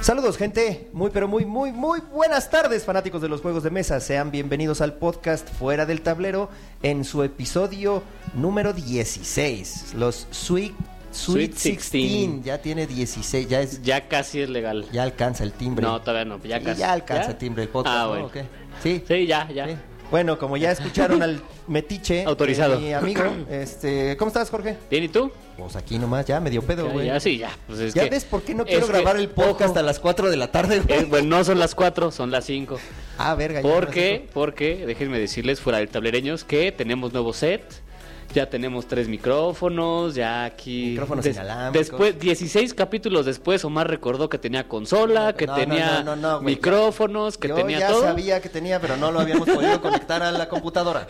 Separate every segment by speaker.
Speaker 1: Saludos gente, muy pero muy muy muy buenas tardes fanáticos de los juegos de mesa, sean bienvenidos al podcast Fuera del Tablero en su episodio número 16, los Sweet, Sweet,
Speaker 2: Sweet
Speaker 1: 16.
Speaker 2: 16.
Speaker 1: ya tiene 16, ya es
Speaker 2: Ya casi es legal.
Speaker 1: ya alcanza el timbre.
Speaker 2: No, todavía no, ya
Speaker 1: Y
Speaker 2: casi.
Speaker 1: ya alcanza
Speaker 2: ¿Ya?
Speaker 1: timbre el podcast,
Speaker 2: Ah,
Speaker 1: ¿no?
Speaker 2: bueno.
Speaker 1: ¿O qué? Sí.
Speaker 2: Sí, ya, ya.
Speaker 1: sí. Bueno, como ya escucharon al metiche,
Speaker 2: Autorizado.
Speaker 1: eh, mi amigo, este, ¿cómo estás, Jorge?
Speaker 2: ¿Bien y tú?
Speaker 1: Pues aquí nomás, ya medio pedo,
Speaker 2: Ya,
Speaker 1: güey.
Speaker 2: ya, sí, ya. Pues es
Speaker 1: ¿Ya
Speaker 2: que-
Speaker 1: ves por qué no
Speaker 2: es
Speaker 1: quiero
Speaker 2: que-
Speaker 1: grabar el podcast
Speaker 2: ojo,
Speaker 1: a las 4 de la tarde, güey?
Speaker 2: eh, bueno, no son las 4, son las 5.
Speaker 1: Ah, verga. ya
Speaker 2: ¿Por
Speaker 1: no
Speaker 2: qué?
Speaker 1: sé.
Speaker 2: Porque, déjenme decirles, fuera del tablereños, que tenemos nuevo set. Ya tenemos tres micrófonos, ya aquí...
Speaker 1: Micrófonos
Speaker 2: Des-
Speaker 1: inalámbricos.
Speaker 2: Después, 16 capítulos después, Omar recordó que tenía consola, que
Speaker 1: No, no,
Speaker 2: tenía
Speaker 1: no, no, no, güey, ya.
Speaker 2: micrófonos, que
Speaker 1: Yo
Speaker 2: tenía
Speaker 1: ya
Speaker 2: todo.
Speaker 1: sabía que tenía, pero no lo habíamos podido conectar a la computadora.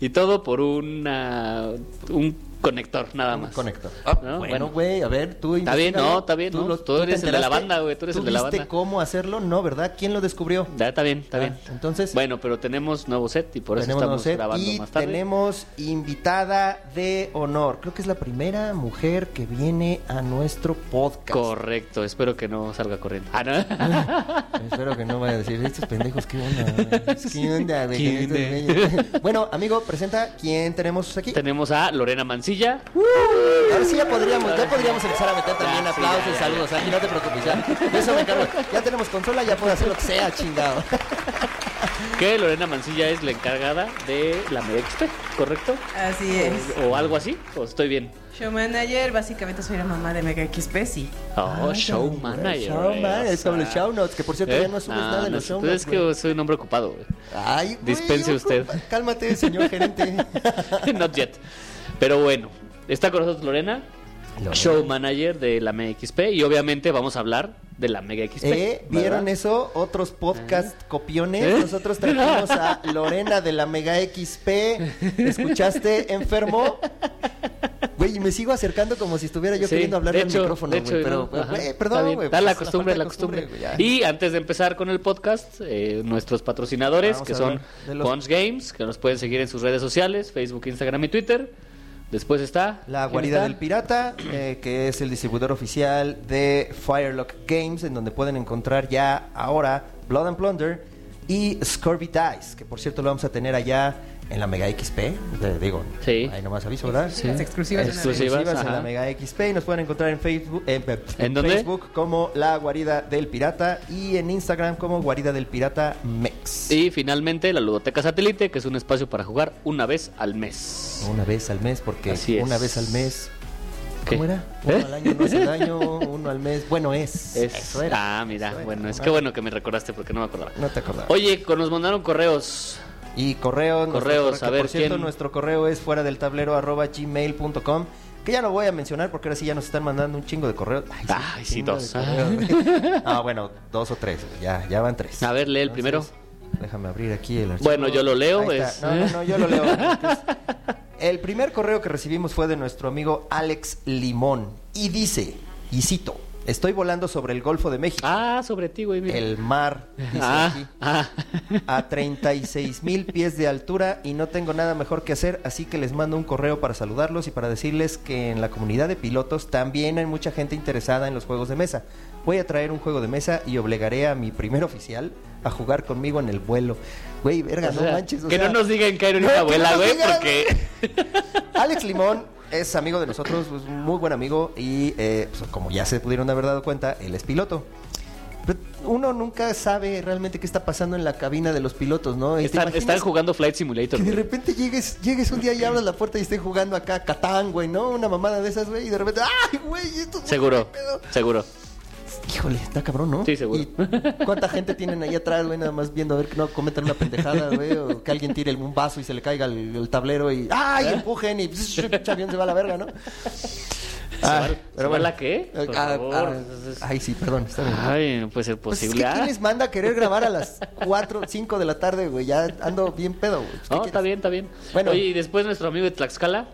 Speaker 2: Y todo por una, un conector, nada más.
Speaker 1: Conector.
Speaker 2: ¿No?
Speaker 1: Bueno, güey, a ver, tú
Speaker 2: Ah, Está bien,
Speaker 1: investígalo.
Speaker 2: no, está bien, no. Tú
Speaker 1: te
Speaker 2: eres el de la
Speaker 1: enteraste?
Speaker 2: banda, güey, tú eres el de la
Speaker 1: viste
Speaker 2: banda.
Speaker 1: cómo hacerlo? No, ¿verdad? ¿Quién lo descubrió?
Speaker 2: Ya, está bien, está
Speaker 1: Ah,
Speaker 2: bien.
Speaker 1: entonces-
Speaker 2: Bueno, pero tenemos nuevo set y por eso
Speaker 1: tenemos
Speaker 2: estamos
Speaker 1: no sé,
Speaker 2: grabando
Speaker 1: y
Speaker 2: más tarde.
Speaker 1: tenemos invitada de honor. Creo que es la primera mujer que viene a nuestro podcast.
Speaker 2: Correcto, espero que no salga corriendo. Ah, no.
Speaker 1: Espero que no vaya a decir, estos pendejos, ¿qué onda? güey? ¿Qué onda, güey?
Speaker 2: ¿Qué
Speaker 1: Estos
Speaker 2: onda?
Speaker 1: güeyes. Bueno, amigo, presenta quién tenemos aquí.
Speaker 2: tenemos a Lorena Mancilla.
Speaker 1: Ahora sí ya podríamos, ya podríamos empezar a meter también
Speaker 2: Ya, sí,
Speaker 1: aplausos
Speaker 2: ya,
Speaker 1: y
Speaker 2: ya.
Speaker 1: saludos. Aquí no te preocupes, ya. De eso me encargo. Ya tenemos consola, ya puedo hacer lo que sea, chingado.
Speaker 2: Que Lorena Mancilla es la encargada de la Medexpe, ¿correcto?
Speaker 3: Así es.
Speaker 2: O algo así, o estoy bien.
Speaker 3: Show manager, básicamente soy la mamá de Mega XP, sí.
Speaker 1: Ah,
Speaker 2: Oh, show manager.
Speaker 1: Show manager, es como los show notes, que por cierto ya no subes nada de los show
Speaker 2: ¿Eh? Ah,
Speaker 1: notes,
Speaker 2: Entonces es que
Speaker 1: güey.
Speaker 2: soy un hombre ocupado. güey.
Speaker 1: Ay, güey,
Speaker 2: Dispense
Speaker 1: yo-
Speaker 2: usted.
Speaker 1: Cálmate, señor gerente.
Speaker 2: Not yet. Pero bueno, está con nosotros Lorena,
Speaker 1: Lorena.
Speaker 2: show manager de la Mega XP y obviamente vamos a hablar de la Mega XP.
Speaker 1: Eh, ¿Vieron
Speaker 2: ¿verdad?
Speaker 1: eso? Otros podcast copiones.
Speaker 2: ¿Eh?
Speaker 1: Nosotros trajimos a Lorena de la Mega XP. ¿Escuchaste, enfermo? Güey, y me sigo acercando como si estuviera yo
Speaker 2: Sí,
Speaker 1: queriendo hablarle
Speaker 2: de
Speaker 1: al
Speaker 2: hecho,
Speaker 1: micrófono,
Speaker 2: de
Speaker 1: güey.
Speaker 2: hecho,
Speaker 1: Pero,
Speaker 2: no,
Speaker 1: güey,
Speaker 2: ajá, está
Speaker 1: perdón,
Speaker 2: bien.
Speaker 1: güey.
Speaker 2: Da
Speaker 1: pues,
Speaker 2: la
Speaker 1: es
Speaker 2: costumbre,
Speaker 1: falta
Speaker 2: la
Speaker 1: de
Speaker 2: costumbre.
Speaker 1: güey, ya.
Speaker 2: y antes de empezar con el podcast, eh, nuestros patrocinadores,
Speaker 1: Ah, Vamos
Speaker 2: que
Speaker 1: a
Speaker 2: son
Speaker 1: hablar de los-
Speaker 2: Pons Games, que nos pueden seguir en sus redes sociales, Facebook, Instagram y Twitter. Después está...
Speaker 1: La
Speaker 2: ¿quién
Speaker 1: guarida
Speaker 2: está?
Speaker 1: del pirata, eh, que es el distribuidor oficial de Firelock Games, en donde pueden encontrar ya ahora Blood and Plunder y Scurvy Dice, que por cierto lo vamos a tener allá en la Mega XP, de- digo,
Speaker 2: Sí.
Speaker 1: ahí nomás aviso, ¿verdad?
Speaker 2: Sí.
Speaker 3: Las exclusivas de la
Speaker 2: Exclusivas,
Speaker 1: Exclusivas en
Speaker 2: ajá.
Speaker 1: la Mega XP y nos pueden encontrar en Facebook, eh, en,
Speaker 2: ¿En dónde?
Speaker 1: Facebook como La Guarida del Pirata y en Instagram como Guarida del Pirata Mex.
Speaker 2: Y finalmente la Ludoteca Satélite, que es un espacio para jugar una vez al mes.
Speaker 1: Una vez al mes, porque
Speaker 2: Así es.
Speaker 1: una vez al mes
Speaker 2: ¿Qué?
Speaker 1: ¿Cómo era? Uno
Speaker 2: ¿Eh?
Speaker 1: al año no hace daño, uno al mes. Bueno, es.
Speaker 2: Es-
Speaker 1: Eso era.
Speaker 2: Ah, mira,
Speaker 1: Eso era.
Speaker 2: bueno, es que bueno que me recordaste porque no me acordaba.
Speaker 1: No te acordaba.
Speaker 2: Oye, con- nos mandaron correos.
Speaker 1: Y correo. nuestro
Speaker 2: Correos,
Speaker 1: correo, que,
Speaker 2: a ver,
Speaker 1: Por cierto,
Speaker 2: ¿quién?
Speaker 1: nuestro correo es fuera del tablero arroba gmail.com. Que ya no voy a mencionar porque ahora sí ya nos están mandando un chingo de correos.
Speaker 2: Ay, sí,
Speaker 1: chingo de
Speaker 2: dos.
Speaker 1: correos. Ah, bueno, dos o tres. Ya, ya van tres.
Speaker 2: A ver, lee el primero.
Speaker 1: Déjame abrir aquí el archivo.
Speaker 2: Bueno, yo lo leo, pues.
Speaker 1: Ahí está.
Speaker 2: es-
Speaker 1: No, no, no, yo lo leo. Entonces, El primer correo que recibimos fue de nuestro amigo Alex Limón y dice, y cito, estoy volando sobre el Golfo de México,
Speaker 2: Ah, sobre ti, güey. mira.
Speaker 1: el mar, dice
Speaker 2: Ah,
Speaker 1: aquí,
Speaker 2: ah.
Speaker 1: a 36 mil pies de altura y no tengo nada mejor que hacer, así que les mando un correo para saludarlos y para decirles que en la comunidad de pilotos también hay mucha gente interesada en los juegos de mesa. Voy a traer un juego de mesa y obligaré a mi primer oficial a jugar conmigo en el vuelo. Güey, verga,
Speaker 2: O
Speaker 1: no
Speaker 2: sea,
Speaker 1: manches. o
Speaker 2: que
Speaker 1: sea,
Speaker 2: no nos digan que era una
Speaker 1: no, que
Speaker 2: abuela,
Speaker 1: no nos
Speaker 2: güey,
Speaker 1: digan.
Speaker 2: porque
Speaker 1: Alex Limón es amigo de nosotros, es un muy buen amigo y eh, pues, como ya se pudieron haber dado cuenta, él es piloto. Pero uno nunca sabe realmente qué está pasando en la cabina de los pilotos, ¿no? Y te
Speaker 2: están,
Speaker 1: imaginas
Speaker 2: están jugando Flight Simulator.
Speaker 1: que de
Speaker 2: güey.
Speaker 1: repente llegues, llegues un día y abras la puerta y estén jugando acá Catán, güey, ¿no? Una mamada de esas, güey, y de repente, ¡ay, güey! Esto,
Speaker 2: Seguro,
Speaker 1: ¿qué pedo?".
Speaker 2: seguro.
Speaker 1: Híjole, está cabrón, ¿no?
Speaker 2: Sí, seguro.
Speaker 1: ¿Y ¿Cuánta gente tienen ahí atrás, güey? Nada más viendo a ver que no cometan una pendejada, güey. O que alguien tire un vaso y se le caiga el, el tablero y ¡ay!
Speaker 2: ¿Eh?
Speaker 1: empujen y el avión se va a la verga, ¿no?
Speaker 2: va- se va la qué? Por
Speaker 1: Ah,
Speaker 2: favor. Ah,
Speaker 1: ah, ay, sí, perdón. Está bien.
Speaker 2: Ay, no puede ser
Speaker 1: Pues es
Speaker 2: posible.
Speaker 1: que
Speaker 2: Ah,
Speaker 1: ¿Quién les manda a querer grabar a las 4, 5 de la tarde, güey? Ya ando bien pedo, güey. Pues, ¿qué
Speaker 2: No, está
Speaker 1: quieres?
Speaker 2: bien, está bien.
Speaker 1: Bueno.
Speaker 2: Oye, y después nuestro amigo de Tlaxcala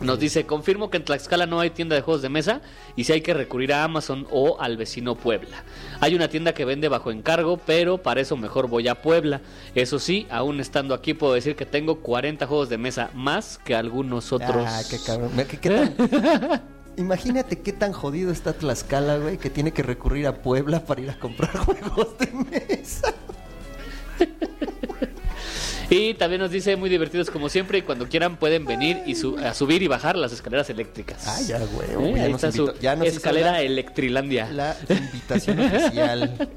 Speaker 2: nos dice, confirmo que en Tlaxcala no hay tienda de juegos de mesa y si hay que recurrir a Amazon o al vecino Puebla. Hay una tienda que vende bajo encargo, pero para eso mejor voy a Puebla. Eso sí, aún estando aquí puedo decir que tengo 40 juegos de mesa más que algunos otros.
Speaker 1: Ah, qué cabrón. Mira, ¿Qué, qué tan- Imagínate qué tan jodido está Tlaxcala, güey, que tiene que recurrir a Puebla para ir a comprar juegos de mesa.
Speaker 2: Y también nos dice, muy divertidos como siempre, y cuando quieran pueden venir y su- a subir y bajar las escaleras eléctricas.
Speaker 1: Ah, ya, güey,
Speaker 2: Eh,
Speaker 1: güey, ya
Speaker 2: ahí
Speaker 1: nos
Speaker 2: está su
Speaker 1: invitó- ya nos hizo
Speaker 2: escalera
Speaker 1: la-
Speaker 2: electrilandia.
Speaker 1: La invitación oficial.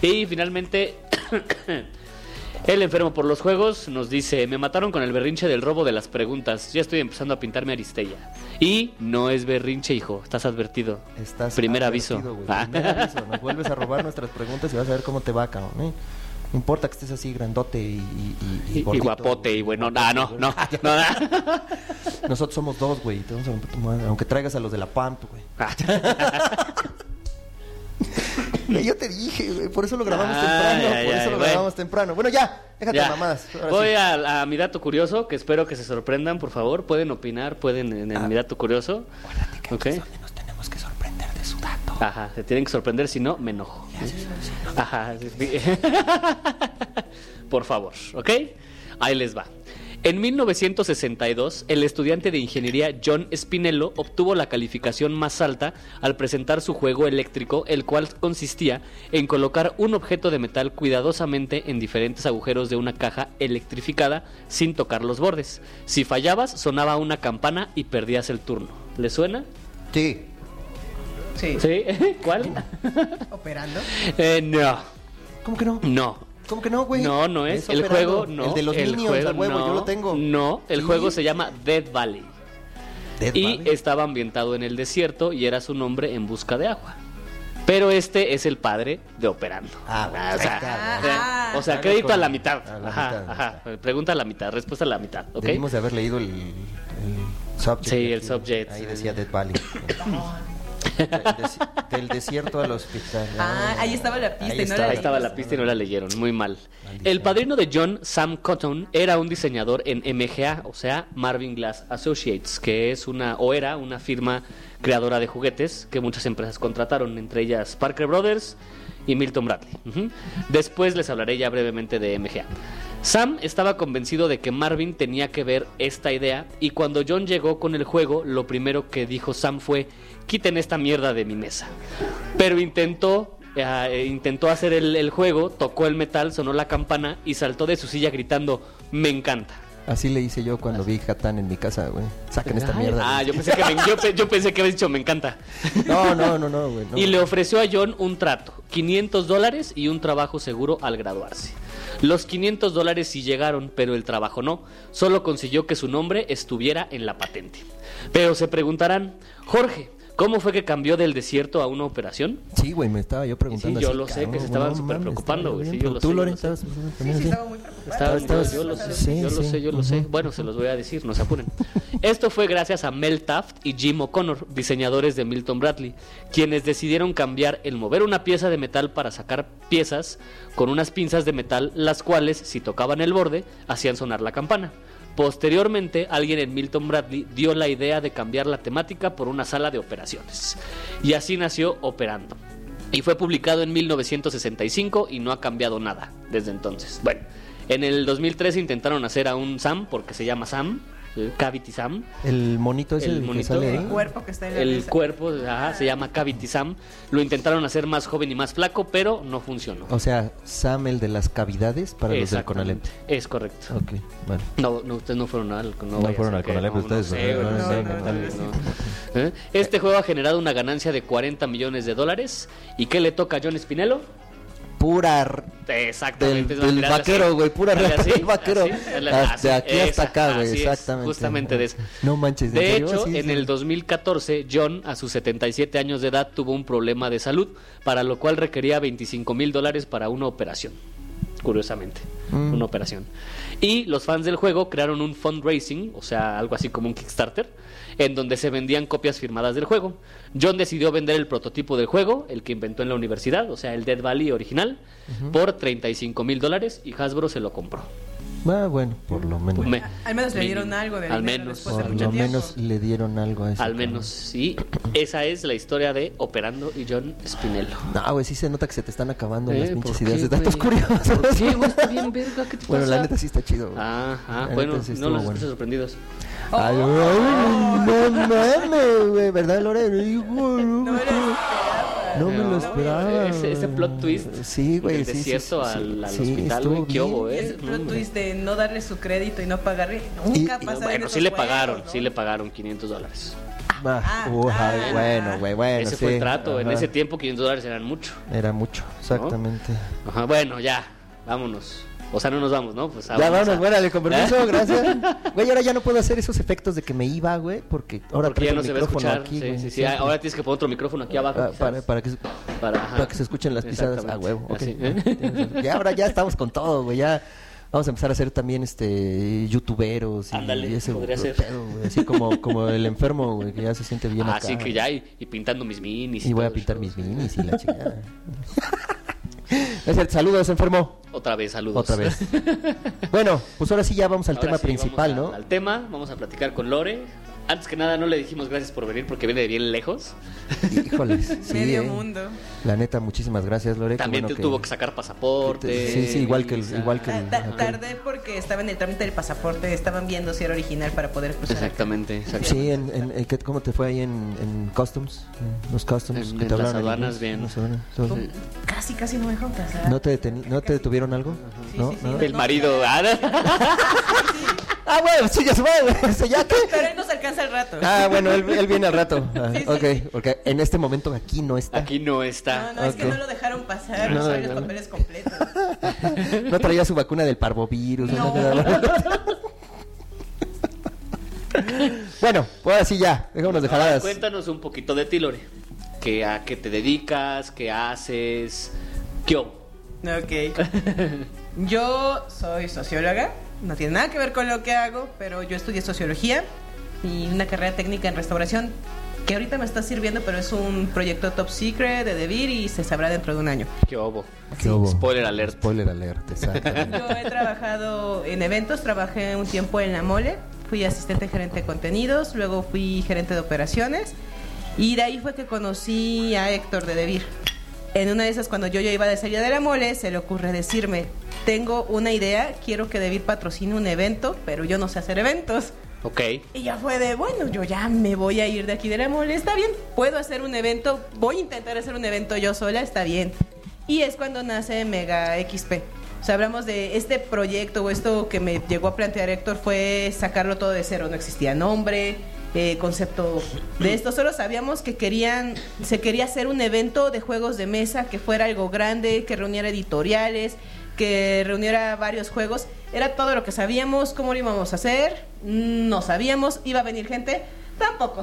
Speaker 2: Y finalmente, el enfermo por los juegos nos dice, me mataron con el berrinche del robo de las preguntas. Ya estoy empezando a pintarme Aristella. Y no es berrinche, hijo, estás advertido.
Speaker 1: Estás
Speaker 2: Primer
Speaker 1: advertido,
Speaker 2: aviso.
Speaker 1: güey,
Speaker 2: Ah.
Speaker 1: Primer aviso. Nos vuelves a robar nuestras preguntas y vas a ver cómo te va, cabrón. ¿eh? No importa que estés así grandote y, y- y- y
Speaker 2: Y, y
Speaker 1: gordito,
Speaker 2: guapote
Speaker 1: güey.
Speaker 2: y bueno, ah, no, no, no, no.
Speaker 1: Nosotros somos dos, güey. y Te vamos a romper tu madre. Aunque traigas a los de la PAMP, güey. Güey, Yo te dije, güey. Por eso lo grabamos
Speaker 2: Ay,
Speaker 1: temprano.
Speaker 2: ay,
Speaker 1: por eso
Speaker 2: ay,
Speaker 1: lo
Speaker 2: güey.
Speaker 1: grabamos temprano. Bueno, ya. Déjate de
Speaker 2: Ya.
Speaker 1: mamadas. ahora
Speaker 2: Voy
Speaker 1: sí.
Speaker 2: a, a mi dato curioso, que espero que se sorprendan, por favor. Pueden opinar, pueden en, el
Speaker 1: Ah.
Speaker 2: mi dato curioso. Ok. Ah.
Speaker 1: Nos tenemos que sorprender de su dato.
Speaker 2: Ajá, se tienen que sorprender, si no, me enojo. Ajá, sí, sí. Por favor, ¿ok? Ahí les va. En 1962, el estudiante de ingeniería John Spinello obtuvo la calificación más alta al presentar su juego eléctrico, el cual consistía en colocar un objeto de metal cuidadosamente en diferentes agujeros de una caja electrificada sin tocar los bordes. Si fallabas, sonaba una campana y perdías el turno. ¿Le suena?
Speaker 1: Sí.
Speaker 3: Sí.
Speaker 2: ¿Sí? ¿Cuál?
Speaker 3: Operando.
Speaker 2: Eh, no,
Speaker 1: ¿Cómo que no?
Speaker 2: no.
Speaker 1: ¿Cómo que no, güey?
Speaker 2: Mm. No, no es. El
Speaker 1: Pues, operando.
Speaker 2: juego no.
Speaker 1: El de los
Speaker 2: el
Speaker 1: Minions,
Speaker 2: juego
Speaker 1: a huevo,
Speaker 2: no,
Speaker 1: yo lo tengo.
Speaker 2: No, el
Speaker 1: Sí.
Speaker 2: juego se llama Dead Valley.
Speaker 1: Dead
Speaker 2: y
Speaker 1: Valley.
Speaker 2: estaba ambientado en el desierto y era su nombre en busca de agua. Pero este es el padre de Operando.
Speaker 1: Ah, bueno,
Speaker 2: o
Speaker 1: ahí
Speaker 2: sea,
Speaker 1: está,
Speaker 2: o sea,
Speaker 3: güey.
Speaker 2: o sea,
Speaker 1: Ah,
Speaker 2: crédito a la
Speaker 1: con-
Speaker 2: mitad.
Speaker 1: a la
Speaker 2: ajá,
Speaker 1: mitad,
Speaker 2: ajá. Pregunta a la mitad, respuesta a la mitad, ¿ok?
Speaker 1: Debimos de haber leído el, el subject.
Speaker 2: Sí,
Speaker 1: de
Speaker 2: el
Speaker 1: aquí.
Speaker 2: subject.
Speaker 1: Ahí decía Dead Valley. Del des- Del desierto al hospital.
Speaker 3: Ah, ahí estaba la pista
Speaker 1: Ahí
Speaker 3: y no
Speaker 1: estaba
Speaker 3: la
Speaker 2: Ahí estaba la pista y no la leyeron, muy mal. El padrino de John, Sam Cotton, era un diseñador en MGA, o sea, Marvin Glass Associates, que es una, o era una firma creadora de juguetes que muchas empresas contrataron, entre ellas Parker Brothers y Milton Bradley. Ujú. Después les hablaré ya brevemente de MGA. Sam estaba convencido de que Marvin tenía que ver esta idea y cuando John llegó con el juego, lo primero que dijo Sam fue, quiten esta mierda de mi mesa. Pero intentó eh, intentó hacer el, el juego, tocó el metal, sonó la campana y saltó de su silla gritando, me encanta.
Speaker 1: Así le hice yo cuando vi Hatán en mi casa, güey. Saquen esta
Speaker 2: Ay,
Speaker 1: mierda.
Speaker 2: Ah, yo pensé, que me, yo, pe- yo pensé que habías dicho, me encanta.
Speaker 1: No, no, no, no, güey. no.
Speaker 2: Y le ofreció a John un trato, 500 dólares y un trabajo seguro al graduarse. Los 500 dólares sí llegaron, pero el trabajo no. Solo consiguió que su nombre estuviera en la patente. Pero se preguntarán, Jorge, ¿cómo fue que cambió del desierto a una operación?
Speaker 1: Sí, güey, me estaba yo preguntando.
Speaker 2: Sí, yo
Speaker 1: así,
Speaker 2: lo sé, que
Speaker 1: cabrón,
Speaker 2: se estaban
Speaker 1: no
Speaker 2: súper
Speaker 1: mames,
Speaker 2: preocupando,
Speaker 1: estaba
Speaker 2: güey,
Speaker 1: bien
Speaker 2: sí, yo lo
Speaker 1: preocu-
Speaker 2: sé,
Speaker 1: Tú,
Speaker 2: yo
Speaker 1: Loren,
Speaker 2: lo sé.
Speaker 1: estabas.
Speaker 3: Sí, sí, estaba muy preocupada.
Speaker 2: Estaba-
Speaker 1: Estabas-
Speaker 2: yo lo sé,
Speaker 1: sí,
Speaker 2: yo lo
Speaker 1: sí.
Speaker 2: sé, yo lo sé.
Speaker 1: Ujú.
Speaker 2: Bueno, se los voy a decir, no se apuren. Esto fue gracias a Mel Taft y Jim O'Connor, diseñadores de Milton Bradley, quienes decidieron cambiar el mover una pieza de metal para sacar piezas con unas pinzas de metal, las cuales, si tocaban el borde, hacían sonar la campana. Posteriormente, alguien en Milton Bradley dio la idea de cambiar la temática por una sala de operaciones. Y así nació Operando. Y fue publicado en 1965 y no ha cambiado nada desde entonces. Bueno, en el 2013 intentaron hacer a un Sam, porque se llama Sam, el Cavity Sam.
Speaker 1: El monito es
Speaker 2: El
Speaker 1: el, que
Speaker 2: monito.
Speaker 1: sale
Speaker 3: El
Speaker 1: ahí.
Speaker 3: cuerpo que está en la
Speaker 2: El
Speaker 3: mesa.
Speaker 2: cuerpo ajá, se llama Cavity Sam. Lo intentaron hacer más joven y más flaco, pero no funcionó.
Speaker 1: O sea, Sam, el de las cavidades para los del Conalep.
Speaker 2: Exactamente. Es correcto.
Speaker 1: Ok, bueno.
Speaker 2: No, no, ustedes no fueron al No, vaya a
Speaker 1: fueron
Speaker 2: ser
Speaker 1: al
Speaker 2: que-
Speaker 1: Conalep,
Speaker 2: no, no
Speaker 1: ustedes,
Speaker 2: sé,
Speaker 1: ¿verdad?
Speaker 2: güey,
Speaker 1: No,
Speaker 2: no sé,
Speaker 1: no,
Speaker 2: güey,
Speaker 1: no,
Speaker 2: no. ¿Eh? Este juego ha generado una ganancia de 40 millones de dólares. ¿Y qué le toca a John Spinello?
Speaker 1: Pura. r-
Speaker 2: Exactamente.
Speaker 1: Del-
Speaker 2: es más,
Speaker 1: del
Speaker 2: mira, hazle
Speaker 1: vaquero,
Speaker 2: así,
Speaker 1: güey, pura
Speaker 2: hazle
Speaker 1: rata
Speaker 2: así,
Speaker 1: del vaquero.
Speaker 2: así, hazle
Speaker 1: Hasta
Speaker 2: así,
Speaker 1: aquí hasta
Speaker 2: esa,
Speaker 1: acá, güey,
Speaker 2: así es,
Speaker 1: exactamente.
Speaker 2: Justamente de eso.
Speaker 1: No manches, ¿en
Speaker 2: De
Speaker 1: serio?
Speaker 2: hecho,
Speaker 1: Sí,
Speaker 2: en
Speaker 1: sí.
Speaker 2: el 2014, John, a sus 77 años de edad, tuvo un problema de salud, para lo cual requería 25 mil dólares para una operación. Curiosamente,
Speaker 1: Mm.
Speaker 2: una operación. Y los fans del juego crearon un fundraising, o sea, algo así como un Kickstarter, en donde se vendían copias firmadas del juego. John decidió vender el prototipo del juego, el que inventó en la universidad, o sea, el Dead Valley original, por 35 mil dólares y Hasbro se lo compró.
Speaker 1: Ah, bueno, por lo menos.
Speaker 2: Me-
Speaker 3: Al menos le dieron
Speaker 2: mínimo.
Speaker 3: algo de
Speaker 2: Al
Speaker 3: dinero
Speaker 2: menos,
Speaker 3: después de
Speaker 1: por
Speaker 3: mucho
Speaker 1: lo
Speaker 3: tiempo.
Speaker 1: menos le dieron algo a eso.
Speaker 2: al menos, sí. Esa es la historia de Operando y John Spinello.
Speaker 1: No, güey, sí se nota que se te están acabando las
Speaker 2: Eh, ¿por
Speaker 1: pinches
Speaker 2: qué,
Speaker 1: ideas de datos
Speaker 2: güey?
Speaker 1: curiosos.
Speaker 2: ¿Por qué, güey? Está bien, verga, ¿qué te
Speaker 1: Bueno, la
Speaker 2: pasa? Ah.
Speaker 1: neta sí está chido. güey.
Speaker 2: Ajá,
Speaker 1: La
Speaker 2: bueno,
Speaker 1: neta sí
Speaker 2: no
Speaker 1: estuvo
Speaker 2: los
Speaker 1: bueno.
Speaker 2: estés sorprendidos.
Speaker 1: Ay, güey, no mames, güey, ¿verdad, Lore? Hijo, No,
Speaker 3: No, era-
Speaker 1: no me
Speaker 2: No,
Speaker 1: lo esperaba.
Speaker 2: eh, ese- ese plot twist
Speaker 1: Sí, güey.
Speaker 2: del
Speaker 1: sí, sí,
Speaker 2: desierto
Speaker 1: sí, sí.
Speaker 2: al- al
Speaker 1: Sí,
Speaker 2: hospital,
Speaker 1: estuvo
Speaker 2: güey, qué
Speaker 1: bien.
Speaker 2: obo, ¿eh?
Speaker 3: el plot twist de no darle su crédito y no pagarle nunca
Speaker 1: Y-
Speaker 3: pasa en
Speaker 2: Bueno,
Speaker 3: esos
Speaker 2: sí le
Speaker 3: juegos,
Speaker 2: pagaron,
Speaker 3: ¿no?
Speaker 2: sí le pagaron 500 dólares.
Speaker 1: Ah,
Speaker 3: Ah,
Speaker 1: uy,
Speaker 3: ah,
Speaker 1: ay, bueno, güey, bueno.
Speaker 2: ese fue
Speaker 1: sí.
Speaker 2: el trato. En
Speaker 1: Ajá.
Speaker 2: ese tiempo 500 dólares eran mucho.
Speaker 1: Era mucho, exactamente.
Speaker 2: Ajá, bueno, ya, vámonos. O sea, no nos vamos, ¿no? Pues
Speaker 1: Ya
Speaker 2: vámonos
Speaker 1: vámonos,
Speaker 2: a-
Speaker 1: muérale, con permiso,
Speaker 2: ¿Eh?
Speaker 1: gracias. Güey, ahora ya no puedo hacer esos efectos de que me iba, güey, porque ahora
Speaker 2: Porque ya
Speaker 1: traigo
Speaker 2: no
Speaker 1: el
Speaker 2: se va a
Speaker 1: micrófono
Speaker 2: escuchar.
Speaker 1: aquí,
Speaker 2: sí,
Speaker 1: güey,
Speaker 2: sí, sí.
Speaker 1: siempre.
Speaker 2: Ahora tienes que poner otro micrófono aquí abajo.
Speaker 1: Ah,
Speaker 2: quizás.
Speaker 1: para, para que se-
Speaker 2: Para, ajá.
Speaker 1: para que se escuchen las pisadas a
Speaker 2: Exactamente.
Speaker 1: huevo. ok.
Speaker 2: Así.
Speaker 1: Y ahora ya estamos con todo, güey, ya vamos a empezar a ser también este youtuberos y,
Speaker 2: Ándale,
Speaker 1: y ese
Speaker 2: podría ser.
Speaker 1: pedo, güey, así como como el enfermo, güey, que ya se siente bien
Speaker 2: Así
Speaker 1: acá.
Speaker 2: que ya, y, y pintando mis minis.
Speaker 1: Y voy a
Speaker 2: todo el
Speaker 1: pintar
Speaker 2: show.
Speaker 1: mis minis y la chingada. es el saludos, enfermo.
Speaker 2: Otra vez, saludos.
Speaker 1: Otra vez. Bueno, pues ahora sí ya vamos al
Speaker 2: Ahora
Speaker 1: tema
Speaker 2: sí,
Speaker 1: principal,
Speaker 2: vamos
Speaker 1: ¿no?
Speaker 2: a- Al tema, vamos a platicar con Lore. Antes que nada, no le dijimos gracias por venir porque viene de bien lejos.
Speaker 1: Híjoles. sí,
Speaker 3: Medio
Speaker 1: eh.
Speaker 3: mundo.
Speaker 1: La neta, muchísimas gracias, Lore. qué
Speaker 2: También
Speaker 1: bueno
Speaker 2: te tuvo que sacar pasaporte.
Speaker 1: Sí, sí, igual que el-
Speaker 2: visa.
Speaker 1: igual que el-
Speaker 3: Ta- ta-
Speaker 1: Ajá.
Speaker 3: Tardé porque estaba en el trámite del pasaporte, estaban viendo si era original para poder cruzar. acá.
Speaker 2: Exactamente, exactamente.
Speaker 1: Sí, en, en- en qué- ¿cómo te fue ahí en, en Customs? En los Customs.
Speaker 2: En-
Speaker 1: que
Speaker 2: en
Speaker 1: te
Speaker 2: las
Speaker 1: hablaron en
Speaker 2: aduanas,
Speaker 1: inglés,
Speaker 2: bien.
Speaker 1: en las aduanas, todo.
Speaker 3: Casi, casi no me dejaron pasar.
Speaker 1: ¿No te, deteni- ¿No te detuvieron algo?
Speaker 3: Sí,
Speaker 1: ¿No?
Speaker 3: sí, sí.
Speaker 1: ¿Nada?
Speaker 2: El marido. ah,
Speaker 1: Ah, bueno, sí, ya se va, güey, eso ya qué.
Speaker 3: Pero él nos alcanza el rato.
Speaker 1: Ah, bueno, él, él viene al rato. Ah,
Speaker 3: Sí, sí,
Speaker 1: ok,
Speaker 3: sí.
Speaker 1: porque en este momento aquí no está.
Speaker 2: Aquí no
Speaker 3: No,
Speaker 2: está.
Speaker 3: no, es que
Speaker 1: ok.
Speaker 3: no lo dejaron pasar,
Speaker 1: No,
Speaker 3: no, traía
Speaker 1: no, no.
Speaker 3: los papeles completos.
Speaker 1: No traía su vacuna del parvovirus.
Speaker 3: No.
Speaker 1: Bueno, pues ahora sí ya, dejémonos de
Speaker 2: Ahora,
Speaker 1: jaladas.
Speaker 2: cuéntanos un poquito de ti, Lore. ¿Qué, ¿A qué te dedicas? ¿Qué haces? ¿Qué hubo?
Speaker 3: Ok. Yo soy socióloga, no tiene nada que ver con lo que hago, pero yo estudié sociología y una carrera técnica en restauración que ahorita me está sirviendo, pero es un proyecto top secret de DeVir y se sabrá dentro de un año.
Speaker 2: ¿Qué hubo?
Speaker 1: ¿Qué hubo?
Speaker 2: Spoiler alert.
Speaker 1: Spoiler alert, exactamente.
Speaker 3: Yo he trabajado en eventos, trabajé un tiempo en la mole, fui asistente gerente de contenidos, luego fui gerente de operaciones y de ahí fue que conocí a Héctor de Devir. En una de esas, cuando yo, yo iba de salida de la mole, se le ocurre decirme, tengo una idea, quiero que Devir patrocine un evento, pero yo no sé hacer eventos.
Speaker 2: Ok.
Speaker 3: Y ya fue de, bueno, yo ya me voy a ir de aquí de la mole, está bien, puedo hacer un evento, voy a intentar hacer un evento yo sola, está bien. Y es cuando nace Mega XP. O sea, hablamos de este proyecto o esto que me llegó a plantear Héctor fue sacarlo todo de cero, no existía nombre, eh, concepto de esto, solo sabíamos que querían, se quería hacer un evento de juegos de mesa que fuera algo grande, que reuniera editoriales, que reuniera varios juegos. Era todo lo que sabíamos, cómo lo íbamos a hacer, no sabíamos, iba a venir gente, tampoco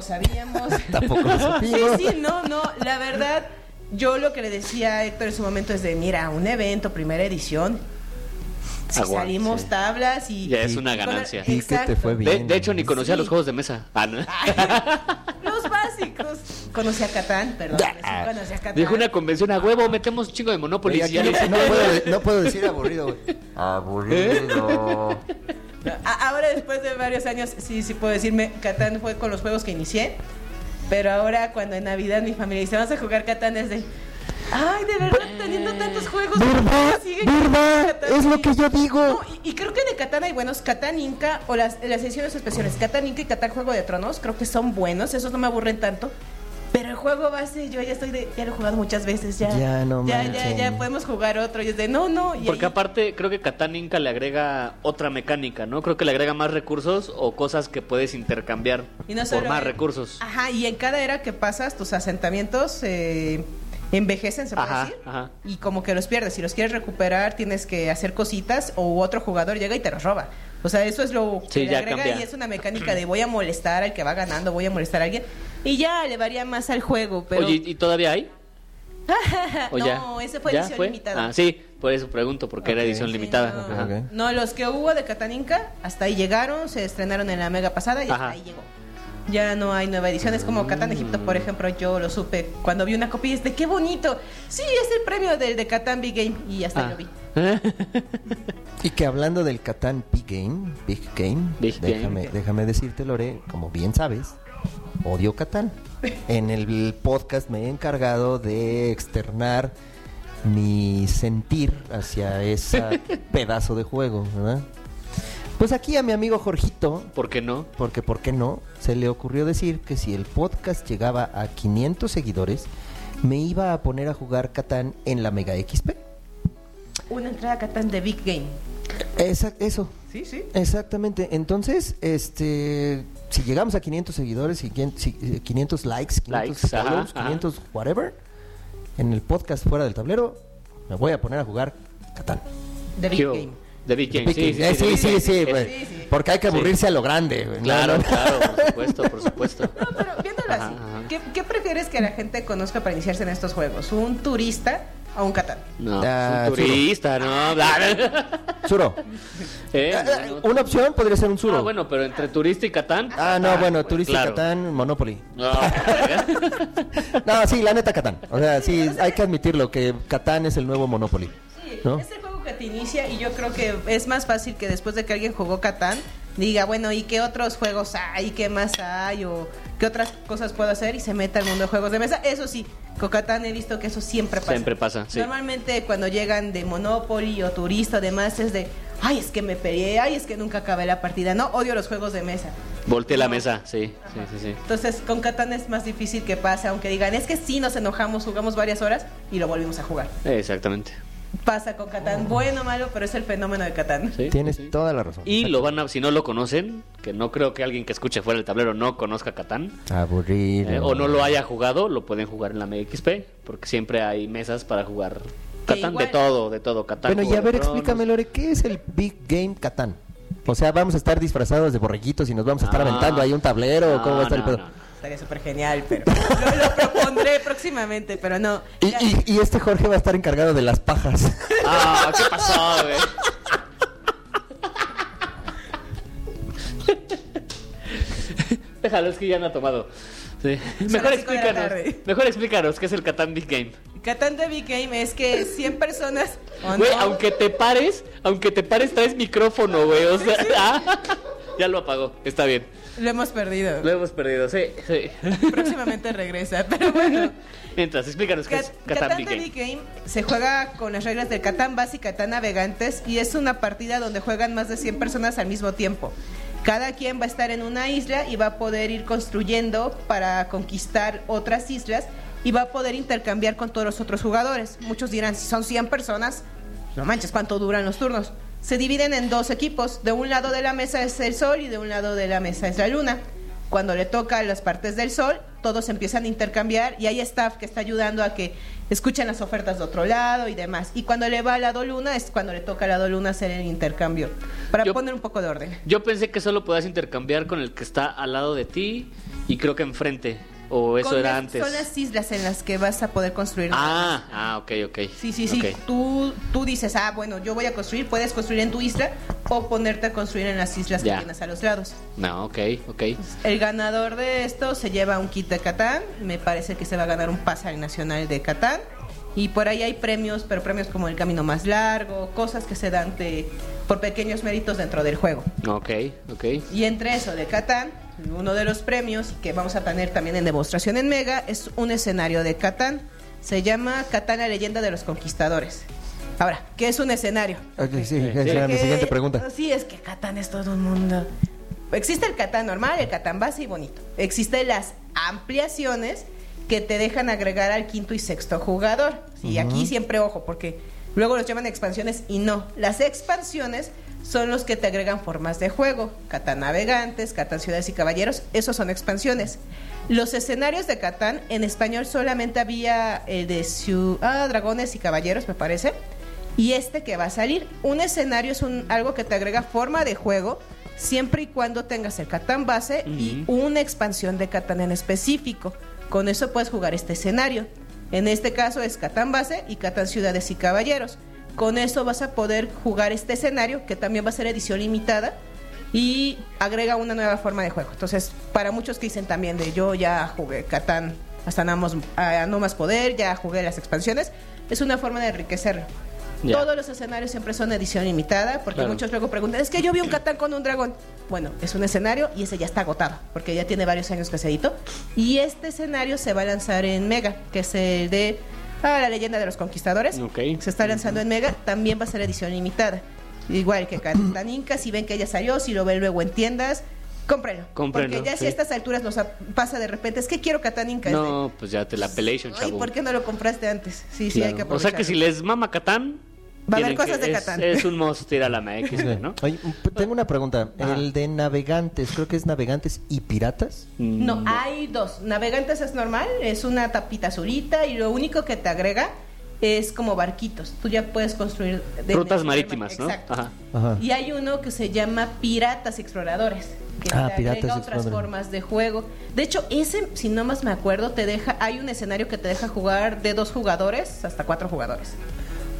Speaker 3: sabíamos.
Speaker 1: Tampoco lo
Speaker 3: Sí,
Speaker 1: supimos.
Speaker 3: sí, no, no, la verdad, yo lo que le decía a Héctor en su momento es de, mira, un evento, primera edición, si
Speaker 2: Aguante.
Speaker 3: salimos tablas y...
Speaker 2: Ya es una
Speaker 3: y con-
Speaker 2: ganancia.
Speaker 1: Y que te fue
Speaker 3: Exacto.
Speaker 2: De,
Speaker 1: bien. pues
Speaker 2: de hecho, ni conocía
Speaker 3: Sí.
Speaker 2: los juegos de mesa. Ah, no.
Speaker 3: Los básicos. Conocí a Catán, perdón. sí, conocí a Catán.
Speaker 2: Dijo una convención a huevo, metemos un chingo de Monopoly.
Speaker 1: Oye,
Speaker 2: y ya
Speaker 1: aquí
Speaker 2: le-
Speaker 1: no, puedo, no puedo decir aburrido, güey. Aburrido.
Speaker 3: A- Ahora, después de varios años, sí, sí puedo decirme, Catán fue con los juegos que inicié. Pero ahora, cuando en Navidad mi familia dice, vamos a jugar Catán, es de. Ay, de verdad, teniendo tantos juegos. ¿por qué
Speaker 1: ¿Verdad?
Speaker 3: siguen
Speaker 1: ¿Verdad?
Speaker 3: jugando Catán?"
Speaker 1: Es lo que yo digo.
Speaker 3: No, y, y creo que de Catán hay buenos. Catán Inca o las, las ediciones especiales. Catán Inca y Catán Juego de Tronos creo que son buenos. Esos no me aburren tanto. Pero el juego base, yo ya estoy de. Ya lo he jugado muchas veces. Ya,
Speaker 1: Ya, no
Speaker 3: ya, ya,
Speaker 1: manchen.
Speaker 3: ya podemos jugar otro. Y es de, no, no. Y
Speaker 2: Porque
Speaker 3: ahí-
Speaker 2: aparte, creo que Catán Inca le agrega otra mecánica, ¿no? Creo que le agrega más recursos o cosas que puedes intercambiar
Speaker 3: Y no
Speaker 2: por
Speaker 3: solo
Speaker 2: más
Speaker 3: él. Ah,
Speaker 2: recursos.
Speaker 3: Ajá, y en cada era que pasas, tus asentamientos eh, envejecen, se puede
Speaker 2: Ajá,
Speaker 3: decir.
Speaker 2: ajá.
Speaker 3: Y como que los pierdes. Si los quieres recuperar, tienes que hacer cositas o otro jugador llega y te los roba. O sea, eso es lo que
Speaker 2: Sí,
Speaker 3: le
Speaker 2: ya
Speaker 3: agrega
Speaker 2: cambia.
Speaker 3: y es una mecánica de voy a molestar al que va ganando, voy a molestar a alguien. Y ya le varía más al juego, pero.
Speaker 2: Oye, ¿y todavía hay? ¿O
Speaker 3: no,
Speaker 2: ya?
Speaker 3: ese fue
Speaker 2: ¿Ya
Speaker 3: edición
Speaker 2: fue?
Speaker 3: limitada.
Speaker 2: Ah, sí, por eso pregunto, porque era
Speaker 1: Ok.
Speaker 2: edición
Speaker 1: Sí,
Speaker 2: limitada.
Speaker 1: no.
Speaker 2: Ajá.
Speaker 1: Ok, ok.
Speaker 3: No, los que hubo de Cataninca, hasta ahí llegaron, se estrenaron en la mega pasada y
Speaker 2: Ajá.
Speaker 3: hasta ahí llegó. Ya no hay nueva edición. Es como Catán Egipto, por ejemplo, yo lo supe cuando vi una copia y es de qué bonito. Sí, es el premio del de Catán Big Game y hasta
Speaker 2: Ah.
Speaker 3: lo vi.
Speaker 1: Y que hablando del Catán Big Game, Big Game,
Speaker 2: Big Game.
Speaker 1: déjame, déjame decirte, Lore, como bien sabes, odio Catán. En el podcast me he encargado de externar mi sentir hacia ese pedazo de juego, ¿verdad? Pues aquí a mi amigo Jorgito,
Speaker 2: ¿Por qué no?
Speaker 1: porque ¿por qué no? Se le ocurrió decir que si el podcast llegaba a 500 seguidores, me iba a poner a jugar Catán en la Mega XP.
Speaker 3: Una entrada a Catán de Big Game.
Speaker 1: Esa- eso,
Speaker 3: Sí, sí.
Speaker 1: Exactamente. Entonces, este, si llegamos a 500 seguidores, y quien- si- eh, 500 likes, 500
Speaker 2: Likes, ajá,
Speaker 1: follows,
Speaker 2: ajá.
Speaker 1: 500 whatever, en el podcast fuera del tablero, me voy a poner a jugar Catán.
Speaker 3: De Big
Speaker 2: ¿Qué hubo?
Speaker 3: Game.
Speaker 2: De Big Game, sí,
Speaker 1: Picking.
Speaker 2: sí,
Speaker 1: Eh,
Speaker 2: sí, de Big Game.
Speaker 1: sí,
Speaker 2: Eh,
Speaker 1: güey,
Speaker 3: Sí, sí.
Speaker 1: Porque hay que
Speaker 2: Sí.
Speaker 1: aburrirse a lo grande. güey. No,
Speaker 2: Claro,
Speaker 1: no, no.
Speaker 2: claro, por supuesto, por supuesto.
Speaker 3: No, pero viéndolo
Speaker 2: Ajá,
Speaker 3: así,
Speaker 2: ajá.
Speaker 3: ¿qué, qué prefieres que la gente conozca para iniciarse en estos juegos? ¿Un turista o un Catán?
Speaker 2: No,
Speaker 1: Ah,
Speaker 2: es un turista, no. bla,
Speaker 1: Suro.
Speaker 2: Eh,
Speaker 1: Ah, ah,
Speaker 2: no, no.
Speaker 1: Una opción podría ser un suro.
Speaker 2: Ah, bueno, pero entre turista y Catán.
Speaker 1: Ah, no,
Speaker 2: Catán,
Speaker 1: bueno,
Speaker 2: güey,
Speaker 1: turista
Speaker 2: claro.
Speaker 1: Catán, Monopoly.
Speaker 2: No,
Speaker 1: No, sí, la neta Catán. O sea, sí, hay que admitirlo que Catán es el nuevo Monopoly.
Speaker 3: Sí,
Speaker 1: ¿no?
Speaker 3: es el juego que te inicia y yo creo que es más fácil que después de que alguien jugó Catán diga, bueno, ¿y qué otros juegos hay? ¿Qué más hay? ¿O qué otras cosas puedo hacer? Y se meta al mundo de juegos de mesa. Eso sí, con Catán he visto que eso siempre pasa.
Speaker 2: Siempre pasa, sí.
Speaker 3: Normalmente cuando llegan de Monopoly o Turista o demás es de, ay, es que me peleé, ay, es que nunca acabé la partida. No, odio los juegos de mesa.
Speaker 2: volteé la mesa, sí, sí, sí, sí.
Speaker 3: Entonces con Catán es más difícil que pase, aunque digan, es que sí, nos enojamos, jugamos varias horas y lo volvimos a jugar.
Speaker 2: Exactamente.
Speaker 3: Pasa con Catán, bueno malo, pero es el fenómeno de Catán.
Speaker 2: Oh. sí,
Speaker 1: Tienes
Speaker 2: sí.
Speaker 1: toda la razón.
Speaker 2: Y lo van a, si no lo conocen, que no creo que alguien que escuche fuera del tablero no conozca Catán,
Speaker 1: Aburrido.
Speaker 2: eh, o no lo haya jugado, lo pueden jugar en la MXP, porque siempre hay mesas para jugar Catán, de
Speaker 3: igual-
Speaker 2: todo, de todo, Catán.
Speaker 1: Bueno, y
Speaker 2: Juego
Speaker 1: a ver,
Speaker 2: de Tronos.
Speaker 1: explícame, Lore, ¿qué es el Big Game Catán? O sea, ¿vamos a estar disfrazados de borreguitos y nos vamos a estar
Speaker 2: No.
Speaker 1: aventando ahí un tablero? o ¿Cómo va a estar
Speaker 2: Ah. No,
Speaker 1: el
Speaker 2: no,
Speaker 1: pedo?
Speaker 2: no.
Speaker 3: Estaría súper genial, pero lo, lo propondré próximamente, pero no.
Speaker 1: Y, y- y este Jorge va a estar encargado de las pajas.
Speaker 2: Ah, ¿qué pasó, güey? Déjalo, es que ya no ha tomado. Sí. Mejor
Speaker 3: las cinco de la
Speaker 2: explícanos.
Speaker 3: tarde.
Speaker 2: Mejor explícanos qué es el Catán Big Game.
Speaker 3: Catán de Big Game es que 100 personas... o
Speaker 2: Güey,
Speaker 3: Ah, no,
Speaker 2: aunque te pares, aunque te pares, traes micrófono, güey. O sea, ah, ya lo apagó. Está bien.
Speaker 3: Lo hemos perdido.
Speaker 2: Lo hemos perdido, sí, sí.
Speaker 3: Próximamente regresa, pero bueno.
Speaker 2: Mientras, explícanos qué es
Speaker 3: Cat-
Speaker 2: Catán Big
Speaker 3: de
Speaker 2: Game.
Speaker 3: Big Game se juega con las reglas del Catán Base y Catán Navegantes y es una partida donde juegan más de 100 personas al mismo tiempo. Cada quien va a estar en una isla y va a poder ir construyendo para conquistar otras islas y va a poder intercambiar con todos los otros jugadores. Muchos dirán, si son 100 personas, no manches, ¿cuánto duran los turnos? Se dividen en dos equipos. De un lado de la mesa es el sol y de un lado de la mesa es la luna. Cuando le toca las partes del sol, todos empiezan a intercambiar y hay staff que está ayudando a que escuchen las ofertas de otro lado y demás. Y cuando le va al lado luna es cuando le toca al lado luna hacer el intercambio. Para
Speaker 2: Yo-
Speaker 3: poner un poco de orden.
Speaker 2: Yo pensé que solo podías intercambiar con el que está al lado de ti y creo que enfrente. O eso
Speaker 3: Con
Speaker 2: era
Speaker 3: las-
Speaker 2: antes.
Speaker 3: Son las islas en las que vas a poder construir.
Speaker 2: Ah, ah, ok, ok.
Speaker 3: Sí, sí, sí.
Speaker 2: Ok.
Speaker 3: Tú, tú dices, ah, bueno, yo voy a construir, puedes construir en tu isla o ponerte a construir en las islas
Speaker 2: Ya.
Speaker 3: que tienes a los lados.
Speaker 2: No, ok, ok.
Speaker 3: El ganador de esto se lleva un kit de Catán. Me parece que se va a ganar un pase al Nacional de Catán. Y por ahí hay premios, pero premios como el camino más largo, cosas que se dan de- por pequeños méritos dentro del juego.
Speaker 2: Ok, ok.
Speaker 3: Y entre eso de Catán, uno de los premios que vamos a tener también en demostración en Mega es un escenario de Catán. Se llama Catán la leyenda de los conquistadores. Ahora, ¿qué es un escenario?
Speaker 1: Ok, sí, esa era mi
Speaker 3: Que-
Speaker 1: siguiente pregunta.
Speaker 3: Sí, es que Catán es todo un mundo. Existe el Catán normal, el Catán base y bonito. Existen las ampliaciones que te dejan agregar al quinto y sexto jugador. Y aquí siempre ojo, porque luego los llaman expansiones y no. Las expansiones son los que te agregan formas de juego. Catán navegantes, Catán ciudades y caballeros, esos son expansiones. Los escenarios de Catán, en español solamente había el de ciu- ah, dragones y caballeros, me parece y este que va a salir. Un escenario es un, algo que te agrega forma de juego siempre y cuando tengas el Catán base y una expansión de Catán en específico. Con eso puedes jugar este escenario. En este caso es Catán base y Catán ciudades y caballeros. Con eso vas a poder jugar este escenario que también va a ser edición limitada y agrega una nueva forma de juego. Entonces, para muchos que dicen también de yo ya jugué Catán hasta no más, a no más poder, ya jugué las expansiones, es una forma de enriquecerlo.
Speaker 2: Ya.
Speaker 3: Todos los escenarios siempre son edición limitada, porque
Speaker 2: Claro.
Speaker 3: muchos luego preguntan, es que yo vi un Catán con un dragón. Bueno, es un escenario y ese ya está agotado, porque ya tiene varios años que se editó. Y este escenario se va a lanzar en Mega, que es el de ah, la leyenda de los conquistadores.
Speaker 2: Ok.
Speaker 3: Se está lanzando en Mega, también va a ser edición limitada. Igual que Catán Inca, si ven que ya salió, si lo ven luego en tiendas, cómprenlo.
Speaker 2: Cómprenlo,
Speaker 3: porque ya si
Speaker 2: sí.
Speaker 3: a estas alturas nos a- pasa de repente, es que quiero Catán Inca. es de,
Speaker 2: No, pues ya te la pelation,
Speaker 3: Ay,
Speaker 2: chavo.
Speaker 3: ¿por qué no lo compraste antes? Sí, sí, hay que
Speaker 2: Claro. O sea que si
Speaker 3: aprovecharlo.
Speaker 2: les mama Catán.
Speaker 3: Va a haber
Speaker 2: tienen
Speaker 3: cosas
Speaker 2: que-
Speaker 3: de
Speaker 2: es-
Speaker 3: Catán.
Speaker 2: Es un must ir a la MX, ¿no?
Speaker 1: Oye, p- tengo una pregunta.
Speaker 2: Ajá.
Speaker 1: El de navegantes, creo que es navegantes y piratas.
Speaker 2: Mm.
Speaker 3: No, ah, hay dos. Navegantes es normal, es una tapita azulita y lo único que te agrega es como barquitos. Tú ya puedes construir... de-
Speaker 2: Rutas
Speaker 3: de-
Speaker 2: marítimas, ¿no?
Speaker 3: Exacto.
Speaker 2: Ajá.
Speaker 1: Ajá.
Speaker 3: Y hay uno que se llama Piratas Exploradores. Que
Speaker 1: Ah,
Speaker 3: te
Speaker 1: Piratas
Speaker 3: agrega otras
Speaker 1: Exploradores.
Speaker 3: formas de juego. De hecho, ese, si no más me acuerdo, te deja, hay un escenario que te deja jugar de dos jugadores hasta cuatro jugadores.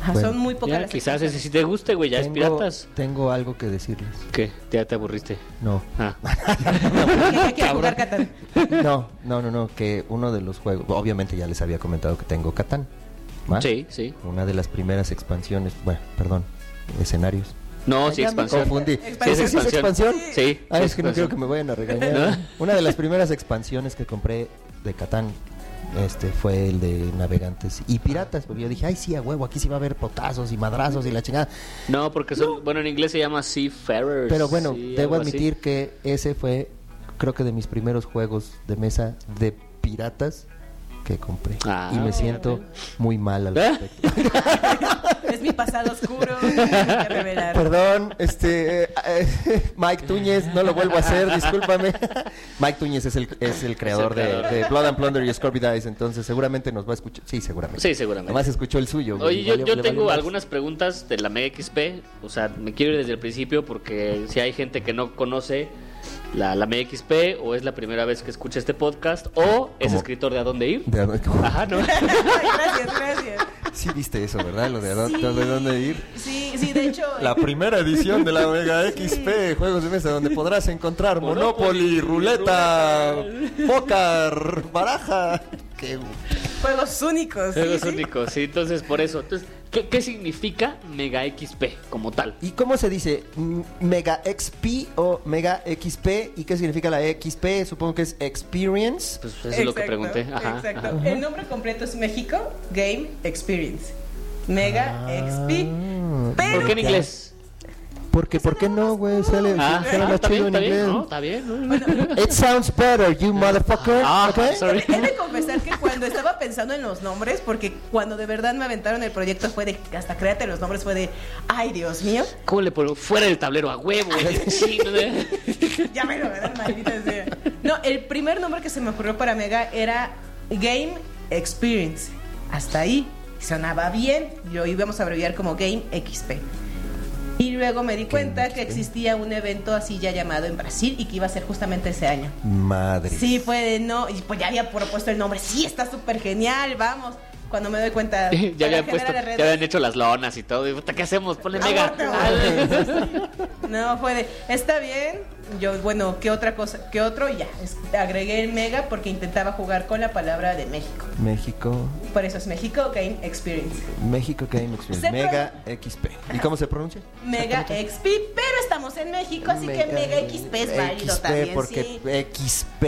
Speaker 3: Ajá,
Speaker 1: Bueno.
Speaker 3: son muy pocas
Speaker 2: Ya,
Speaker 3: las
Speaker 2: quizás
Speaker 3: excepciones.
Speaker 2: ese sí te guste, güey, ya es
Speaker 1: Tengo-
Speaker 2: piratas.
Speaker 1: Tengo algo que decirles.
Speaker 2: ¿Qué? Ya te aburriste.
Speaker 1: No.
Speaker 2: Ah.
Speaker 3: Que hay que jugar Catán.
Speaker 1: No, no, no, no, que uno de los juegos, obviamente ya les había comentado que tengo Catán. ¿va?
Speaker 2: Sí, sí.
Speaker 1: Una de las primeras expansiones, bueno, perdón, escenarios.
Speaker 2: No,
Speaker 1: Ah,
Speaker 2: sí,
Speaker 1: ya me
Speaker 2: expansión.
Speaker 1: confundí.
Speaker 3: Expansión.
Speaker 1: ¿Sí, sí, es expansión?
Speaker 2: Sí. sí
Speaker 1: Ah, es
Speaker 2: es
Speaker 1: que no quiero
Speaker 2: expansión.
Speaker 1: que me vayan a regañar.
Speaker 2: ¿No?
Speaker 1: Una de las primeras expansiones que compré de Catán este, fue el de Navegantes y Piratas, porque yo dije, ay, sí, a huevo, aquí sí va a haber potazos y madrazos y la chingada.
Speaker 2: No, porque son, bueno, en inglés se llama Seafarers.
Speaker 1: Pero bueno,
Speaker 2: Pues sí,
Speaker 1: debo
Speaker 2: algo así.
Speaker 1: admitir que ese fue, creo que de mis primeros juegos de mesa de piratas que compré.
Speaker 2: Ah,
Speaker 1: y me
Speaker 2: mira,
Speaker 1: siento muy mal al
Speaker 2: ¿Eh?
Speaker 1: respecto.
Speaker 3: Es mi pasado oscuro. que tengo que revelar.
Speaker 1: Perdón, este, eh, Mike Túñez, no lo vuelvo a hacer, discúlpame. Mike Túñez es el, es el creador de-
Speaker 2: creador.
Speaker 1: De, Blood and Plunder y Scorpid Eyes, entonces seguramente nos va a escuchar. Sí, seguramente.
Speaker 2: Sí, seguramente.
Speaker 1: Además escuchó el suyo. güey,
Speaker 2: Oye, yo,
Speaker 1: valió-
Speaker 2: yo
Speaker 1: le
Speaker 2: tengo
Speaker 1: valió más.
Speaker 2: algunas preguntas de la Mega XP. O sea, me quiero ir desde el principio porque si hay gente que no conoce la, la Mega XP o es la primera vez que escucha este podcast o es
Speaker 1: ¿Cómo?
Speaker 2: escritor de a dónde ir.
Speaker 1: De-
Speaker 2: Ajá, ¿no?
Speaker 3: Ay, gracias, gracias.
Speaker 1: Sí viste eso, ¿verdad? Lo de,
Speaker 3: Sí.
Speaker 1: de dónde ir.
Speaker 3: Sí, sí, de hecho.
Speaker 1: La primera edición de la Mega XP, juegos de mesa, donde podrás encontrar Monopoly, ruleta, póker, baraja. Qué-
Speaker 3: Juegos únicos. sí,
Speaker 2: Juegos
Speaker 3: sí.
Speaker 2: únicos, sí, entonces por eso. Entonces, ¿qué, qué significa Mega XP como tal?
Speaker 1: ¿Y cómo se dice? M- ¿Mega XP o Mega XP? ¿Y qué significa la XP? Supongo que es Experience.
Speaker 2: Pues eso es lo que
Speaker 3: Exacto,
Speaker 2: pregunté. Ajá,
Speaker 3: exacto.
Speaker 2: ajá.
Speaker 3: El nombre completo es México Game Experience. Mega
Speaker 1: Ah.
Speaker 3: XP. Pero
Speaker 2: ¿Por qué en inglés?
Speaker 1: Porque,
Speaker 2: Pues
Speaker 1: ¿por qué no, güey? Sale,
Speaker 2: Ah,
Speaker 1: suena más
Speaker 2: está
Speaker 1: chido
Speaker 2: bien,
Speaker 1: en
Speaker 2: está bien,
Speaker 1: inglés.
Speaker 2: ¿no? Está bien. ¿no?
Speaker 1: It sounds better, you motherfucker.
Speaker 2: Ah,
Speaker 1: ¿ok?
Speaker 2: sorry.
Speaker 3: He de confesar que cuando estaba pensando en los nombres, porque cuando de verdad me aventaron el proyecto fue de, hasta créate los nombres, fue de, ay Dios mío,
Speaker 2: ¿Cómo le pongo? Fuera del tablero a huevo. güey. Sí, ¿no?
Speaker 3: ya me lo verán, maldita sea. No, el primer nombre que se me ocurrió para Mega era Game Experience. Hasta ahí sonaba bien, lo íbamos a abreviar como Game XP. Y luego me di cuenta que existía un evento así ya llamado en Brasil y que iba a ser justamente ese año.
Speaker 1: Madre.
Speaker 3: Sí, fue de no, y pues ya había propuesto el nombre, sí, está súper genial, vamos. Cuando me doy
Speaker 2: ya
Speaker 3: cuenta, para
Speaker 2: habían
Speaker 3: generar
Speaker 2: puesto,
Speaker 3: redes,
Speaker 2: ya habían hecho las lonas y todo. Y, puta, ¿Qué hacemos? Ponle mega.
Speaker 3: Aborto. Ah, No, fue de, está bien. Yo, bueno, ¿qué otra cosa? ¿Qué otro? Y Ya, es- agregué el mega porque intentaba jugar con la palabra de México.
Speaker 1: México,
Speaker 3: Por eso es México Game Experience.
Speaker 1: México Game
Speaker 2: Pues
Speaker 1: Experience.
Speaker 3: Se
Speaker 1: Mega XP. ¿Y cómo se pronuncia?
Speaker 3: Mega XP, pero estamos en México, así que Mega XP es válido
Speaker 1: XP,
Speaker 3: también,
Speaker 1: porque
Speaker 3: sí.
Speaker 1: XP,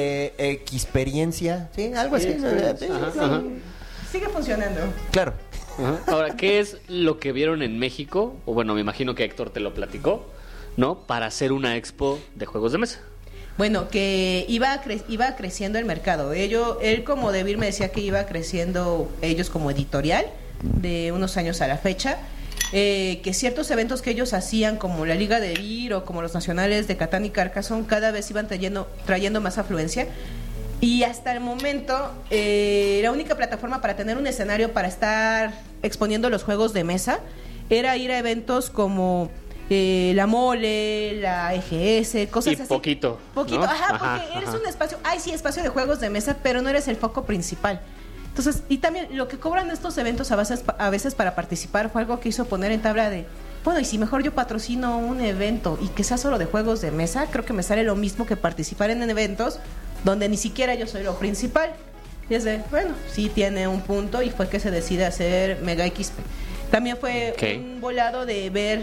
Speaker 1: experiencia, sí, algo así.
Speaker 2: Experience, ajá, ajá.
Speaker 3: Sigue funcionando.
Speaker 1: Claro.
Speaker 2: Ahora, ¿qué es lo que vieron en México? O bueno, me imagino que Héctor te lo platicó, ¿no? Para hacer una expo de juegos de mesa.
Speaker 3: Bueno, que iba, cre- iba creciendo el mercado. Ello, él como Devir me decía que iba creciendo ellos como editorial de unos años a la fecha. eh, que ciertos eventos que ellos hacían, como la Liga de Vir o como los nacionales de Catán y Carcassonne, cada vez iban trayendo, trayendo más afluencia. Y hasta el momento, eh, la única plataforma para tener un escenario para estar exponiendo los juegos de mesa era ir a eventos como eh, la Mole, la EGS, cosas
Speaker 2: Y
Speaker 3: así.
Speaker 2: poquito,
Speaker 3: Poquito,
Speaker 2: ¿no?
Speaker 3: ajá,
Speaker 2: Ajá,
Speaker 3: porque eres
Speaker 2: ajá.
Speaker 3: un espacio, ay sí, espacio de juegos de mesa, pero no eres el foco principal. Entonces, y también lo que cobran estos eventos a veces, a veces para participar fue algo que hizo poner en tabla de, bueno, y si mejor yo patrocino un evento y que sea solo de juegos de mesa, creo que me sale lo mismo que participar en eventos donde ni siquiera yo soy lo principal. Y es de, bueno, sí tiene un punto y fue que se decide hacer Mega XP. También fue
Speaker 2: Ok.
Speaker 3: un volado de ver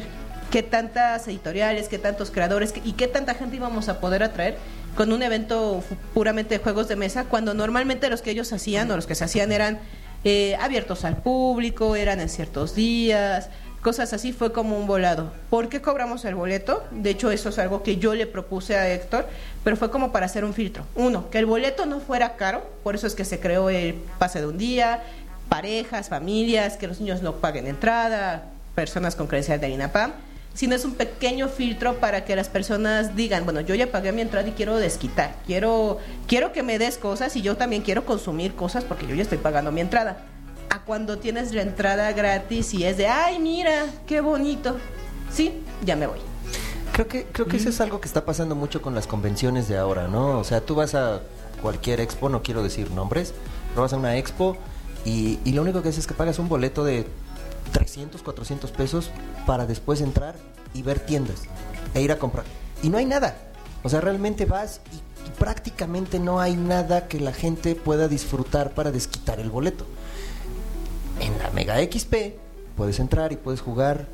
Speaker 3: qué tantas editoriales, qué tantos creadores qué- y qué tanta gente íbamos a poder atraer con un evento fu- puramente de juegos de mesa, cuando normalmente los que ellos hacían o los que se hacían eran eh, abiertos al público, eran en ciertos días, cosas así, fue como un volado. ¿Por qué cobramos el boleto? De hecho, eso es algo que yo le propuse a Héctor, pero fue como para hacer un filtro. Uno, que el boleto no fuera caro, por eso es que se creó el pase de un día, parejas, familias, que los niños no paguen entrada, personas con credencial de INAPAM, sino es un pequeño filtro para que las personas digan, bueno, yo ya pagué mi entrada y quiero desquitar, quiero, quiero que me des cosas y yo también quiero consumir cosas porque yo ya estoy pagando mi entrada. A cuando tienes la entrada gratis y es de, ay, mira, qué bonito. Sí, ya me voy.
Speaker 1: Creo que, creo que eso es algo que está pasando mucho con las convenciones de ahora, ¿no? O sea, tú vas a cualquier expo, no quiero decir nombres, pero vas a una expo y, y lo único que haces es que pagas un boleto de 300, 400 pesos para después entrar y ver tiendas e ir a comprar. Y no hay nada. O sea, realmente vas y, y prácticamente no hay nada que la gente pueda disfrutar para desquitar el boleto. En la Mega XP puedes entrar y puedes jugar.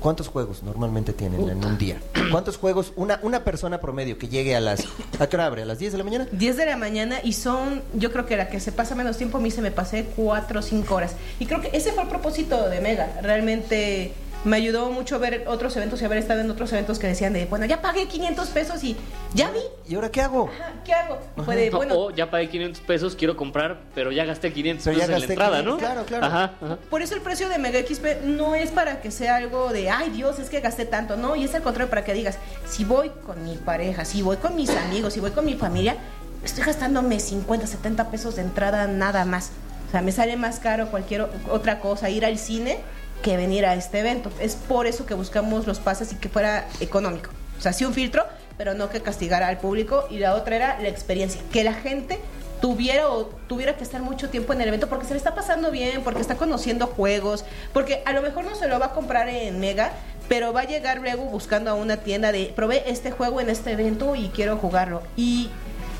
Speaker 1: ¿Cuántos juegos normalmente tienen en un día? ¿Cuántos juegos una, una persona promedio que llegue a las... ¿A qué hora abre? ¿A las 10 de la mañana?
Speaker 3: 10 de la mañana y son, yo creo que la que se pasa menos tiempo, a mí se me pasé 4 o 5 horas. Y creo que ese fue el propósito de Mega. Realmente me ayudó mucho ver otros eventos y haber estado en otros eventos que decían de, bueno, ya pagué 500 pesos y ya vi.
Speaker 1: ¿Y ahora qué hago?
Speaker 3: Ajá, ¿Qué hago? Fue de,
Speaker 2: No,
Speaker 3: Eh, bueno,
Speaker 2: o ya pagué 500 pesos, quiero comprar, pero ya gasté 500
Speaker 1: Pero ya
Speaker 2: pesos en la
Speaker 1: gasté
Speaker 2: entrada,
Speaker 1: 500,
Speaker 2: ¿no?
Speaker 1: claro, claro.
Speaker 2: Ajá, ajá.
Speaker 3: Por eso el precio de Mega XP no es para que sea algo de, ay Dios, es que gasté tanto, no, y es al contrario, para que digas, si voy con mi pareja, si voy con mis amigos, si voy con mi familia, estoy gastándome 50, 70 pesos de entrada nada más. O sea, me sale más caro cualquier o- otra cosa, ir al cine que venir a este evento. Es por eso que buscamos los pases y que fuera económico. O sea, sí un filtro, pero no que castigara al público. Y la otra era la experiencia, que la gente tuviera o tuviera que estar mucho tiempo en el evento porque se le está pasando bien, porque está conociendo juegos, porque a lo mejor no se lo va a comprar en Mega, pero va a llegar luego buscando a una tienda de probé este juego en este evento y quiero jugarlo. Y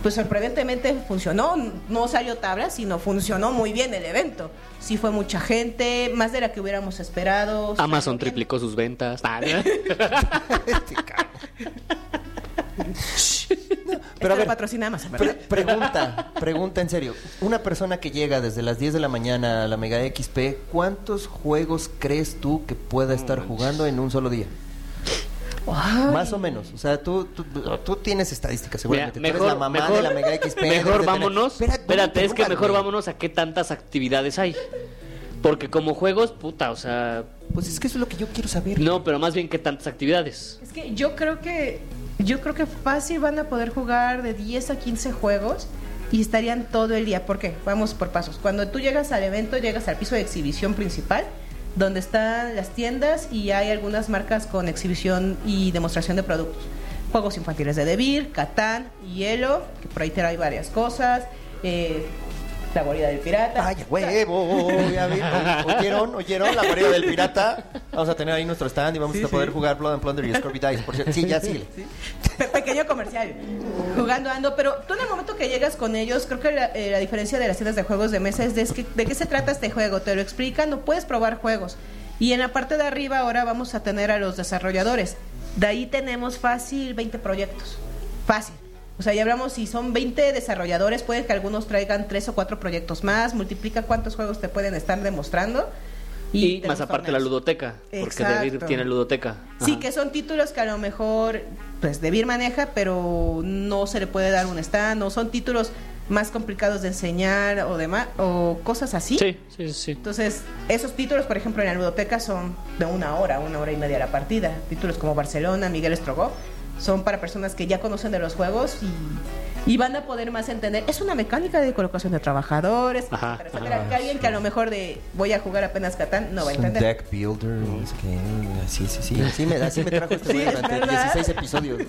Speaker 3: pues sorprendentemente funcionó, no salió tabla, sino funcionó muy bien el evento. Sí fue mucha gente, más de la que hubiéramos esperado.
Speaker 2: Amazon triplicó sus ventas. Ah, ¿no?
Speaker 1: Este cabrón. No,
Speaker 3: Pero
Speaker 1: pero a ver,
Speaker 3: Este patrocina Amazon, ¿verdad?
Speaker 1: pre- pregunta, pregunta en serio. Una persona que llega desde las 10 de la mañana a la Mega XP, ¿cuántos juegos crees tú que pueda estar jugando en un solo día? Más o menos. O sea, tú, tú, tú tienes estadísticas,
Speaker 2: Mira,
Speaker 1: seguramente. tú
Speaker 2: mejor,
Speaker 1: eres la mamá
Speaker 2: mejor-
Speaker 1: de la Mega XP. debes de
Speaker 2: mejor
Speaker 1: tener-
Speaker 2: vámonos.
Speaker 1: Espera,
Speaker 2: Espérate, es que mejor
Speaker 1: güey.
Speaker 2: vámonos a qué tantas actividades hay. Porque como juegos, puta, o sea.
Speaker 1: Pues es que eso es lo que yo quiero saber.
Speaker 2: No, pero más bien qué tantas actividades.
Speaker 3: Es que yo creo que yo creo que fácil van a poder jugar de 10 a 15 juegos y estarían todo el día. ¿Por qué? Vamos por pasos. Cuando tú llegas al evento, llegas al piso de exhibición principal, donde están las tiendas y hay algunas marcas con exhibición y demostración de productos. Juegos infantiles de Devir, Catán, Hielo, que por ahí te hay varias cosas, eh, la guarida del pirata.
Speaker 1: Ay, a huevo. ya vi. O- Oyeron, oyeron la guarida del pirata. Vamos a tener ahí nuestro stand y vamos a poder jugar Blood and Plunder y Scurvy Dice. Por cierto. Sí, ya sí.
Speaker 3: Pe- pequeño comercial, jugando ando, pero tú en el momento que llegas con ellos, creo que la, eh, la diferencia de las tiendas de juegos de mesa es de, es que- de qué se trata este juego, te lo explican, no puedes probar juegos. Y en la parte de arriba ahora vamos a tener a los desarrolladores. De ahí tenemos fácil 20 proyectos. Fácil. O sea, ya hablamos, si son 20 desarrolladores, puede que algunos traigan 3 o 4 proyectos más, multiplica cuántos juegos te pueden estar demostrando.
Speaker 2: Y,
Speaker 3: tenemos
Speaker 2: más aparte la
Speaker 3: torneos.
Speaker 2: ludoteca. Porque
Speaker 3: Exacto.
Speaker 2: David tiene ludoteca.
Speaker 3: Sí,
Speaker 2: Ajá.
Speaker 3: que son títulos que a lo mejor, pues, Debir maneja, pero no se le puede dar un stand, o son títulos más complicados de enseñar o demás, o cosas así.
Speaker 2: Sí, sí, sí.
Speaker 3: Entonces, esos títulos, por ejemplo, en la ludoteca son de una hora, una hora y media la partida. Títulos como Barcelona, Miguel Estrogoff, son para personas que ya conocen de los juegos y, y van a poder más entender. Es una mecánica de colocación de trabajadores,
Speaker 2: Ajá,
Speaker 3: etcétera, etcétera,
Speaker 1: ajá.
Speaker 3: que alguien que a lo mejor de voy a jugar apenas Catán no va a
Speaker 1: Ah, Es un
Speaker 3: entender.
Speaker 1: deck builder. no sé qué, Sí, sí, sí. Así me, así me trajo este
Speaker 3: Sí,
Speaker 1: güey
Speaker 3: es
Speaker 1: durante
Speaker 3: verdad.
Speaker 1: 16 episodios.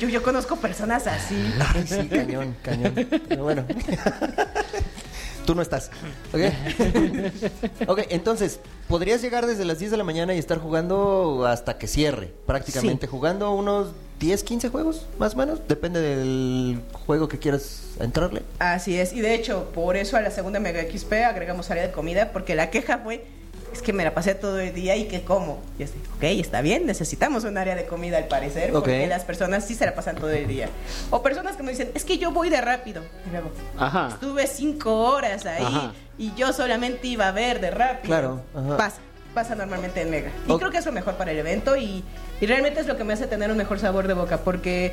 Speaker 3: Yo, yo conozco personas así.
Speaker 1: Ay, sí, cañón, cañón. Pero bueno. Tú no estás. ¿Ok? ok, entonces, podrías llegar desde las 10 de la mañana y estar jugando hasta que cierre, prácticamente. Jugando unos 10, 15 juegos, más o menos. Depende del juego que quieras entrarle.
Speaker 3: Así es, y de hecho, por eso a la segunda Mega XP agregamos área de comida, porque la queja fue, es que me la pasé todo el día y que como. Y así, ok, está bien, necesitamos un área de comida al parecer,
Speaker 1: Ok.
Speaker 3: porque las personas sí se la pasan todo el día. O personas que me dicen, es que yo voy de rápido. Y luego,
Speaker 2: Ajá.
Speaker 3: estuve cinco horas ahí
Speaker 2: Ajá.
Speaker 3: y yo solamente iba a ver de rápido.
Speaker 1: Claro, ajá.
Speaker 3: Pasa, pasa normalmente en Mega. Y
Speaker 1: Ok.
Speaker 3: creo que es lo mejor para el evento y, y realmente es lo que me hace tener un mejor sabor de boca porque...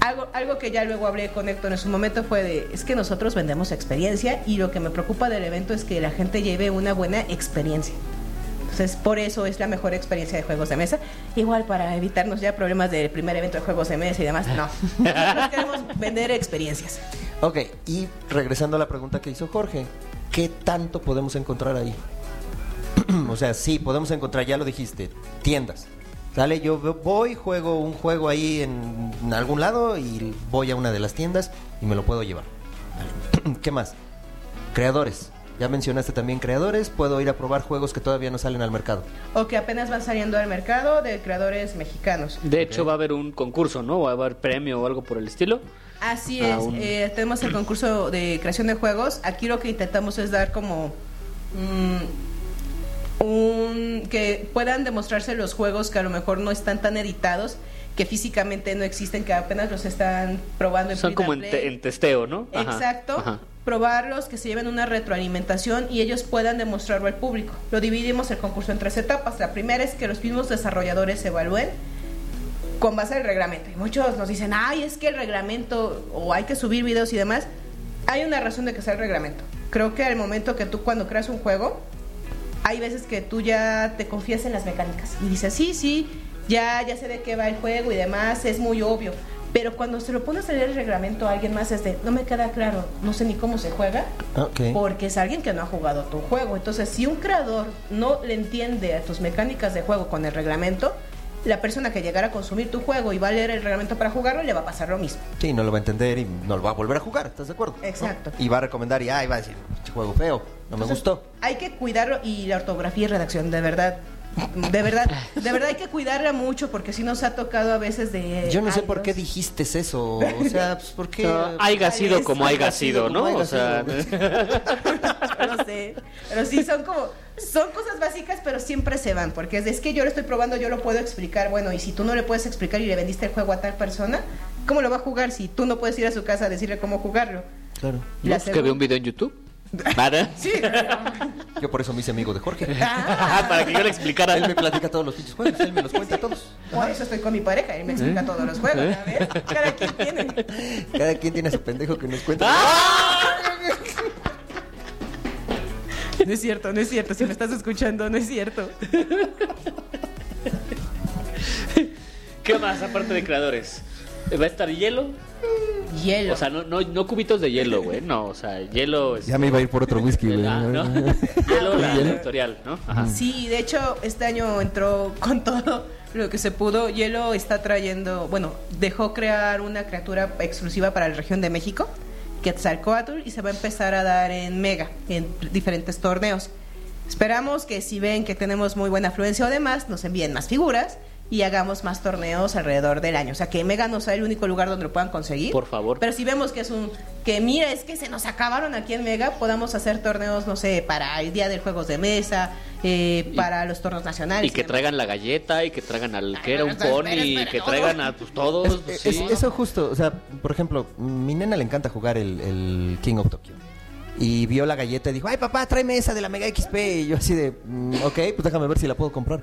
Speaker 3: Algo, algo que ya luego hablé con Héctor en su momento fue de, es que nosotros vendemos experiencia y lo que me preocupa del evento es que la gente lleve una buena experiencia. Entonces, por eso es la mejor experiencia de juegos de mesa. Igual para evitarnos ya problemas del primer evento de juegos de mesa y demás, no. Nosotros queremos vender experiencias.
Speaker 1: Ok, y regresando a la pregunta que hizo Jorge, ¿qué tanto podemos encontrar ahí? o sea, sí, podemos encontrar, ya lo dijiste, tiendas. Sale, yo veo- voy, juego un juego ahí en algún lado y voy a una de las tiendas y me lo puedo llevar. Vale. ¿Qué más? Creadores. Ya mencionaste también creadores, puedo ir a probar juegos que todavía no salen al mercado.
Speaker 3: o que apenas van saliendo al mercado de creadores mexicanos.
Speaker 2: De hecho, va a haber un concurso, ¿no? Va a haber premio o algo por el estilo.
Speaker 3: Así
Speaker 2: Ah,
Speaker 3: es,
Speaker 2: un-
Speaker 3: eh, tenemos el concurso de creación de juegos. Aquí lo que intentamos es dar como mm, un que puedan demostrarse los juegos que a lo mejor no están tan editados, que físicamente no existen, que apenas los están probando en
Speaker 2: Son
Speaker 3: free
Speaker 2: como
Speaker 3: to
Speaker 2: en, te-
Speaker 3: play.
Speaker 2: en testeo, ¿no? Ajá,
Speaker 3: Pues Exacto.
Speaker 2: ajá.
Speaker 3: Probarlos, que se lleven una retroalimentación y ellos puedan demostrarlo al público. Lo dividimos el concurso en tres etapas. La primera es que los mismos desarrolladores se evalúen con base al reglamento. Y muchos nos dicen, ay, es que el reglamento o hay que subir videos y demás. Hay una razón de que sea el reglamento. Creo que al momento que tú cuando creas un juego, hay veces que tú ya te confías en las mecánicas y dices, sí, sí, ya, ya sé de qué va el juego y demás, es muy obvio. Pero cuando se lo pones a leer el reglamento a alguien más es de, no me queda claro, no sé ni cómo se juega,
Speaker 1: Ok.
Speaker 3: porque es alguien que no ha jugado tu juego. Entonces, si un creador no le entiende a tus mecánicas de juego con el reglamento, la persona que llegara a consumir tu juego y va a leer el reglamento para jugarlo, le va a pasar lo mismo.
Speaker 1: Sí, no lo va a entender y no lo va a volver a jugar, ¿estás de acuerdo?
Speaker 3: Exacto.
Speaker 1: Y va a recomendar y, ah, y va a decir, "Pinche juego feo, no me
Speaker 3: Entonces,
Speaker 1: gustó.
Speaker 3: Hay que cuidarlo y la ortografía y redacción, de verdad. De verdad, de verdad hay que cuidarla mucho porque si nos ha tocado a veces de.
Speaker 1: Yo no sé
Speaker 3: ay,
Speaker 1: por qué
Speaker 3: Dios.
Speaker 1: dijiste eso. O sea, pues, ¿por qué?
Speaker 2: No, haiga Ah, sido como haiga sido, ¿no?
Speaker 1: como haiga
Speaker 2: O sea,
Speaker 1: sido.
Speaker 3: Yo no sé. Pero sí, son como. Son cosas básicas, pero siempre se van. Porque es, de, "Es que yo lo estoy probando, yo lo puedo explicar. Bueno, y si tú no le puedes explicar y le vendiste el juego a tal persona, ¿cómo lo va a jugar si tú no puedes ir a su casa a decirle cómo jugarlo?
Speaker 1: Claro.
Speaker 2: ¿no?
Speaker 3: La
Speaker 2: Es que veo un video en YouTube. ¿Para?
Speaker 3: Sí. ah,
Speaker 1: Yo por eso me hice amigo de Jorge.
Speaker 2: Ajá, Para que yo le explicara.
Speaker 1: Él me platica todos los pinches juegos, él me los cuenta todos.
Speaker 3: Por eso estoy con mi pareja, él me explica
Speaker 2: ¿Eh?
Speaker 3: todos los juegos, ¿ya ves? Cada quien tiene.
Speaker 1: Cada quien tiene a su pendejo que nos cuenta.
Speaker 2: ¡Ah!
Speaker 3: No es cierto, no es cierto. Si me estás escuchando, no es cierto.
Speaker 2: ¿Qué más aparte de creadores? ¿Va a estar hielo?
Speaker 3: Hielo.
Speaker 2: O sea, no, no, no cubitos de hielo, güey. No, o sea, hielo. este, es-
Speaker 1: me iba a ir por otro whisky,
Speaker 2: Ah, ¿no? hielo, la
Speaker 1: ¿Hielo?
Speaker 2: editorial, ¿no? Ajá.
Speaker 3: sí, de hecho, este año entró con todo lo que se pudo. Hielo está trayendo, bueno, dejó crear una criatura exclusiva para la región de México, Quetzalcoatl, y se va a empezar a dar en Mega, en diferentes torneos. Esperamos que si ven que tenemos muy buena afluencia o demás, nos envíen más figuras y hagamos más torneos alrededor del año. O sea, que Mega no sea el único lugar donde lo puedan conseguir.
Speaker 2: Por favor.
Speaker 3: Pero si vemos que es un que mira, es que se nos acabaron aquí en Mega, podamos hacer torneos, no sé, para el día de juegos de mesa, eh,
Speaker 2: Y-
Speaker 3: para los torneos nacionales.
Speaker 2: Y que
Speaker 3: demás.
Speaker 2: traigan la galleta, y que traigan al que
Speaker 3: Ay,
Speaker 2: era un
Speaker 3: Ah, espera,
Speaker 2: pony,
Speaker 3: espera,
Speaker 2: y
Speaker 3: espera,
Speaker 2: que
Speaker 3: no.
Speaker 2: traigan a pues, todos. pues,
Speaker 1: Es-
Speaker 2: sí.
Speaker 1: eso justo, o sea, por ejemplo, mi nena le encanta jugar el, el King of Tokyo. Y vio la galleta y dijo, ay papá, tráeme esa de la Mega XP. Y yo así de, "Mm, ok, pues déjame ver si la puedo comprar.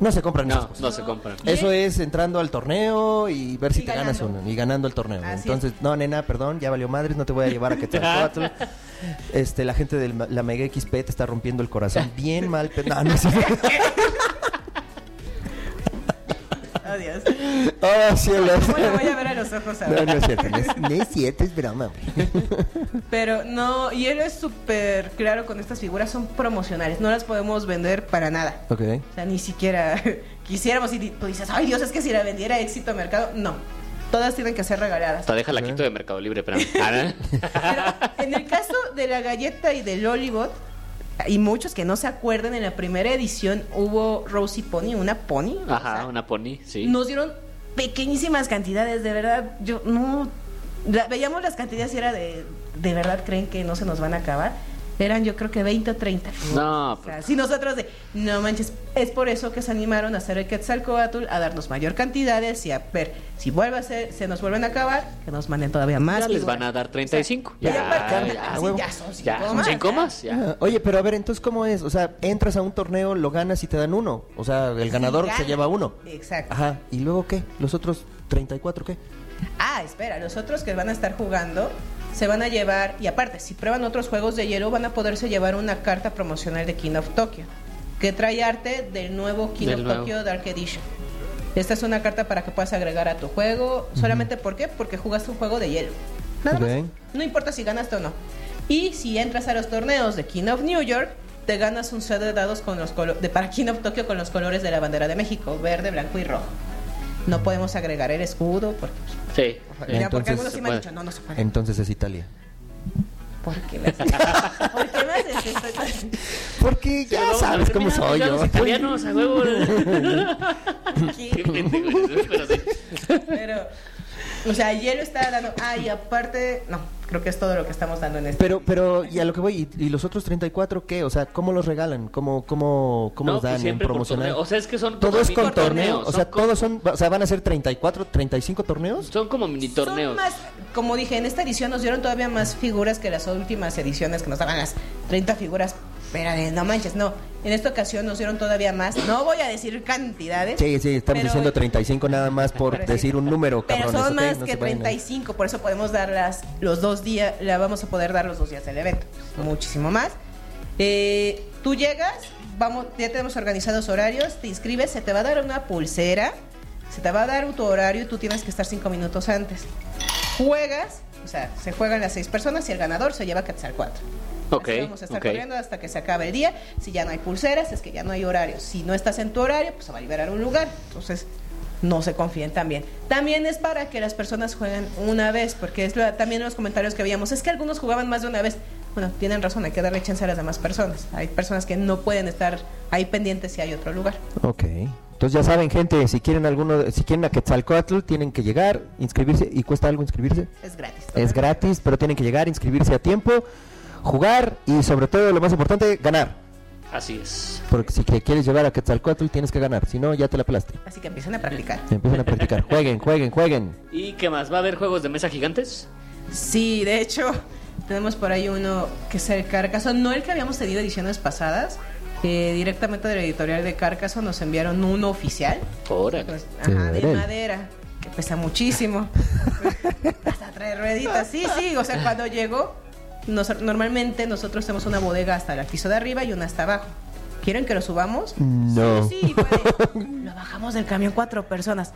Speaker 1: No se compran esas
Speaker 2: No,
Speaker 1: cosas.
Speaker 2: no se compran.
Speaker 1: Eso es entrando al torneo y ver si
Speaker 3: Y
Speaker 1: te ganas
Speaker 3: ganando.
Speaker 1: uno y ganando el torneo.
Speaker 3: Así
Speaker 1: Entonces, no, nena, perdón, ya valió madres, no te voy a llevar a Quetzalcóatl. Este, la gente de la Mega XP te está rompiendo el corazón bien mal. pe- No, no es cierto.
Speaker 3: Adiós.
Speaker 1: Oh, cielos.
Speaker 3: ¿Cómo lo voy a ver a los ojos
Speaker 1: No,
Speaker 3: ahora?
Speaker 1: no es cierto, no es, no es cierto, es broma. güey.
Speaker 3: Pero no, y él es súper claro con estas figuras, son promocionales, no las podemos vender para nada.
Speaker 1: Ok.
Speaker 3: O sea, ni siquiera quisiéramos y di- tú dices, ay Dios, es que si la vendiera éxito mercado, no. Todas tienen que ser regaladas.
Speaker 2: Hasta
Speaker 1: ¿Eh?
Speaker 2: déjala quito de Mercado Libre, espérame. Ah,
Speaker 3: Pero en el caso de la galleta y del Olibot, y muchos que no se acuerdan, en la primera edición hubo Rosie Pony, una pony. o
Speaker 2: Ajá,
Speaker 3: sea,
Speaker 2: una pony, sí.
Speaker 3: Nos dieron pequeñísimas cantidades, de verdad. Yo no. la- veíamos las cantidades y era de. ¿De verdad creen que no se nos van a acabar? Eran yo creo que 20 o 30.
Speaker 2: No,
Speaker 3: O sea,
Speaker 2: pues,
Speaker 3: si nosotros de, no manches, es por eso que se animaron a hacer el Quetzalcoatl, a darnos mayor cantidades y a ver si vuelve a ser, se nos vuelven a acabar, que nos manden todavía más.
Speaker 2: ya les
Speaker 3: figuras.
Speaker 2: van a dar 35.
Speaker 3: O sea,
Speaker 2: Ya,
Speaker 3: y aparte,
Speaker 2: ya,
Speaker 3: así,
Speaker 1: huevo.
Speaker 3: ya son cinco
Speaker 2: ya, son
Speaker 3: más,
Speaker 2: cinco
Speaker 3: ya.
Speaker 2: más, ya.
Speaker 1: Ah, Oye, pero a ver, entonces, ¿cómo es? O sea, entras a un torneo, lo ganas y te dan uno. O sea, el ganador
Speaker 3: Sí,
Speaker 1: se
Speaker 3: gana.
Speaker 1: lleva uno.
Speaker 3: Exacto.
Speaker 1: Ajá, ¿y luego qué? ¿Los otros 34 qué?
Speaker 3: Ah, espera, los otros que van a estar jugando se van a llevar, y aparte, si prueban otros juegos de hielo, van a poderse llevar una carta promocional de King of Tokyo, que trae arte del nuevo King
Speaker 2: Del
Speaker 3: of
Speaker 2: nuevo.
Speaker 3: Tokyo Dark Edition. Esta es una carta para que puedas agregar a tu juego, solamente ¿por qué? Porque jugaste un juego de hielo. Nada
Speaker 1: Ok.
Speaker 3: más. No importa si ganaste o no. Y si entras a los torneos de King of New York, te ganas un set de dados con los colo- de para King of Tokyo con los colores de la bandera de México, verde, blanco y rojo. No podemos agregar el escudo porque
Speaker 2: Sí.
Speaker 3: ya, porque
Speaker 1: Entonces,
Speaker 3: algunos sí me
Speaker 2: se
Speaker 3: han
Speaker 2: puede.
Speaker 3: dicho, no, no se puede.
Speaker 1: Entonces es Italia.
Speaker 3: ¿Por qué me haces? ¿Por qué me haces esto?
Speaker 1: Porque
Speaker 2: Sí,
Speaker 1: ya
Speaker 2: vamos
Speaker 1: sabes cómo
Speaker 2: terminando
Speaker 1: soy
Speaker 2: ya
Speaker 1: yo.
Speaker 2: Los italianos, a huevo. Qué
Speaker 3: Aquí.
Speaker 2: pendejo eres, pero sí.
Speaker 3: Pero, o sea, hielo está dando. Ah, y aparte, no, creo que es todo lo que estamos dando en este.
Speaker 1: Pero, pero, y a lo que voy, ¿y, y los otros 34 qué? O sea, ¿cómo los regalan? ¿Cómo, cómo, cómo
Speaker 2: No,
Speaker 1: los
Speaker 2: pues
Speaker 1: dan en
Speaker 2: siempre por
Speaker 1: promocional?
Speaker 2: torneo. O sea, es que son
Speaker 1: todo
Speaker 2: como
Speaker 1: es
Speaker 2: mini
Speaker 1: con torneo.
Speaker 2: torneos,
Speaker 1: O
Speaker 2: son
Speaker 1: sea,
Speaker 2: co-
Speaker 1: todos son, o sea, van a ser 34, 35 torneos.
Speaker 2: Son como mini
Speaker 3: Son
Speaker 2: torneos.
Speaker 3: más, como dije, en esta edición nos dieron todavía más figuras que las últimas ediciones que nos daban las 30 figuras. Pero eh, no manches, no. En esta ocasión nos dieron todavía más. No voy a decir cantidades.
Speaker 1: Sí, sí, estamos
Speaker 3: pero-
Speaker 1: diciendo 35 nada más por
Speaker 3: Pero sí.
Speaker 1: decir un número,
Speaker 3: Pero
Speaker 1: cabrones.
Speaker 3: son
Speaker 1: ¿ok?
Speaker 3: más
Speaker 1: No
Speaker 3: que
Speaker 1: se vayan a-
Speaker 3: 35, por eso podemos dar las, los dos días, la vamos a poder dar los dos días del evento. Muchísimo más. Eh, tú llegas, vamos, ya tenemos organizados horarios, te inscribes, se te va a dar una pulsera, se te va a dar tu horario y tú tienes que estar cinco minutos antes. Juegas, o sea, se juegan las seis personas y el ganador se lleva a Quetzal 4.
Speaker 2: Ok,
Speaker 3: vamos a estar
Speaker 2: ok.
Speaker 3: corriendo hasta que se acabe el día. Si ya no hay pulseras, es que ya no hay horario. Si no estás en tu horario, pues se va a liberar un lugar. Entonces, no se confíen también. También es para que las personas jueguen una vez, porque es la- también los comentarios que veíamos. Es que algunos jugaban más de una vez. Bueno, tienen razón, hay que darle chance a las demás personas. Hay personas que no pueden estar ahí pendientes si hay otro lugar.
Speaker 1: Ok. Entonces ya saben, gente, si quieren alguno, si quieren a Quetzalcoatl, tienen que llegar, inscribirse. ¿Y cuesta algo inscribirse?
Speaker 3: Es gratis.
Speaker 1: Es gratis, pero tienen que llegar, inscribirse a tiempo, jugar y sobre todo, lo más importante, ganar.
Speaker 2: Así es.
Speaker 1: Porque si que quieres llevar a Quetzalcoatl, tienes que ganar. Si no, ya te la pelaste.
Speaker 3: Así que empiecen a practicar.
Speaker 1: Empiezan a practicar. Jueguen, jueguen, jueguen.
Speaker 2: ¿Y qué más? ¿Va a haber juegos de mesa gigantes?
Speaker 3: Sí, de hecho, tenemos por ahí uno que es el Carcaso, no el que habíamos tenido ediciones pasadas. eh, directamente de la editorial de Carcaso nos enviaron uno oficial,
Speaker 2: Órale.
Speaker 3: pues, ajá, de
Speaker 1: Órale.
Speaker 3: madera, que pesa muchísimo. hasta tres rueditas, sí, sí, o sea, cuando llegó, nos- normalmente nosotros tenemos una bodega hasta el piso de arriba y una hasta abajo. ¿Quieren que lo subamos?
Speaker 1: Mm, No.
Speaker 3: Sí, sí, puede. Lo bajamos del camión cuatro personas.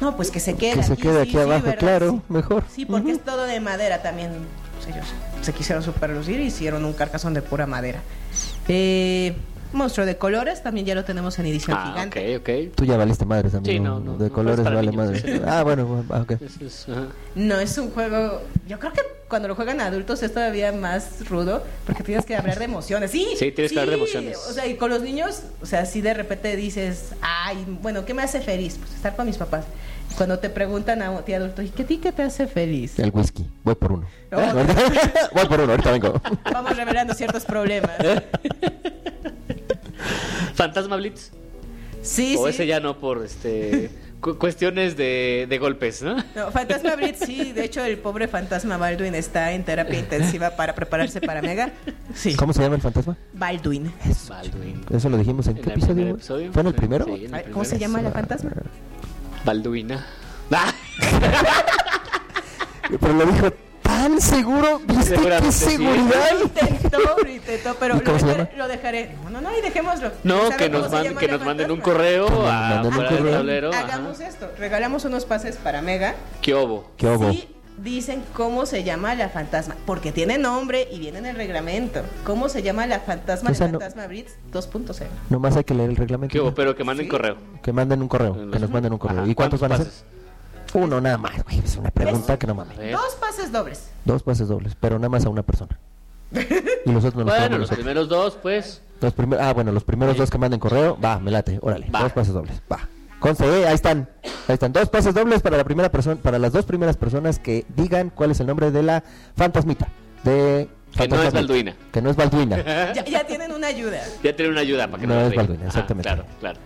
Speaker 3: No, pues que se quede
Speaker 1: Que se quede aquí
Speaker 3: sí,
Speaker 1: abajo,
Speaker 3: ¿verdad?
Speaker 1: claro,
Speaker 3: Sí.
Speaker 1: mejor.
Speaker 3: Sí, porque
Speaker 1: Ujú.
Speaker 3: es todo de madera también. Pues ellos se quisieron superlucir y hicieron un carcasón de pura madera. Eh, monstruo de colores también ya lo tenemos en edición
Speaker 2: Ah,
Speaker 3: gigante.
Speaker 2: ok, ok.
Speaker 1: Tú ya valiste madres, amigo.
Speaker 2: Sí, no, no,
Speaker 1: De
Speaker 2: no,
Speaker 1: colores
Speaker 2: es para
Speaker 1: vale
Speaker 2: niños.
Speaker 1: madres. Ah, bueno, bueno, ah, ok.
Speaker 2: Eso es, ajá.
Speaker 3: No es un juego. Yo creo que cuando lo juegan adultos es todavía más rudo porque tienes que hablar de emociones. Sí,
Speaker 2: Sí, tienes que hablar de emociones.
Speaker 3: O sea, y con los niños, o sea, si de repente dices, ay, bueno, ¿qué me hace feliz? Pues estar con mis papás. Cuando te preguntan a ti adulto, ¿y qué a ti qué te hace feliz?
Speaker 1: El whisky. Voy por uno.
Speaker 3: No.
Speaker 1: Voy por uno, ahorita vengo.
Speaker 3: Vamos revelando ciertos problemas.
Speaker 2: ¿Fantasma Blitz?
Speaker 3: Sí,
Speaker 2: o
Speaker 3: sí.
Speaker 2: ese ya no por este cu- cuestiones de, de golpes, ¿no?
Speaker 3: No, Fantasma Blitz, sí. De hecho, el pobre Fantasma Baldwin está en terapia intensiva para prepararse para Mega. Sí.
Speaker 1: ¿Cómo se llama el fantasma?
Speaker 3: Baldwin.
Speaker 2: Baldwin.
Speaker 1: Eso lo dijimos en,
Speaker 2: En
Speaker 1: qué
Speaker 2: el
Speaker 1: episodio.
Speaker 2: primer
Speaker 1: güey?
Speaker 2: episodio.
Speaker 1: ¿Fue en el
Speaker 2: Sí,
Speaker 1: primero? Ah.
Speaker 2: sí, en el
Speaker 3: Ay, ¿Cómo se
Speaker 2: primero.
Speaker 3: llama la fantasma?
Speaker 2: Balduina. Ah,
Speaker 1: Pero lo dijo tan seguro. ¿Viste qué
Speaker 2: Seguramente sí.
Speaker 1: seguridad?
Speaker 3: Lo intentó, lo intentó, pero
Speaker 1: ¿Y
Speaker 3: lo,
Speaker 1: cómo se
Speaker 3: dejaré-
Speaker 1: llama?
Speaker 3: lo dejaré. No, no, no, y dejémoslo.
Speaker 2: No,
Speaker 3: ¿Sabe
Speaker 2: que
Speaker 3: cómo
Speaker 2: nos,
Speaker 3: se
Speaker 2: man-
Speaker 3: llama
Speaker 2: que
Speaker 3: la
Speaker 2: nos manden un
Speaker 3: fantasma?
Speaker 2: correo
Speaker 1: nos
Speaker 2: a
Speaker 1: manden un
Speaker 2: fuera del
Speaker 1: correo.
Speaker 2: tablero. ajá.
Speaker 3: Hagamos esto. Regalamos unos pases para Mega.
Speaker 2: ¿Qué hubo?
Speaker 1: ¿Qué hubo?
Speaker 3: Sí, dicen cómo se llama la fantasma, porque tiene nombre y viene en el reglamento. ¿Cómo se llama la fantasma
Speaker 1: O
Speaker 3: de
Speaker 1: sea, no-
Speaker 3: Fantasma Blitz 2.0?
Speaker 1: Nomás hay que leer el reglamento.
Speaker 2: ¿Qué hubo?
Speaker 1: ¿no?
Speaker 2: Pero que manden correo.
Speaker 1: Que manden un correo. Que nos manden un correo.
Speaker 2: Ajá.
Speaker 1: ¿Y cuántos van a ser?
Speaker 2: pases?
Speaker 1: Uno nada más, güey. Es una pregunta que no mames.
Speaker 2: A ver.
Speaker 3: Dos pases dobles.
Speaker 1: Dos pases dobles, pero nada más a una persona. Y los otros no los
Speaker 2: Bueno,
Speaker 1: tomamos
Speaker 2: los
Speaker 1: nosotros.
Speaker 2: primeros dos, pues.
Speaker 1: Los primer- ah, bueno, los primeros dos que manden correo, va, me late, órale,
Speaker 2: Va.
Speaker 1: dos pases dobles, va. Conste, eh, ahí están, ahí están, dos pases dobles para la primera persona, para las dos primeras personas que digan cuál es el nombre de la fantasmita, de
Speaker 2: Que no es
Speaker 1: fantasmita.
Speaker 2: Balduina.
Speaker 1: que no es Balduina.
Speaker 2: Eh.
Speaker 3: Ya, ya tienen una ayuda.
Speaker 2: Ya tiene una ayuda para que no,
Speaker 1: No
Speaker 2: nos
Speaker 1: es
Speaker 2: rían.
Speaker 1: Balduina,
Speaker 2: Ajá,
Speaker 1: exactamente.
Speaker 2: claro, claro.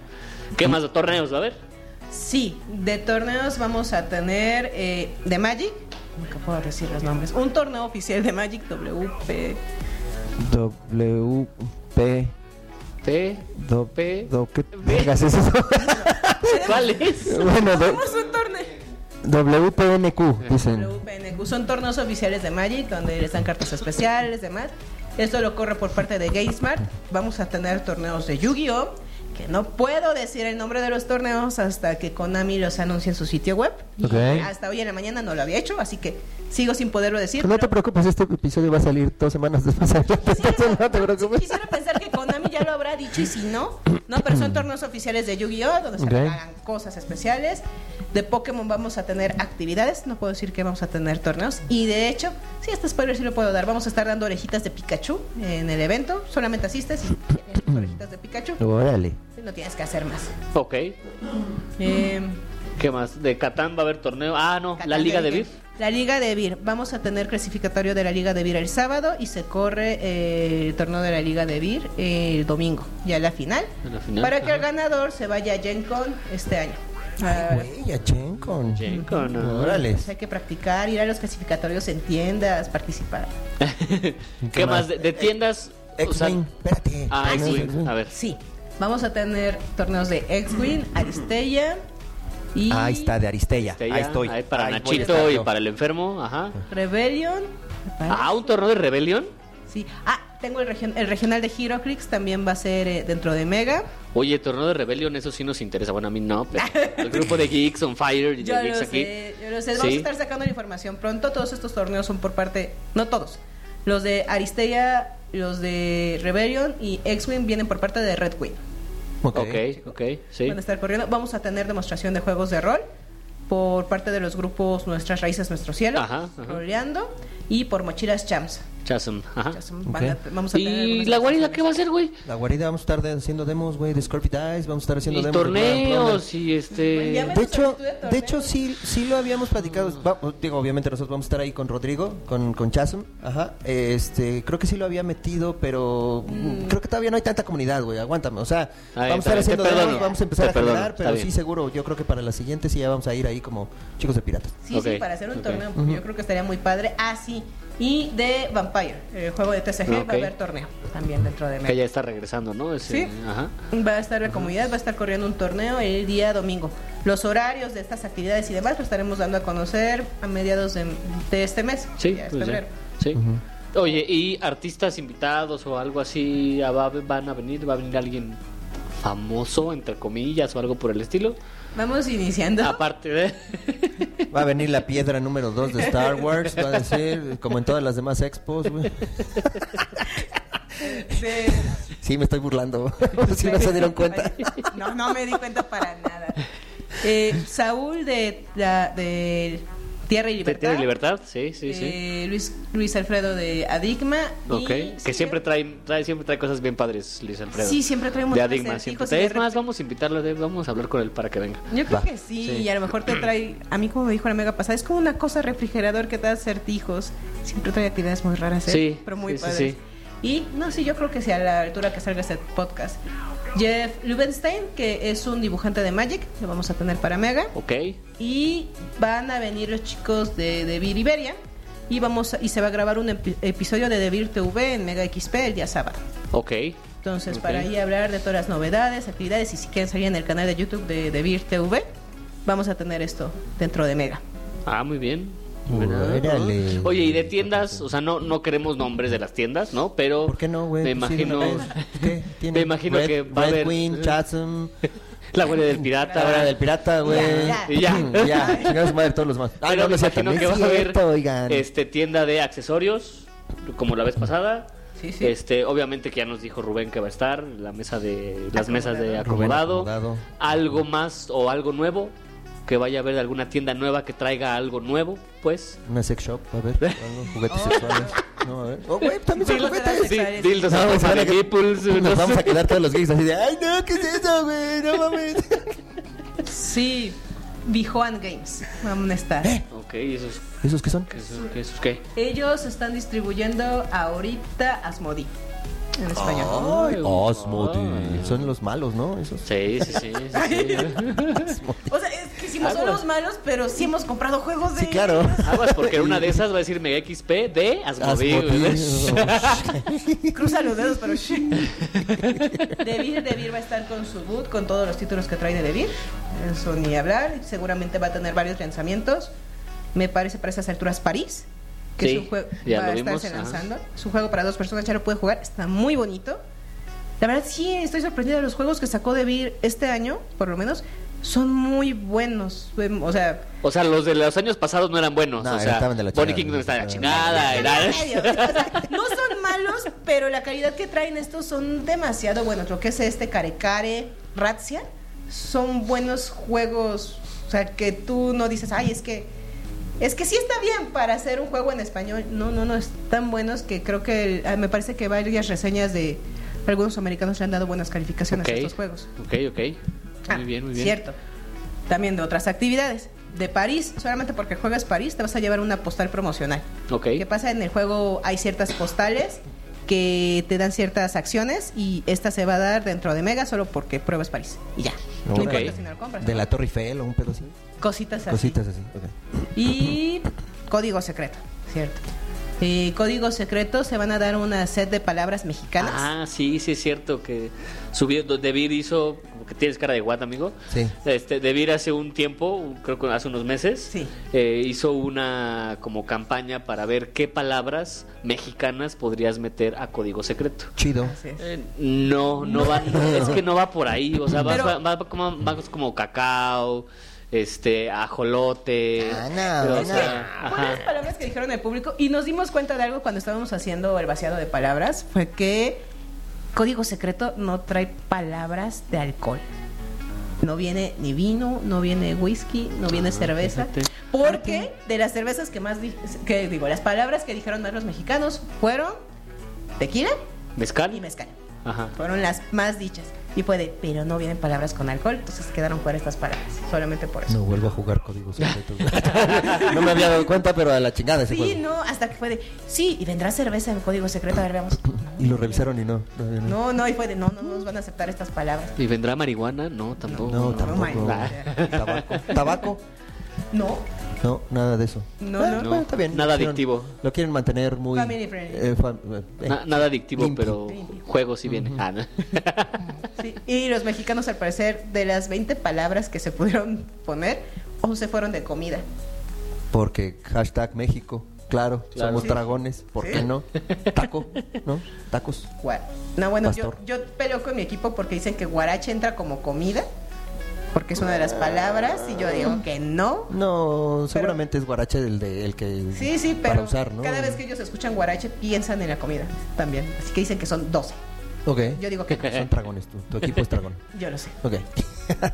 Speaker 2: ¿Qué más de torneos? A ver.
Speaker 3: Sí, de torneos vamos a tener eh, de Magic. Nunca puedo decir los nombres. Un torneo oficial de Magic WP.
Speaker 1: W P
Speaker 2: T.
Speaker 1: do,
Speaker 2: P-
Speaker 1: do- ¿qué
Speaker 2: P-
Speaker 1: vergas es eso?
Speaker 2: ¿Cuál es?
Speaker 1: bueno,
Speaker 3: Hacemos un torneo.
Speaker 1: W P N Q dicen.
Speaker 3: WPNQ. Son torneos oficiales de Magic, donde les dan cartas especiales, demás. Esto lo corre por parte de GameSmart. Vamos a tener torneos de Yu-Gi-Oh! Que no puedo decir el nombre de los torneos hasta que Konami los anuncie en su sitio web. Y
Speaker 1: Ok.
Speaker 3: Hasta hoy en la mañana no lo había hecho, así que sigo sin poderlo decir.
Speaker 1: No
Speaker 3: pero-
Speaker 1: te preocupes, este episodio va a salir dos semanas después. entonces no te preocupes.
Speaker 3: Quisiera pensar que Konami ya lo habrá dicho y si no, no, pero son torneos oficiales de Yu-Gi-Oh! donde se
Speaker 1: Mm. Ok.
Speaker 3: regalan cosas especiales. De Pokémon vamos a tener actividades, no puedo decir que vamos a tener torneos. Y de hecho, sí, este spoiler sí lo puedo dar. Vamos a estar dando orejitas de Pikachu en el evento. Solamente asistes y tienes tus orejitas de Pikachu.
Speaker 1: Órale.
Speaker 3: No tienes que hacer más.
Speaker 2: Ok.
Speaker 3: Eh,
Speaker 2: ¿Qué más? ¿De Catán va a haber torneo? Ah, no. ¿La
Speaker 3: Catán
Speaker 2: Liga de
Speaker 3: Beer.
Speaker 2: Beef?
Speaker 3: La Liga de Vir. Vamos a tener clasificatorio de la Liga de Vir el sábado y se corre eh, el torneo de la Liga de Vir el domingo, ya la final.
Speaker 2: En la final,
Speaker 3: para que el
Speaker 2: ajá.
Speaker 3: ganador se vaya a Gen Con este año. Ah,
Speaker 1: Güey, a Chencon.
Speaker 2: Chencon, ah.
Speaker 1: Órale.
Speaker 3: pues hay que practicar, ir a los clasificatorios en tiendas, participar.
Speaker 2: ¿Qué más? ¿De, de tiendas? O sea,
Speaker 1: X-Wing, espérate.
Speaker 2: ah,
Speaker 1: No,
Speaker 2: X-Wing,
Speaker 1: X-Wing.
Speaker 2: A ver.
Speaker 3: Sí, vamos a tener torneos de X-Wing, Aristella y
Speaker 1: Ahí está, de Aristella.
Speaker 2: Este ya,
Speaker 1: ahí estoy.
Speaker 2: ahí para
Speaker 1: Ahí voy a
Speaker 2: Nachito
Speaker 1: estar
Speaker 2: y
Speaker 1: yo.
Speaker 2: para el enfermo. Ajá.
Speaker 3: Rebellion. me parece.
Speaker 2: Ah, un torneo de rebelión.
Speaker 3: Sí. Ah, tengo el, region- el regional de Heroclix, también va a ser eh, dentro de Mega.
Speaker 2: Oye, torneo de rebelión, eso sí nos interesa. Bueno, a mí no, pero el grupo de Geeks on Fire y
Speaker 3: Yo
Speaker 2: de
Speaker 3: lo
Speaker 2: Geeks aquí.
Speaker 3: sé, yo lo sé. Vamos
Speaker 2: Sí.
Speaker 3: a estar sacando la información pronto. Todos estos torneos son por parte, no todos. Los de Aristella, los de Rebellion y X-Wing vienen por parte de Red Queen.
Speaker 2: Ok, ok, sí.
Speaker 3: Van a estar corriendo. Vamos a tener demostración de juegos de rol por parte de los grupos Nuestras Raíces, Nuestro Cielo,
Speaker 2: Ajá, ajá.
Speaker 3: roleando, y por Mochilas Champs.
Speaker 2: Chasm, ajá.
Speaker 3: Ya son- van a-
Speaker 1: Ok.
Speaker 3: vamos a tener
Speaker 2: Ah, ¿Y
Speaker 3: algunas
Speaker 2: la guarida
Speaker 3: demostraciones.
Speaker 2: qué va a hacer, güey?
Speaker 1: La guarida vamos a estar de- haciendo demos, güey, de Scorpid Eyes, vamos a estar haciendo
Speaker 2: Y
Speaker 1: demos. de Grand Prix.
Speaker 2: torneos y
Speaker 3: Ya me-
Speaker 2: este...
Speaker 1: De
Speaker 3: Menos
Speaker 1: hecho,
Speaker 3: actitud de torneo.
Speaker 1: de hecho sí, sí lo habíamos platicado. Va- digo, obviamente nosotros vamos a estar ahí con Rodrigo, con, con Chasm. Ajá. Este, creo que sí lo había metido, pero mm, creo que todavía no hay tanta comunidad, güey. Aguántame. O sea,
Speaker 2: Está bien,
Speaker 1: vamos
Speaker 2: está
Speaker 1: a estar
Speaker 2: bien, te
Speaker 1: haciendo demos,
Speaker 2: perdono,
Speaker 1: vamos a empezar
Speaker 2: te
Speaker 1: a generar,
Speaker 2: perdono, está
Speaker 1: pero
Speaker 2: bien.
Speaker 1: sí seguro, yo creo que para la siguiente sí ya vamos a ir ahí como chicos de piratas.
Speaker 3: Sí,
Speaker 2: Ok,
Speaker 3: sí, para hacer un
Speaker 2: ok.
Speaker 3: torneo, porque yo creo que estaría muy padre. Ah, sí. Y de Vampire, el juego de TCG,
Speaker 2: Ok.
Speaker 3: va a haber torneo también dentro de Mega.
Speaker 2: Que ya está regresando, ¿no? Ese-
Speaker 3: Sí.
Speaker 2: Ajá.
Speaker 3: Va a estar la comunidad, va a estar corriendo un torneo el día domingo. Los horarios de estas actividades y demás lo estaremos dando a conocer a mediados de, de este mes.
Speaker 2: Sí,
Speaker 3: ya es
Speaker 2: pues ya.
Speaker 3: febrero.
Speaker 2: Sí. Oye, ¿y artistas invitados o algo así ah, va- van a venir? ¿Va a venir alguien famoso, entre comillas, o algo por el estilo?
Speaker 3: Vamos iniciando.
Speaker 2: Aparte de...
Speaker 1: Va a venir la piedra número 2 de Star Wars, va a decir, como en todas las demás expos, güey.
Speaker 3: De-
Speaker 1: Sí, me estoy burlando. si no se dieron cuenta.
Speaker 3: No, no me di cuenta para nada. Eh, Saúl de, la, de Tierra y
Speaker 2: ¿Te
Speaker 3: Libertad.
Speaker 2: tiene libertad? Sí, sí, sí.
Speaker 3: Eh, Luis, Luis Alfredo de Adigma. y- eh.
Speaker 2: Ok. Que siempre trae, trae, siempre trae cosas bien padres, Luis Alfredo.
Speaker 3: Sí, siempre trae un
Speaker 2: De
Speaker 3: montón de
Speaker 2: Adigma, siempre.
Speaker 3: acertijos y de
Speaker 2: Es más, vamos a invitarlo, de- vamos a hablar con él para que venga.
Speaker 3: Yo creo
Speaker 1: Va.
Speaker 3: que sí,
Speaker 2: Sí.
Speaker 3: y a lo mejor te trae, a mí como me dijo la mega pasada, es como una cosa refrigerador que te da acertijos. Siempre trae actividades muy raras, ¿eh?
Speaker 2: Sí,
Speaker 3: pero muy
Speaker 2: sí, sí,
Speaker 3: padres.
Speaker 2: sí.
Speaker 3: Y no, sí, yo creo que sí, a la altura que salga este podcast. Jeff Lubenstein, que es un dibujante de Magic, lo vamos a tener para Mega.
Speaker 2: Ok.
Speaker 3: Y van a venir los chicos de Devir Iberia. Y, vamos a- y se va a grabar un epi- episodio de Devir TV en Mega XP el día sábado.
Speaker 2: Ok.
Speaker 3: Entonces,
Speaker 2: Ok.
Speaker 3: para ahí hablar de todas las novedades, actividades y si quieren salir en el canal de YouTube de, de Vir TV, vamos a tener esto dentro de Mega.
Speaker 2: Ah, muy bien.
Speaker 1: Órale.
Speaker 2: Oye, y de tiendas, o sea, no, no queremos nombres de las tiendas, ¿no? Pero
Speaker 1: ¿Por qué no, güey?
Speaker 2: me
Speaker 1: Pues sí, de
Speaker 2: imagino,
Speaker 1: una vez. ¿Qué? Tiene
Speaker 2: me imagino
Speaker 1: Red-
Speaker 2: que va a
Speaker 1: Red
Speaker 2: haber eh,
Speaker 1: Queen, Chatsum,
Speaker 2: la Guardia del Pirata,
Speaker 1: Tabra
Speaker 2: ¿verdad?
Speaker 1: del Pirata, güey.
Speaker 3: ya.
Speaker 2: Y ya.
Speaker 1: ya, chingados madre todos los más. Ah,
Speaker 2: Pero
Speaker 1: no,
Speaker 2: me
Speaker 1: no es cierto, no
Speaker 2: imagino que va
Speaker 1: es
Speaker 2: a haber
Speaker 1: cierto, oigan.
Speaker 2: este tienda de accesorios como la vez pasada.
Speaker 3: Sí, sí.
Speaker 2: Este, obviamente que ya nos dijo Rubén que va a estar la mesa de las mesas de
Speaker 1: Rubén
Speaker 2: acomodado,
Speaker 1: acomodado.
Speaker 2: algo más o algo nuevo. que vaya a haber alguna tienda nueva que traiga algo nuevo, pues.
Speaker 1: Una sex shop, a ver, algo, juguetes sexuales. No, a ver. Oh, güey, también son
Speaker 3: Dildos.
Speaker 1: juguetes.
Speaker 2: Di-
Speaker 3: parece.
Speaker 2: Dildos,
Speaker 1: No,
Speaker 2: armas
Speaker 1: se van a
Speaker 2: de
Speaker 1: que-
Speaker 2: nipples, no
Speaker 1: Nos vamos
Speaker 2: sé.
Speaker 1: a quedar todos los gays así de, ay, no, ¿qué es eso, güey? No mames.
Speaker 3: Sí, Bijuan Games. Vamos a estar.
Speaker 1: Eh.
Speaker 2: Ok, eso es.
Speaker 1: ¿Esos qué son?
Speaker 2: ¿Qué es eso? ¿Qué es eso? ¿Qué?
Speaker 3: Ellos están distribuyendo ahorita Asmodi en español.
Speaker 1: Oh. Osmodi. Son los malos, ¿no? Esos.
Speaker 2: Sí, sí, sí. sí, sí.
Speaker 3: O sea, es que si no son
Speaker 2: Aguas.
Speaker 3: los malos, pero sí hemos comprado juegos de.
Speaker 1: Sí, claro.
Speaker 2: Aguas, porque en una de esas va a decir Mega XP de Asmodee.
Speaker 1: Asmodee.
Speaker 2: ¿eh?
Speaker 3: Cruza los dedos, pero sí. Devir, Devir va a estar con su boot, con todos los títulos que trae de Devir. Eso ni hablar. Seguramente va a tener varios lanzamientos. Me parece para esas alturas París, que
Speaker 2: Sí,
Speaker 3: es un juego
Speaker 2: ya
Speaker 3: va
Speaker 2: lo
Speaker 3: a estarse
Speaker 2: vimos, ajá.
Speaker 3: lanzando. Es un juego para dos personas, ya lo puede jugar. Está muy bonito. La verdad, sí, estoy sorprendida de los juegos que sacó Devir este año, por lo menos. Son muy buenos. Em, O sea,
Speaker 2: O sea, los de los años pasados no eran buenos.
Speaker 1: No,
Speaker 2: o sea,
Speaker 1: estaban de la
Speaker 2: Bonnie
Speaker 1: chingada.
Speaker 2: Kingdom está de la
Speaker 1: Ah.
Speaker 2: chingada. era-
Speaker 3: medio. O sea, no son malos, pero la calidad que traen estos son demasiado buenos. Lo que es este Carecare, Razzia, son buenos juegos. O sea, que tú no dices, ay, es que. Es que sí está bien para hacer un juego en español. No, no, no, están buenos que creo que. ah, Me parece que varias reseñas de algunos americanos le han dado buenas calificaciones
Speaker 2: Ok.
Speaker 3: a estos juegos.
Speaker 2: Ok, ok.
Speaker 3: Ah,
Speaker 2: Muy bien, muy bien.
Speaker 3: Cierto. También de otras actividades. De París, solamente porque juegas París, te vas a llevar una postal promocional.
Speaker 2: Ok.
Speaker 3: ¿Qué pasa? En el juego hay ciertas postales que te dan ciertas acciones y esta se va a dar dentro de Mega solo porque pruebas París. Y ya. No,
Speaker 1: Ok.
Speaker 3: importa si no lo compras.
Speaker 1: De la Torre Eiffel o un pedo así.
Speaker 3: Cositas así.
Speaker 1: Cositas así. ok.
Speaker 3: Y código secreto, ¿cierto? Eh, código secreto se van a dar una set de palabras mexicanas.
Speaker 2: Ah, sí, sí es cierto que subió, David hizo, como que tienes cara de guata, amigo.
Speaker 1: Sí.
Speaker 2: Este, David hace un tiempo, un- creo que hace unos meses,
Speaker 3: Sí.
Speaker 2: eh, hizo una como campaña para ver qué palabras mexicanas podrías meter a código secreto.
Speaker 1: Chido.
Speaker 3: Así es.
Speaker 2: Eh, no, no va, es que no va por ahí, o sea, va,
Speaker 3: Pero-
Speaker 2: va- va como, va como cacao, este, ajolote.
Speaker 1: Ah, no,
Speaker 2: o
Speaker 1: no.
Speaker 2: sea, ajá.
Speaker 3: Buenas palabras que dijeron el público y nos dimos cuenta de algo cuando estábamos haciendo el vaciado de palabras fue que código secreto no trae palabras de alcohol. No viene ni vino, no viene whisky, no viene cerveza.
Speaker 2: Ah, fíjate.
Speaker 3: Porque de las cervezas que más di- que digo, las palabras que dijeron más los mexicanos fueron tequila
Speaker 2: ¿Mezcal?
Speaker 3: y mezcal.
Speaker 2: Ajá.
Speaker 3: Fueron las más dichas. Y puede, pero no vienen palabras con alcohol, entonces quedaron fuera estas palabras, solamente por eso.
Speaker 1: No vuelvo a jugar códigos secretos. no me había dado cuenta, pero a la chingada ese
Speaker 3: Sí,
Speaker 1: juego.
Speaker 3: no, hasta que fue de, sí, y vendrá cerveza en código secreto, a ver, veamos.
Speaker 1: Y lo revisaron y no. No, no, no.
Speaker 3: No, no, y fue de, no, no nos van a aceptar estas palabras.
Speaker 2: ¿Y vendrá marihuana? No, tampoco.
Speaker 1: No,
Speaker 3: no,
Speaker 1: tampoco.
Speaker 3: no,
Speaker 1: Tabaco. Tabaco.
Speaker 3: No,
Speaker 1: No, nada de eso.
Speaker 3: No,
Speaker 1: Ah,
Speaker 3: no.
Speaker 1: bueno, está bien.
Speaker 2: Nada
Speaker 1: Lo quieren-
Speaker 2: adictivo.
Speaker 1: Lo quieren mantener muy.
Speaker 3: Family friendly.
Speaker 1: eh, fam- eh,
Speaker 2: Na- nada adictivo,
Speaker 1: limpio.
Speaker 2: pero
Speaker 3: Limpio.
Speaker 2: juego sí viene. Ah, ¿no?
Speaker 3: sí. Y los mexicanos, al parecer, de las 20 palabras que se pudieron poner, 11 fueron de comida.
Speaker 1: Porque hashtag México. Claro,
Speaker 2: Claro.
Speaker 1: somos
Speaker 2: Sí.
Speaker 1: dragones. ¿Por qué no? Taco, ¿no? Tacos.
Speaker 3: Gua- No, bueno, yo,
Speaker 1: Pastor.
Speaker 3: yo peleo con mi equipo porque dicen que guarache entra como comida, porque es una de las palabras, y yo digo que no.
Speaker 1: No, seguramente es guarache el, de, el que.
Speaker 3: Sí, sí, pero
Speaker 1: Para usar, ¿no?
Speaker 3: cada vez que ellos escuchan guarache piensan en la comida también. Así que dicen que son 12.
Speaker 1: Ok.
Speaker 3: Yo digo que no.
Speaker 1: Son dragones, tú. tu equipo es dragón.
Speaker 3: yo lo sé.
Speaker 1: Ok.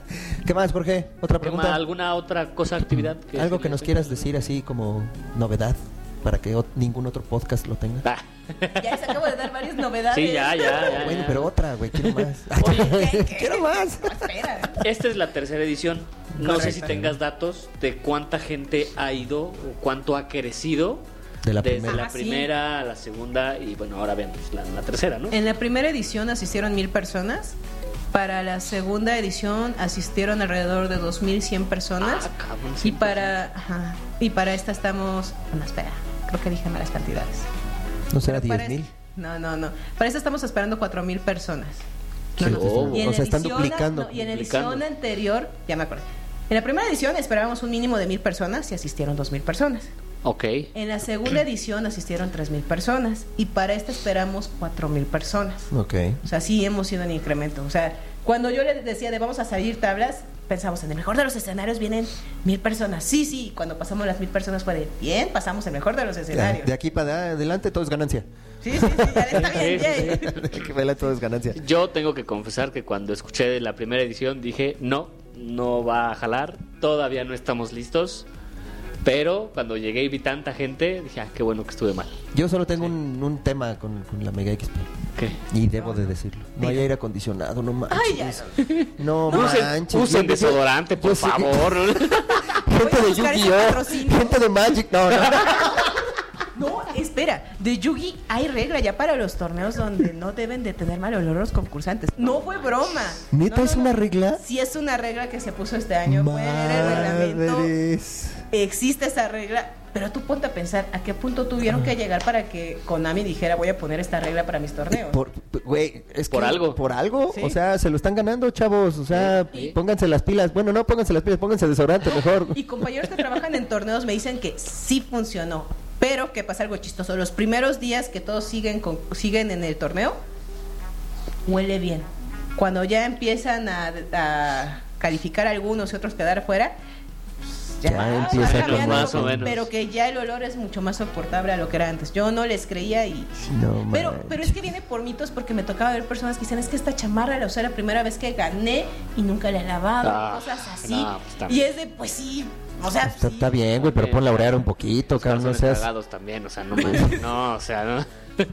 Speaker 1: ¿Qué más, Jorge? ¿Otra
Speaker 2: ¿Qué más?
Speaker 1: pregunta?
Speaker 2: ¿Alguna otra cosa, actividad?
Speaker 1: Algo que nos quieras decir así como novedad para que ot- ningún otro podcast lo tenga.
Speaker 2: Ah,
Speaker 3: Ya les acabo de dar varias novedades.
Speaker 2: sí, ya, ya, ya,
Speaker 1: bueno,
Speaker 2: ya.
Speaker 1: pero otra, güey, quiero más.
Speaker 3: ¿Qué, qué?
Speaker 1: quiero más.
Speaker 3: No, espera.
Speaker 2: Esta es la tercera edición. No sé si
Speaker 3: Correcto.
Speaker 2: tengas datos de cuánta gente ha ido o cuánto ha crecido.
Speaker 1: De la
Speaker 2: desde
Speaker 1: primera.
Speaker 2: la
Speaker 3: Ah, sí.
Speaker 2: primera a la segunda y bueno, ahora ven pues, la, la tercera, ¿no?
Speaker 3: En la primera edición asistieron mil personas. Para la segunda edición asistieron alrededor de 2.100
Speaker 2: Ah,
Speaker 3: personas.
Speaker 2: cabrón,
Speaker 3: y
Speaker 2: sí,
Speaker 3: para ajá, y para esta estamos... Bueno, espera, creo que dije malas cantidades.
Speaker 1: ¿No será
Speaker 3: Pero para
Speaker 1: 10 mil?
Speaker 3: es- No, no, no. Para esta estamos esperando 4.000 personas.
Speaker 1: Qué bobo.
Speaker 3: en
Speaker 1: O sea,
Speaker 3: la
Speaker 1: están
Speaker 3: edición-
Speaker 1: duplicando.
Speaker 3: no, y en la edición
Speaker 2: Duplicando.
Speaker 3: anterior, ya me acuerdo. En la primera edición esperábamos un mínimo de mil personas y asistieron 2.000 personas.
Speaker 2: Ok.
Speaker 3: En la segunda edición asistieron 3.000 personas y para esta esperamos 4.000 personas.
Speaker 1: Ok.
Speaker 3: O sea, sí hemos sido en incremento. O sea, cuando yo les decía de vamos a salir tablas, pensamos en el mejor de los escenarios vienen 1.000 personas. Sí, sí, cuando pasamos las 1.000 personas fue de bien, pasamos el mejor de los
Speaker 1: Ya,
Speaker 3: escenarios.
Speaker 1: de aquí para adelante todo es ganancia.
Speaker 3: Sí, sí, sí, ya está bien.
Speaker 2: Sí, sí,
Speaker 3: yay.
Speaker 1: De aquí para adelante todo es ganancia.
Speaker 2: Yo tengo que confesar que cuando escuché de la primera edición dije, no, no va a jalar. Todavía no estamos listos. Pero cuando llegué y vi tanta gente, dije, ah, qué bueno que estuve mal.
Speaker 1: Yo solo tengo un, un tema con, con la Mega XP.
Speaker 2: ¿Qué?
Speaker 1: Y debo de decirlo. No hay aire acondicionado, no manches.
Speaker 3: Ay, ya
Speaker 1: No
Speaker 2: Usen,
Speaker 1: manches. Yo-
Speaker 2: usen
Speaker 1: yo-
Speaker 2: desodorante, por
Speaker 1: yo sé-
Speaker 2: favor.
Speaker 1: Gente
Speaker 3: Voy a
Speaker 1: de
Speaker 3: buscar ese
Speaker 1: Yu-Gi-Oh!
Speaker 3: patrocinio.
Speaker 1: Gente de Magic. No, no.
Speaker 3: No, espera, de Yugi hay regla ya para los torneos donde no deben de tener mal olor los concursantes. No fue broma.
Speaker 1: ¿Neta
Speaker 3: No, no,
Speaker 1: es
Speaker 3: no.
Speaker 1: una regla?
Speaker 3: Sí es una regla que se puso este año. Pueden leer el reglamento.
Speaker 1: Madres.
Speaker 3: Existe esa regla, pero tú ponte a pensar a qué punto tuvieron que llegar para que Konami dijera voy a poner esta regla para mis torneos.
Speaker 1: Por, güey, es
Speaker 2: Por
Speaker 1: que-
Speaker 2: algo.
Speaker 1: Por algo.
Speaker 3: Sí.
Speaker 1: O sea, se lo están ganando, chavos. O sea,
Speaker 2: Sí.
Speaker 1: pónganse las pilas. Bueno, no pónganse las pilas, pónganse desodorante mejor.
Speaker 3: Y compañeros que trabajan en torneos me dicen que sí funcionó, pero que pasa algo chistoso. Los primeros días que todos siguen, con- siguen en el torneo, huele bien. Cuando ya empiezan a, a calificar algunos y otros quedar fuera,
Speaker 1: Ya empieza
Speaker 3: va
Speaker 2: a
Speaker 3: cambiando,
Speaker 2: más o menos.
Speaker 3: Pero que ya el olor es mucho más soportable a lo que era antes. Yo no les creía y...
Speaker 1: No,
Speaker 3: Pero,
Speaker 1: manches.
Speaker 3: pero es que viene por mitos porque me tocaba ver personas que dicen, es que esta chamarra la usé la primera vez que gané y nunca la he lavado,
Speaker 2: Ah,
Speaker 3: cosas así.
Speaker 2: no, pues,
Speaker 3: y
Speaker 2: también.
Speaker 3: es de, pues sí, o sea,
Speaker 1: Está,
Speaker 3: sí.
Speaker 1: está bien, güey, pero ponla a orear un poquito, cabrón. No
Speaker 2: Calzones
Speaker 1: seas.
Speaker 2: cagados también, o sea, no manches. No, o sea, no.
Speaker 3: Sí,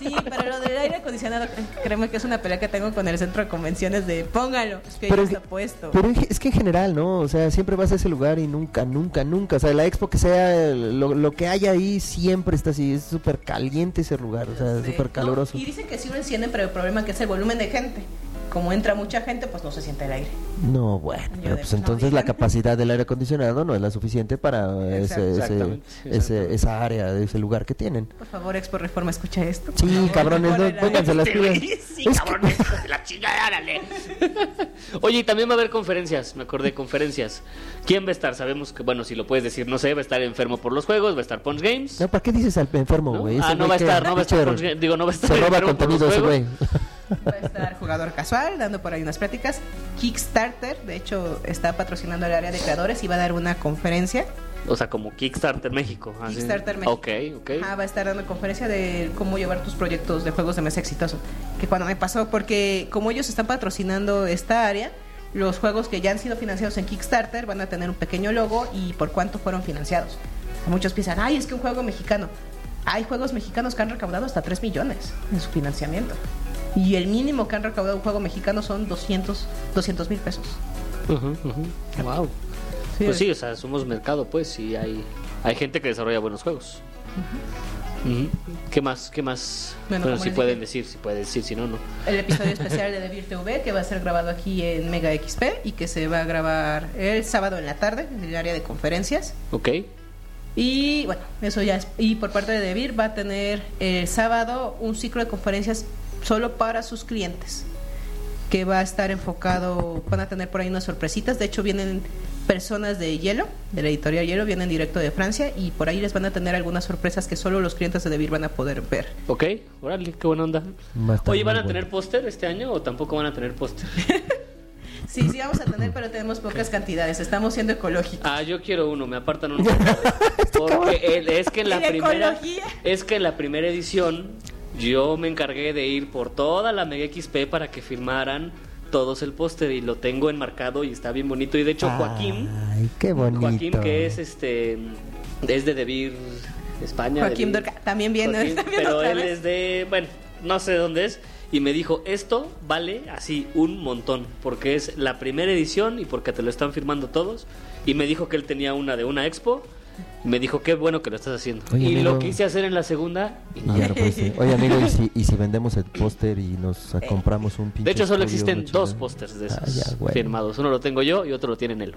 Speaker 3: sí, pero lo del aire acondicionado, cre- créeme que es una pelea que tengo con el centro de convenciones de póngalo, es que
Speaker 1: Pero,
Speaker 3: ya
Speaker 1: en
Speaker 3: está
Speaker 1: ge-
Speaker 3: puesto.
Speaker 1: pero en ge- es que en general, ¿no? O sea, siempre vas a ese lugar y nunca, nunca, nunca. O sea, la expo que sea, el- lo, lo que haya ahí siempre está así. Es súper caliente ese lugar, o sea,
Speaker 3: Sí.
Speaker 1: súper
Speaker 3: No,
Speaker 1: caluroso.
Speaker 3: y dicen que sí lo encienden, pero el problema que es el volumen de gente. Como entra mucha gente, pues no se siente el aire.
Speaker 1: No, bueno,
Speaker 3: Yo
Speaker 1: pero
Speaker 3: de-
Speaker 1: pues
Speaker 3: no,
Speaker 1: entonces la
Speaker 3: digan.
Speaker 1: capacidad del aire acondicionado no es la suficiente para ese, ese,
Speaker 2: Exactamente,
Speaker 1: ese- esa área, ese lugar que tienen.
Speaker 3: Por favor, Expo Reforma, escucha esto.
Speaker 1: Sí, cabrones, no,
Speaker 3: ponle la-
Speaker 1: pónganse las pilas.
Speaker 2: Sí,
Speaker 1: Es que-
Speaker 2: cabrón, hijos de la chingada, árale. Oye, y también va a haber conferencias, me acordé, conferencias. ¿Quién va a estar? Sabemos que, bueno, si lo puedes decir, no sé, va a estar enfermo por los juegos, va a estar Pons Games.
Speaker 1: No, ¿para qué dices al enfermo,
Speaker 2: ¿No?
Speaker 1: güey?
Speaker 2: Ah,
Speaker 1: Ese güey
Speaker 2: no va a
Speaker 1: que-
Speaker 2: estar, no va a estar.
Speaker 1: pinche-
Speaker 2: Digo, no va a estar
Speaker 1: Se roba
Speaker 2: enfermo por los
Speaker 1: contenido ese güey.
Speaker 2: juegos.
Speaker 3: Va a estar jugador casual, dando por ahí unas pláticas. Kickstarter, de hecho, está patrocinando el área de creadores y va a dar una conferencia.
Speaker 2: O sea, como Kickstarter México. así.
Speaker 3: Kickstarter México.
Speaker 2: Ok, ok.
Speaker 3: Ah, va a estar dando conferencia de cómo llevar tus proyectos de juegos de mesa exitosos. Que cuando me pasó, porque como ellos están patrocinando esta área, los juegos que ya han sido financiados en Kickstarter van a tener un pequeño logo y por cuánto fueron financiados. Muchos piensan, ay, es que un juego mexicano. Hay juegos mexicanos que han recaudado hasta 3 millones en su financiamiento. Y el mínimo que han recaudado un juego mexicano son 200 200 mil pesos.
Speaker 2: Wow. Pues sí, o sea, somos mercado, pues, y hay, hay gente que desarrolla buenos juegos. Ujú. ¿Qué más? ¿Qué más?
Speaker 3: Bueno,
Speaker 2: Bueno,
Speaker 3: como
Speaker 2: si
Speaker 3: les
Speaker 2: pueden
Speaker 3: dije.
Speaker 2: decir, si pueden decir, si no, no.
Speaker 3: el episodio especial de Devir TV que va a ser grabado aquí en Mega XP y que se va a grabar el sábado en la tarde en el área de conferencias.
Speaker 2: Ok.
Speaker 3: Y bueno, eso ya es. Y por parte de Devir va a tener el sábado un ciclo de conferencias solo para sus clientes que va a estar enfocado, van a tener por ahí unas sorpresitas, de hecho vienen personas de Hielo, de la editorial Hielo, vienen directo de Francia y por ahí les van a tener algunas sorpresas que solo los clientes de Devir van a poder ver.
Speaker 2: Ok, órale, qué buena onda.
Speaker 1: Va a estar
Speaker 2: Oye, ¿van
Speaker 1: muy
Speaker 2: a tener póster este año o tampoco van a tener póster?
Speaker 3: Sí, sí vamos a tener, pero tenemos pocas cantidades, estamos siendo ecológicos.
Speaker 2: Ah, yo quiero uno, me apartan uno. Porque el- es que en la
Speaker 3: Y de
Speaker 2: primera
Speaker 3: ecología.
Speaker 2: es que en la primera edición yo me encargué de ir por toda la Mega XP para que firmaran todos el póster y lo tengo enmarcado y está bien bonito y de
Speaker 3: Ah.
Speaker 2: hecho Joaquín
Speaker 1: Ay, qué bonito.
Speaker 2: Joaquín que es este es de Debir España.
Speaker 3: Joaquín
Speaker 2: Debir.
Speaker 3: Dorca- también viene,
Speaker 2: Joaquín,
Speaker 3: también
Speaker 2: pero
Speaker 3: otra
Speaker 2: él
Speaker 3: vez.
Speaker 2: es de, bueno, no sé dónde es. Y me dijo, esto vale así un montón, porque es la primera edición y porque te lo están firmando todos. Y me dijo que él tenía una de una expo. Y me dijo, qué bueno que lo estás haciendo.
Speaker 1: Oye,
Speaker 2: y
Speaker 1: amigo.
Speaker 2: lo quise hacer en la segunda. y no.
Speaker 1: Y ya no puede ser. Oye, amigo, ¿y si, y si vendemos el póster y nos ah, compramos un pinche
Speaker 2: De hecho, solo
Speaker 1: estudio,
Speaker 2: existen
Speaker 1: una
Speaker 2: dos
Speaker 1: chingada?
Speaker 2: pósters de
Speaker 1: Ah,
Speaker 2: esos
Speaker 1: ya, güey.
Speaker 2: firmados. Uno lo tengo yo y otro lo tiene Nelo.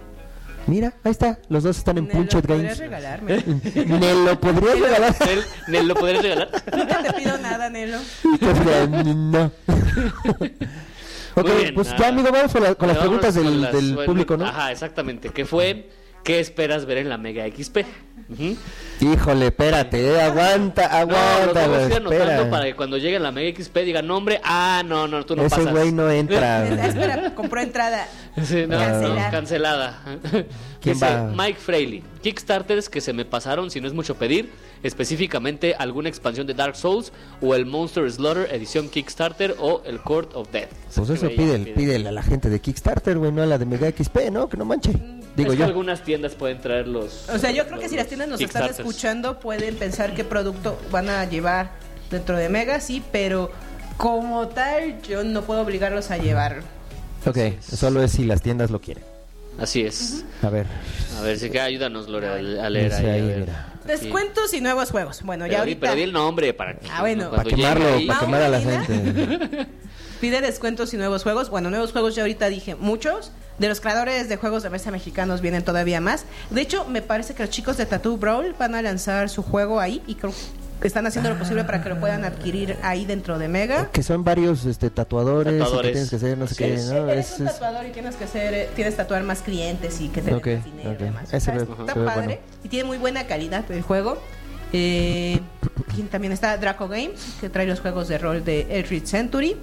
Speaker 1: Mira, ahí está. Los dos están en
Speaker 3: Me lo
Speaker 1: Punchet Games.
Speaker 3: podrías regalarme.
Speaker 1: Me lo podrías regalar.
Speaker 2: Nel, Nel, ¿lo podrías regalar?
Speaker 3: No te pido nada, Nelo.
Speaker 1: Y te diría, no. Ok,
Speaker 2: Muy bien,
Speaker 1: pues
Speaker 2: nada.
Speaker 1: ya, amigo, vamos con, la- con las
Speaker 2: Vámonos
Speaker 1: preguntas del,
Speaker 2: con las-
Speaker 1: del
Speaker 2: bueno,
Speaker 1: público, ¿no?
Speaker 2: Ajá, exactamente. ¿Qué fue? ¿Qué esperas ver en la Mega XP? Ujú.
Speaker 1: Híjole, espérate, eh, aguanta,
Speaker 2: No, los
Speaker 1: aguanta.
Speaker 2: debo ir anotando
Speaker 1: espera.
Speaker 2: para que cuando llegue la Mega XP digan, nombre, ah, no, no, tú no
Speaker 1: Ese
Speaker 2: pasas.
Speaker 1: güey no
Speaker 3: Ah,
Speaker 1: entra.
Speaker 3: Espera, compró entrada.
Speaker 2: Sí, no,
Speaker 3: Cancelar.
Speaker 2: no, cancelada.
Speaker 1: ¿Quién
Speaker 2: Dice
Speaker 1: va?
Speaker 2: Mike Fraley. Kickstarters que se me pasaron, si no es mucho pedir, específicamente alguna expansión de Dark Souls o el Monster Slaughter edición Kickstarter o el Court of Death.
Speaker 1: pues eso
Speaker 2: Que
Speaker 1: pídele,
Speaker 2: veía,
Speaker 1: pídele a la gente de Kickstarter, güey, no a la de Mega XP, ¿no? Que no manche. Digo
Speaker 2: Mm, Es que
Speaker 1: yo.
Speaker 2: algunas tiendas pueden traer los.
Speaker 3: O sea, yo creo que si las
Speaker 2: los
Speaker 3: tiendas nos están
Speaker 2: Kickstarters.
Speaker 3: escuchando, pueden pensar qué producto van a llevar dentro de Mega, sí, pero como tal, yo no puedo obligarlos a llevarlo.
Speaker 1: Ok, solo es si las tiendas lo quieren.
Speaker 2: Así es.
Speaker 1: A ver.
Speaker 2: A ver, si que ayúdanos, Lore, a, a leer
Speaker 1: Dice
Speaker 2: ahí. a
Speaker 1: ahí,
Speaker 2: ver.
Speaker 1: mira.
Speaker 2: Aquí.
Speaker 3: Descuentos Pues y nuevos juegos. Bueno,
Speaker 2: Pero,
Speaker 3: ya
Speaker 2: di-
Speaker 3: ahorita
Speaker 2: pero di el nombre para que.
Speaker 3: Ah, bueno.
Speaker 1: Para
Speaker 2: cuando llegue
Speaker 1: quemarlo,
Speaker 2: ahí-
Speaker 1: para
Speaker 3: Vamos,
Speaker 1: quemar a la
Speaker 3: Marina.
Speaker 1: gente.
Speaker 3: pide descuentos y nuevos juegos. Bueno, nuevos juegos ya ahorita dije muchos. De los creadores de juegos de mesa mexicanos vienen todavía más. De hecho, me parece que los chicos de Tattoo Brawl van a lanzar su juego ahí y creo que están haciendo lo posible para que lo puedan adquirir ahí dentro de Mega.
Speaker 1: Que son varios este, tatuadores, y
Speaker 2: Tatuadores.
Speaker 1: que tienes que hacer, no sé
Speaker 2: Así
Speaker 1: qué.
Speaker 2: es.
Speaker 1: ¿no?
Speaker 3: eres
Speaker 1: Ah, Es-
Speaker 3: un
Speaker 1: es-
Speaker 3: tatuador y tienes que ser, eh, tienes que tatuar más clientes y que te den
Speaker 1: Ok,
Speaker 3: más dinero
Speaker 1: ok.
Speaker 3: y demás.
Speaker 1: Ese
Speaker 3: O sea,
Speaker 1: ve-
Speaker 3: está
Speaker 1: se ve
Speaker 3: padre
Speaker 1: bueno.
Speaker 3: y tiene muy buena calidad el juego. Eh, ¿quién también está Draco Games, que trae los juegos de rol de Eldritch Century.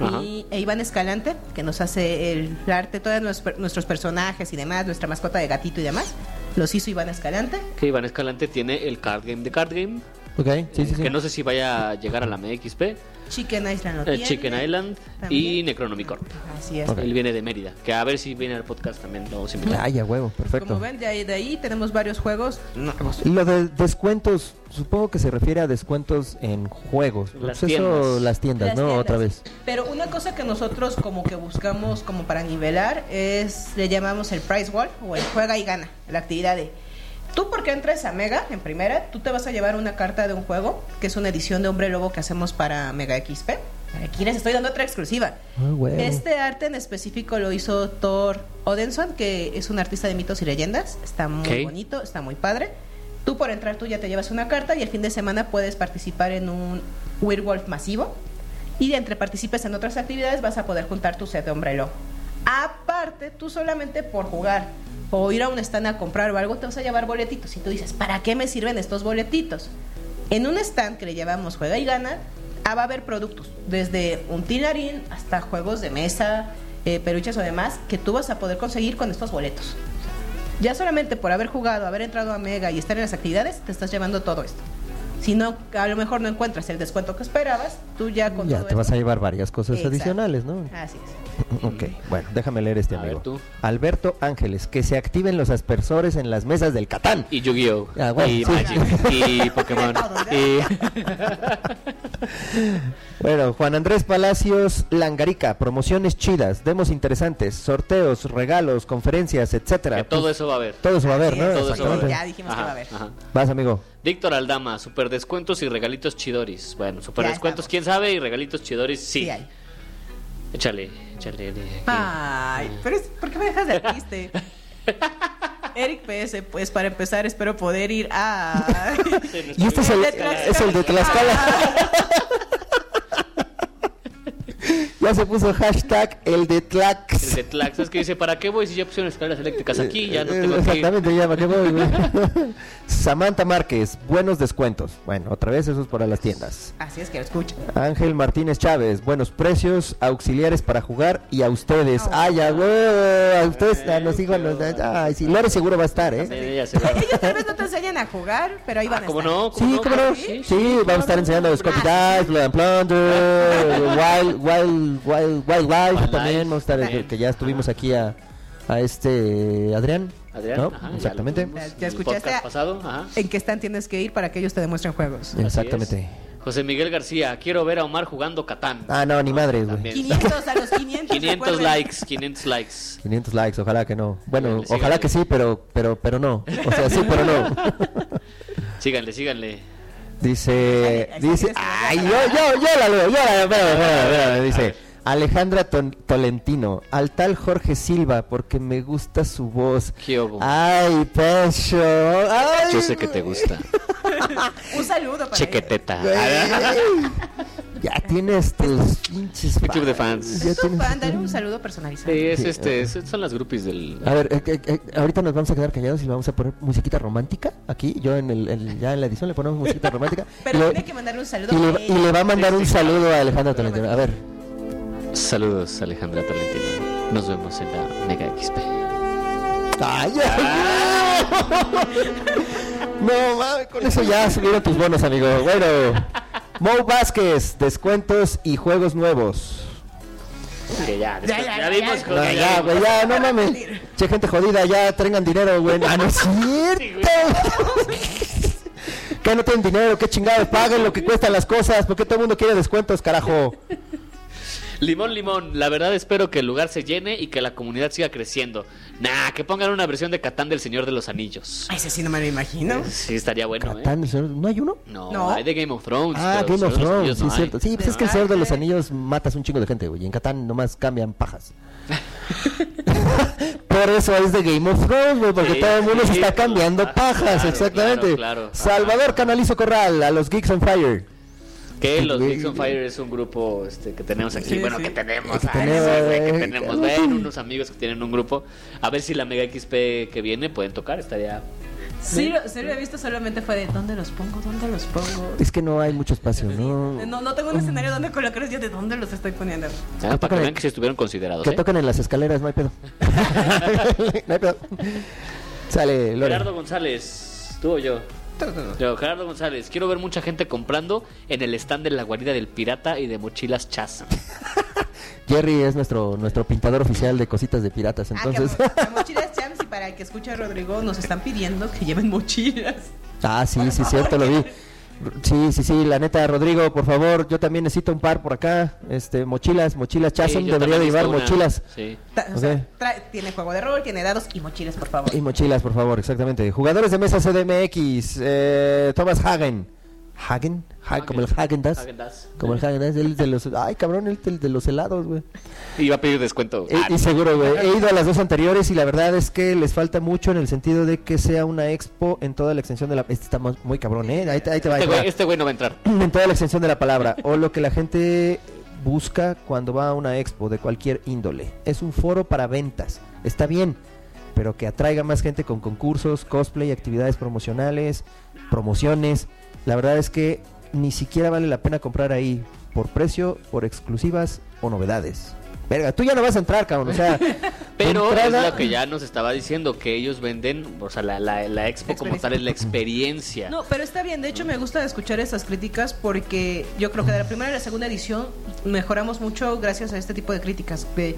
Speaker 2: Ajá.
Speaker 3: Y, e Iván Escalante, que nos hace el arte, todos nuestros, nuestros personajes y demás, nuestra mascota de gatito y demás. Los hizo Iván Escalante.
Speaker 2: Que Iván Escalante tiene el card game de card game.
Speaker 1: Ok, sí,
Speaker 2: eh,
Speaker 1: sí, sí.
Speaker 2: Que no sé si vaya a llegar a la MXP. eh,
Speaker 3: Chicken Island lo tiene.
Speaker 2: Chicken Island y
Speaker 3: También.
Speaker 2: Necronomicon.
Speaker 3: Así es.
Speaker 1: Ok.
Speaker 2: Él viene de Mérida. Que a ver si viene al podcast también. Lo vamos a invitar.
Speaker 1: Ay, a huevo, perfecto.
Speaker 3: Como ven, de ahí, de ahí tenemos varios juegos nuevos.
Speaker 1: Lo de descuentos, supongo que se refiere a descuentos en juegos.
Speaker 2: Las
Speaker 1: Pues eso,
Speaker 2: tiendas.
Speaker 1: las tiendas,
Speaker 3: Las
Speaker 1: ¿no?
Speaker 3: tiendas.
Speaker 1: Otra vez.
Speaker 3: Pero una cosa que nosotros como que buscamos como para nivelar es, le llamamos el price wall o el juega y gana, la actividad de... Tú porque entres a Mega, en primera, tú te vas a llevar una carta de un juego, que es una edición de Hombre Lobo que hacemos para Mega XP. Aquí les estoy dando otra exclusiva.
Speaker 1: Ah, huevo.
Speaker 3: Este arte en específico lo hizo Thor Odensson, que es un artista de mitos y leyendas. Está muy
Speaker 2: Ok.
Speaker 3: bonito, está muy padre. Tú por entrar tú ya te llevas una carta y el fin de semana puedes participar en un werewolf masivo. Y entre participes en otras actividades vas a poder juntar tu set de hombre lobo. Aparte, tú solamente por jugar o ir a un stand a comprar o algo te vas a llevar boletitos. Y tú dices, ¿para qué me sirven estos boletitos? En un stand que le llamamos Juega y Gana, ah, va a haber productos, desde un tinarín hasta juegos de mesa, eh, peluches o demás, que tú vas a poder conseguir con estos boletos. Ya solamente por haber jugado, haber entrado a Mega y estar en las actividades, te estás llevando todo esto. Si no, a lo mejor no encuentras el descuento que esperabas, tú ya con
Speaker 1: Ya
Speaker 3: todo
Speaker 1: te vas
Speaker 3: esto-
Speaker 1: a llevar varias cosas
Speaker 3: Exacto.
Speaker 1: adicionales, ¿no?
Speaker 3: Así es.
Speaker 1: Ok, bueno, déjame leer este
Speaker 2: A ver,
Speaker 1: amigo.
Speaker 2: tú.
Speaker 1: Alberto Ángeles, que se activen los aspersores en las mesas del Catán.
Speaker 2: Y Yu-Gi-Oh!
Speaker 1: Ah, bueno,
Speaker 2: y
Speaker 1: sí.
Speaker 2: Magic. Y Pokémon. y...
Speaker 1: Bueno, Juan Andrés Palacios Langarica, promociones chidas, demos interesantes, sorteos, regalos, conferencias,
Speaker 2: que
Speaker 1: etcétera.
Speaker 2: todo
Speaker 1: Pues,
Speaker 2: eso va a haber.
Speaker 1: todo eso va a haber,
Speaker 3: Así
Speaker 1: ¿no?
Speaker 3: es,
Speaker 2: Todo eso va a
Speaker 1: Exactamente.
Speaker 2: haber.
Speaker 3: Ya dijimos que va a haber.
Speaker 1: Vas, amigo.
Speaker 2: Víctor Aldama, super descuentos y regalitos chidoris. Bueno, super
Speaker 3: Ya
Speaker 2: descuentos,
Speaker 3: estamos.
Speaker 2: quién sabe, y regalitos chidoris, sí.
Speaker 3: Sí hay.
Speaker 2: Échale, échale. échale.
Speaker 3: Ay, pero es, ¿por qué me dejas de este. triste? Eric PS, pues para empezar espero poder ir a...
Speaker 2: Sí, no
Speaker 1: Y este es el,
Speaker 3: De Tlaxcala.
Speaker 1: es el de Tlaxcala. ya se puso hashtag el de
Speaker 2: El
Speaker 1: Tlax.
Speaker 2: de Tlax, es que dice, ¿para qué voy si ya pusieron escaleras eléctricas aquí? Ya no
Speaker 1: Eh,
Speaker 2: tengo que ir.
Speaker 1: Exactamente, ya, ¿para qué voy, güey? Samantha Márquez, buenos descuentos. Bueno, otra vez eso es para las tiendas.
Speaker 3: Así es que lo escucho.
Speaker 1: Ángel Martínez Chávez, buenos precios, auxiliares para jugar y a ustedes.
Speaker 2: Oh.
Speaker 1: Ay, a huevo, a ustedes, a los hijos, a los- ay, sí, Lore seguro va a estar, ¿eh?
Speaker 2: Sí, ya se va.
Speaker 3: Ellos tal vez no te enseñan a jugar, pero ahí van
Speaker 2: Ah,
Speaker 3: a
Speaker 2: ¿Cómo
Speaker 3: estar.
Speaker 2: no?
Speaker 1: Sí, cómo no.
Speaker 2: claro,
Speaker 1: Sí, vamos a estar
Speaker 2: claro.
Speaker 1: enseñando Scopy Dice, Blood and Plunder, Wild, Wild, Wild, Wild Life. También vamos a estar,
Speaker 2: También.
Speaker 1: que ya estuvimos aquí a, a este Adrián.
Speaker 2: Adrián,
Speaker 1: ¿no?
Speaker 2: ajá, ya lo
Speaker 1: Exactamente.
Speaker 2: tuvimos
Speaker 3: Ya
Speaker 2: en el
Speaker 3: escuchaste
Speaker 2: podcast
Speaker 3: a-
Speaker 2: pasado, ajá.
Speaker 3: ¿En qué stand tienes que ir para que ellos te demuestren juegos?
Speaker 2: Así
Speaker 1: Exactamente.
Speaker 2: es. José Miguel García, quiero ver a Omar jugando Catán.
Speaker 1: Ah, no, ni madre,
Speaker 2: También.
Speaker 1: güey.
Speaker 3: 500 a los 500.
Speaker 2: 500
Speaker 3: recuerden.
Speaker 2: likes, 500 likes.
Speaker 1: 500 likes, ojalá que no. Bueno,
Speaker 2: Síganle,
Speaker 1: ojalá
Speaker 2: síganle.
Speaker 1: que sí, pero, pero, pero no. O sea, sí, pero no.
Speaker 2: Síganle, síganle.
Speaker 1: Dice,
Speaker 3: Ahí- ahí
Speaker 1: dice,
Speaker 3: sí,
Speaker 1: ay, yo, yo, yo la leo, yo la leo, espérame, espérame, espérame. dice, Alejandra Ton- Tolentino, al tal Jorge Silva, porque me gusta su voz.
Speaker 2: ¿Qué hubo?
Speaker 1: Ay, pecho, ay,
Speaker 2: Yo sé que te gusta.
Speaker 3: Un saludo para ellos.
Speaker 2: Chequeteta.
Speaker 1: güey. Ya tienes tus pinches
Speaker 2: club de fans.
Speaker 1: ya
Speaker 3: Es tu
Speaker 1: tienes-
Speaker 3: fan, dale un saludo personalizado.
Speaker 2: Sí, es
Speaker 1: Sí,
Speaker 2: este, es- son las groupies del...
Speaker 1: A ver, eh, eh, eh, ahorita nos vamos a quedar callados y le vamos a poner musiquita romántica aquí. Yo en el, en- ya en la edición le ponemos musiquita romántica.
Speaker 3: Pero
Speaker 1: y, le,
Speaker 3: tiene que mandarle un saludo.
Speaker 1: y le-
Speaker 3: a
Speaker 1: y le va a mandar un saludo a Alejandro Tolentino. A ver,
Speaker 2: Saludos, Alejandra Tolentino. Nos vemos en la Mega XP.
Speaker 1: ¡Calla! No mames, con eso ya subieron tus bonos, amigo. Bueno, Mo Vázquez, descuentos y juegos nuevos.
Speaker 2: Que ya,
Speaker 3: Ya,
Speaker 2: después-
Speaker 3: ya,
Speaker 2: ya
Speaker 3: ya,
Speaker 2: vimos
Speaker 3: ya.
Speaker 2: con-
Speaker 1: No,
Speaker 2: ya
Speaker 1: ya,
Speaker 2: vimos.
Speaker 1: güey, ya, no mames. Che, gente jodida, ya tengan dinero, güey. Ah, no es cierto. que no tienen dinero, qué chingados, paguen lo que cuestan las cosas. ¿Por qué todo el mundo quiere descuentos, carajo?
Speaker 2: eh. Limón, limón. La verdad espero que el lugar se llene y que la comunidad siga creciendo. Nah, que pongan una versión de Catán del Señor de los Anillos.
Speaker 3: Ah, Ese sí no me lo imagino.
Speaker 2: Sí, estaría bueno, ¿eh?
Speaker 1: Catán, el Señor- ¿No hay uno?
Speaker 2: No,
Speaker 3: No.
Speaker 2: hay de Game of Thrones.
Speaker 1: Ah,
Speaker 2: pero
Speaker 1: Game of
Speaker 2: Señor de los
Speaker 1: Thrones,
Speaker 2: Anillos
Speaker 1: sí,
Speaker 2: no
Speaker 1: es
Speaker 2: hay.
Speaker 1: cierto. Sí, pues es que el
Speaker 3: Ah,
Speaker 1: Señor de los
Speaker 3: ok.
Speaker 1: Anillos matas un chingo de gente, güey. y En Catán nomás cambian pajas. Por eso es de Game of Thrones, güey, porque
Speaker 2: Sí,
Speaker 1: todo el mundo se
Speaker 2: sí,
Speaker 1: está cambiando
Speaker 2: claro,
Speaker 1: pajas,
Speaker 2: claro,
Speaker 1: exactamente.
Speaker 2: claro, claro.
Speaker 1: Salvador
Speaker 2: Ajá.
Speaker 1: Canalizo Corral, a los Geeks on Fire.
Speaker 2: Que los
Speaker 1: Güey.
Speaker 2: Geeks on Fire es un grupo este, que tenemos aquí.
Speaker 3: Sí,
Speaker 2: bueno,
Speaker 3: sí.
Speaker 2: que tenemos.
Speaker 1: Que
Speaker 2: ay,
Speaker 1: tenemos, eh,
Speaker 2: sí, güey, que
Speaker 1: güey.
Speaker 2: tenemos. Ven, unos amigos que tienen un grupo. A ver si la Mega XP que viene pueden tocar. Estaría. ah,
Speaker 3: Sí, lo, sí lo he visto, solamente fue de ¿dónde los pongo? ¿Dónde los pongo?
Speaker 1: Es que no hay mucho espacio, ¿no?
Speaker 3: No, no tengo un escenario donde colocar yo de dónde los estoy poniendo.
Speaker 2: Ah, para que
Speaker 1: toquen-
Speaker 2: vean que se estuvieron considerados.
Speaker 1: Que
Speaker 2: ¿eh?
Speaker 1: toquen en las escaleras, no hay pedo. no hay pedo. Sale, Lore.
Speaker 2: Gerardo González, tú o yo. Yo, Gerardo González, quiero ver mucha gente comprando en el stand de la guarida del pirata y de mochilas chas.
Speaker 1: Jerry es nuestro, nuestro pintador oficial de cositas de piratas, entonces.
Speaker 3: Ah, que mo- que mochilas champs y para el que escucha a Rodrigo nos están pidiendo que lleven mochilas.
Speaker 1: Ah, sí, sí, cierto, lo vi. Sí, sí, sí, la neta, Rodrigo, por favor, yo también necesito un par por acá. Este, mochilas, mochilas, Chasm,
Speaker 2: Sí, yo
Speaker 1: debería
Speaker 2: también
Speaker 1: de llevar
Speaker 2: necesito una.
Speaker 1: mochilas.
Speaker 2: Sí.
Speaker 3: Ta- o sea,
Speaker 1: Ok.
Speaker 3: trae- tiene juego de rol, tiene dados y mochilas, por favor.
Speaker 1: Y mochilas, por favor, exactamente. Jugadores de mesa CDMX, eh, Thomas Hagen. ¿Hagen? Ha-
Speaker 2: Hagen.
Speaker 1: Como el Hagen Das.
Speaker 2: Häagen-Dazs.
Speaker 1: Como el Hagen Das, el de los. Ay, cabrón, el del- de los helados, güey.
Speaker 2: Ah, Iba a pedir descuento. Ah,
Speaker 1: Eh, Y, seguro, güey. He ido a las dos anteriores y la verdad es que les falta mucho en el sentido de que sea una expo en toda la extensión de la. Este está más- muy cabrón, ¿eh? Ahí te, ahí te va. ahí
Speaker 2: este,
Speaker 1: te va.
Speaker 2: güey, este güey no va a entrar.
Speaker 1: en toda la extensión de la palabra, o lo que la gente busca cuando va a una expo de cualquier índole. Es un foro para ventas, está bien, pero que atraiga más gente con concursos, cosplay, actividades promocionales, promociones. La verdad es que ni siquiera vale la pena comprar ahí por precio, por exclusivas o novedades. Verga, tú ya no vas a entrar, cabrón. O sea, de
Speaker 2: Pero
Speaker 1: entrada-
Speaker 2: es lo que ya nos estaba diciendo, que ellos venden, o sea, la, la- la expo como tal es la experiencia.
Speaker 3: No, pero está bien. De hecho, me gusta escuchar esas críticas porque yo creo que de la primera a la segunda edición mejoramos mucho gracias a este tipo de críticas. De,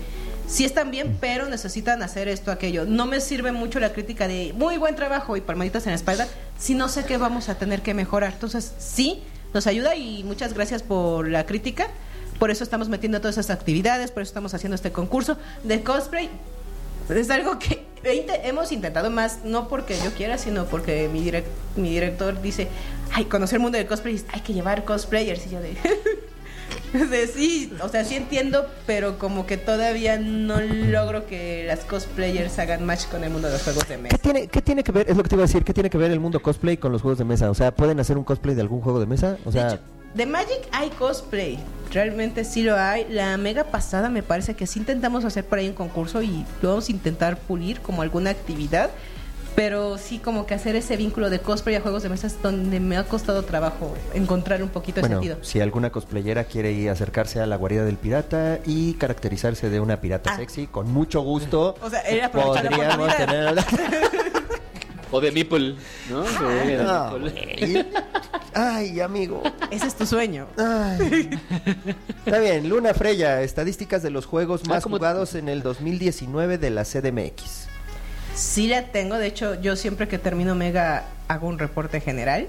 Speaker 3: sí están bien, pero necesitan hacer esto, aquello. No me sirve mucho la crítica de muy buen trabajo y palmaditas en la espalda si no sé qué vamos a tener que mejorar. Entonces, sí, nos ayuda y muchas gracias por la crítica. Por eso estamos metiendo todas esas actividades, por eso estamos haciendo este concurso de cosplay. Es algo que he inte- hemos intentado más, no porque yo quiera, sino porque mi, direc- mi director dice, ay, conocer el mundo del cosplay, hay que llevar cosplayers. Y yo de... de sí, o sea, sí entiendo, pero como que todavía no logro que las cosplayers hagan match con el mundo de los juegos de
Speaker 1: ¿Qué
Speaker 3: mesa.
Speaker 1: tiene, ¿Qué tiene que ver? Es lo que te iba a decir. ¿Qué tiene que ver el mundo cosplay con los juegos de mesa? O sea, ¿pueden hacer un cosplay de algún juego de mesa? O sea,
Speaker 3: De hecho, de Magic hay cosplay. Realmente sí lo hay. La mega pasada me parece que sí intentamos hacer por ahí un concurso y lo vamos a intentar pulir como alguna actividad. Pero sí como que hacer ese vínculo de cosplay a juegos de mesa es donde me ha costado trabajo encontrar un poquito de
Speaker 1: Bueno,
Speaker 3: sentido.
Speaker 1: si alguna cosplayera quiere ir a acercarse a la guarida del pirata y caracterizarse de una pirata
Speaker 3: Ah.
Speaker 1: sexy, con mucho gusto.
Speaker 3: O sea, era aprovechar la
Speaker 1: podríamos tener.
Speaker 3: oportunidad.
Speaker 2: O de Meeple,
Speaker 3: Ah.
Speaker 2: ¿no? Sí, de
Speaker 1: No,
Speaker 2: Meeple.
Speaker 1: güey. Ay, amigo.
Speaker 3: Ese es tu sueño.
Speaker 1: Ay. Está bien, Luna Freya, estadísticas de los juegos
Speaker 2: Ah,
Speaker 1: más
Speaker 2: ¿cómo-
Speaker 1: jugados en el 2019 de la CDMX.
Speaker 3: Sí la tengo, de hecho yo siempre que termino Mega hago un reporte general,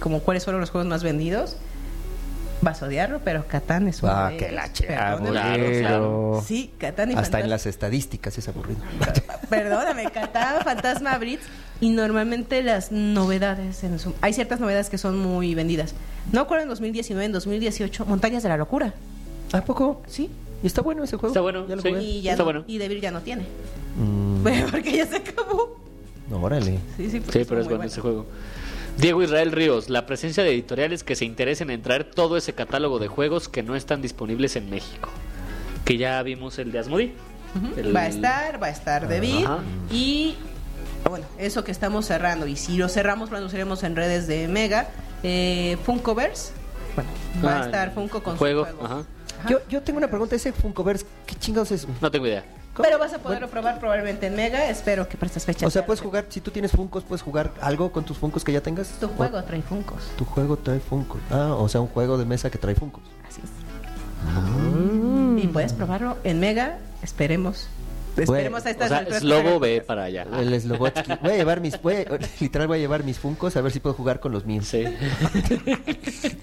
Speaker 3: como cuáles fueron los juegos más vendidos. Vas a odiarlo, pero Catán es uno
Speaker 1: Ah,
Speaker 3: de
Speaker 1: que
Speaker 3: ellos.
Speaker 1: la chingada,
Speaker 3: Perdóname.
Speaker 2: Claro, claro.
Speaker 3: Sí, Catán y
Speaker 1: Hasta en
Speaker 3: Fantasma-
Speaker 1: las estadísticas es aburrido.
Speaker 3: Perdóname, Catán, Fantasma, Blitz. Y normalmente las novedades. En su- hay ciertas novedades que son muy vendidas. No acuerdo en 2019, en 2018, Montañas de la Locura.
Speaker 1: ¿A poco?
Speaker 3: Sí.
Speaker 1: ¿Y está bueno ese juego?
Speaker 2: Está bueno,
Speaker 1: Ya lo
Speaker 2: sí.
Speaker 1: jugué.
Speaker 3: Y, ya
Speaker 2: Está
Speaker 3: no-
Speaker 2: bueno.
Speaker 3: y Devil ya no tiene.
Speaker 1: Mm,
Speaker 3: Porque ya se acabó.
Speaker 1: órale.
Speaker 3: Sí, sí, porque
Speaker 2: Sí,
Speaker 3: estuvo
Speaker 2: pero es
Speaker 3: muy
Speaker 2: bueno ese
Speaker 3: bueno.
Speaker 2: juego. Diego Israel Ríos, la presencia de editoriales que se interesen en traer todo ese catálogo de juegos que no están disponibles en México. Que ya vimos el de Asmodi. el-
Speaker 3: Va a estar, va a estar David.
Speaker 2: Ajá.
Speaker 3: Y bueno, eso que estamos cerrando. Y si lo cerramos, lo anunciaremos en redes de Mega. Eh, Funkoverse. Bueno, va
Speaker 2: Ah,
Speaker 3: a estar Funko con
Speaker 2: juego,
Speaker 3: su juego.
Speaker 2: ajá.
Speaker 1: Yo, yo tengo una pregunta, ese Funkoverse, ¿qué chingados es?
Speaker 2: No tengo idea.
Speaker 3: Pero vas a poderlo probar probablemente en Mega. Espero que para estas fechas.
Speaker 1: O sea,
Speaker 3: ya
Speaker 1: puedes
Speaker 3: tengas
Speaker 1: jugar, si tú tienes Funkos, puedes jugar algo con tus Funkos que ya tengas.
Speaker 3: Tu juego trae Funkos.
Speaker 1: O- Tu juego trae Funkos. Ah, o sea, un juego de mesa que trae Funkos.
Speaker 3: Así es.
Speaker 2: Ah.
Speaker 3: Y puedes probarlo en Mega. Esperemos. Esperemos a
Speaker 2: O
Speaker 3: estas
Speaker 2: sea,
Speaker 3: alturas.
Speaker 2: Slobo ve para allá.
Speaker 1: El Slobotsky. Voy a llevar mis, voy a- literal voy a llevar mis Funkos a ver si puedo jugar con los míos.
Speaker 2: Sí. ¿Qué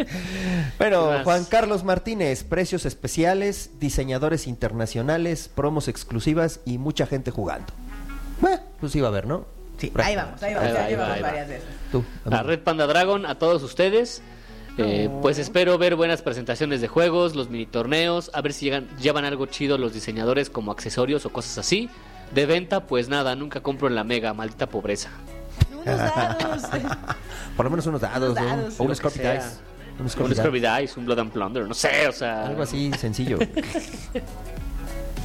Speaker 1: Bueno,
Speaker 2: más?
Speaker 1: Juan Carlos Martínez, precios especiales, diseñadores internacionales, promos exclusivas y mucha gente jugando. Bueno, pues iba a ver, ¿no?
Speaker 3: Sí, ahí vamos, ahí vamos.
Speaker 2: Ahí
Speaker 3: ya
Speaker 2: va, ahí
Speaker 3: llevamos
Speaker 2: va, ahí va.
Speaker 3: varias veces.
Speaker 1: Tú.
Speaker 2: A Red Panda Dragon, a todos ustedes. Eh,
Speaker 1: Oh.
Speaker 2: pues espero ver buenas presentaciones de juegos, los mini torneos, a ver si llegan, llevan algo chido los diseñadores como accesorios o cosas así. De venta, pues nada, nunca compro en la mega, maldita pobreza.
Speaker 3: Unos dados.
Speaker 1: Por lo menos unos dados,
Speaker 3: Unos
Speaker 1: ¿no?
Speaker 3: dados.
Speaker 1: o unos
Speaker 2: Lo que
Speaker 1: Scorpio
Speaker 2: sea.
Speaker 1: Dice. Unos Scorpio
Speaker 2: Un
Speaker 1: Dice.
Speaker 2: Scurvy Dice, un Blood and Plunder, no sé, o sea.
Speaker 1: Algo así sencillo.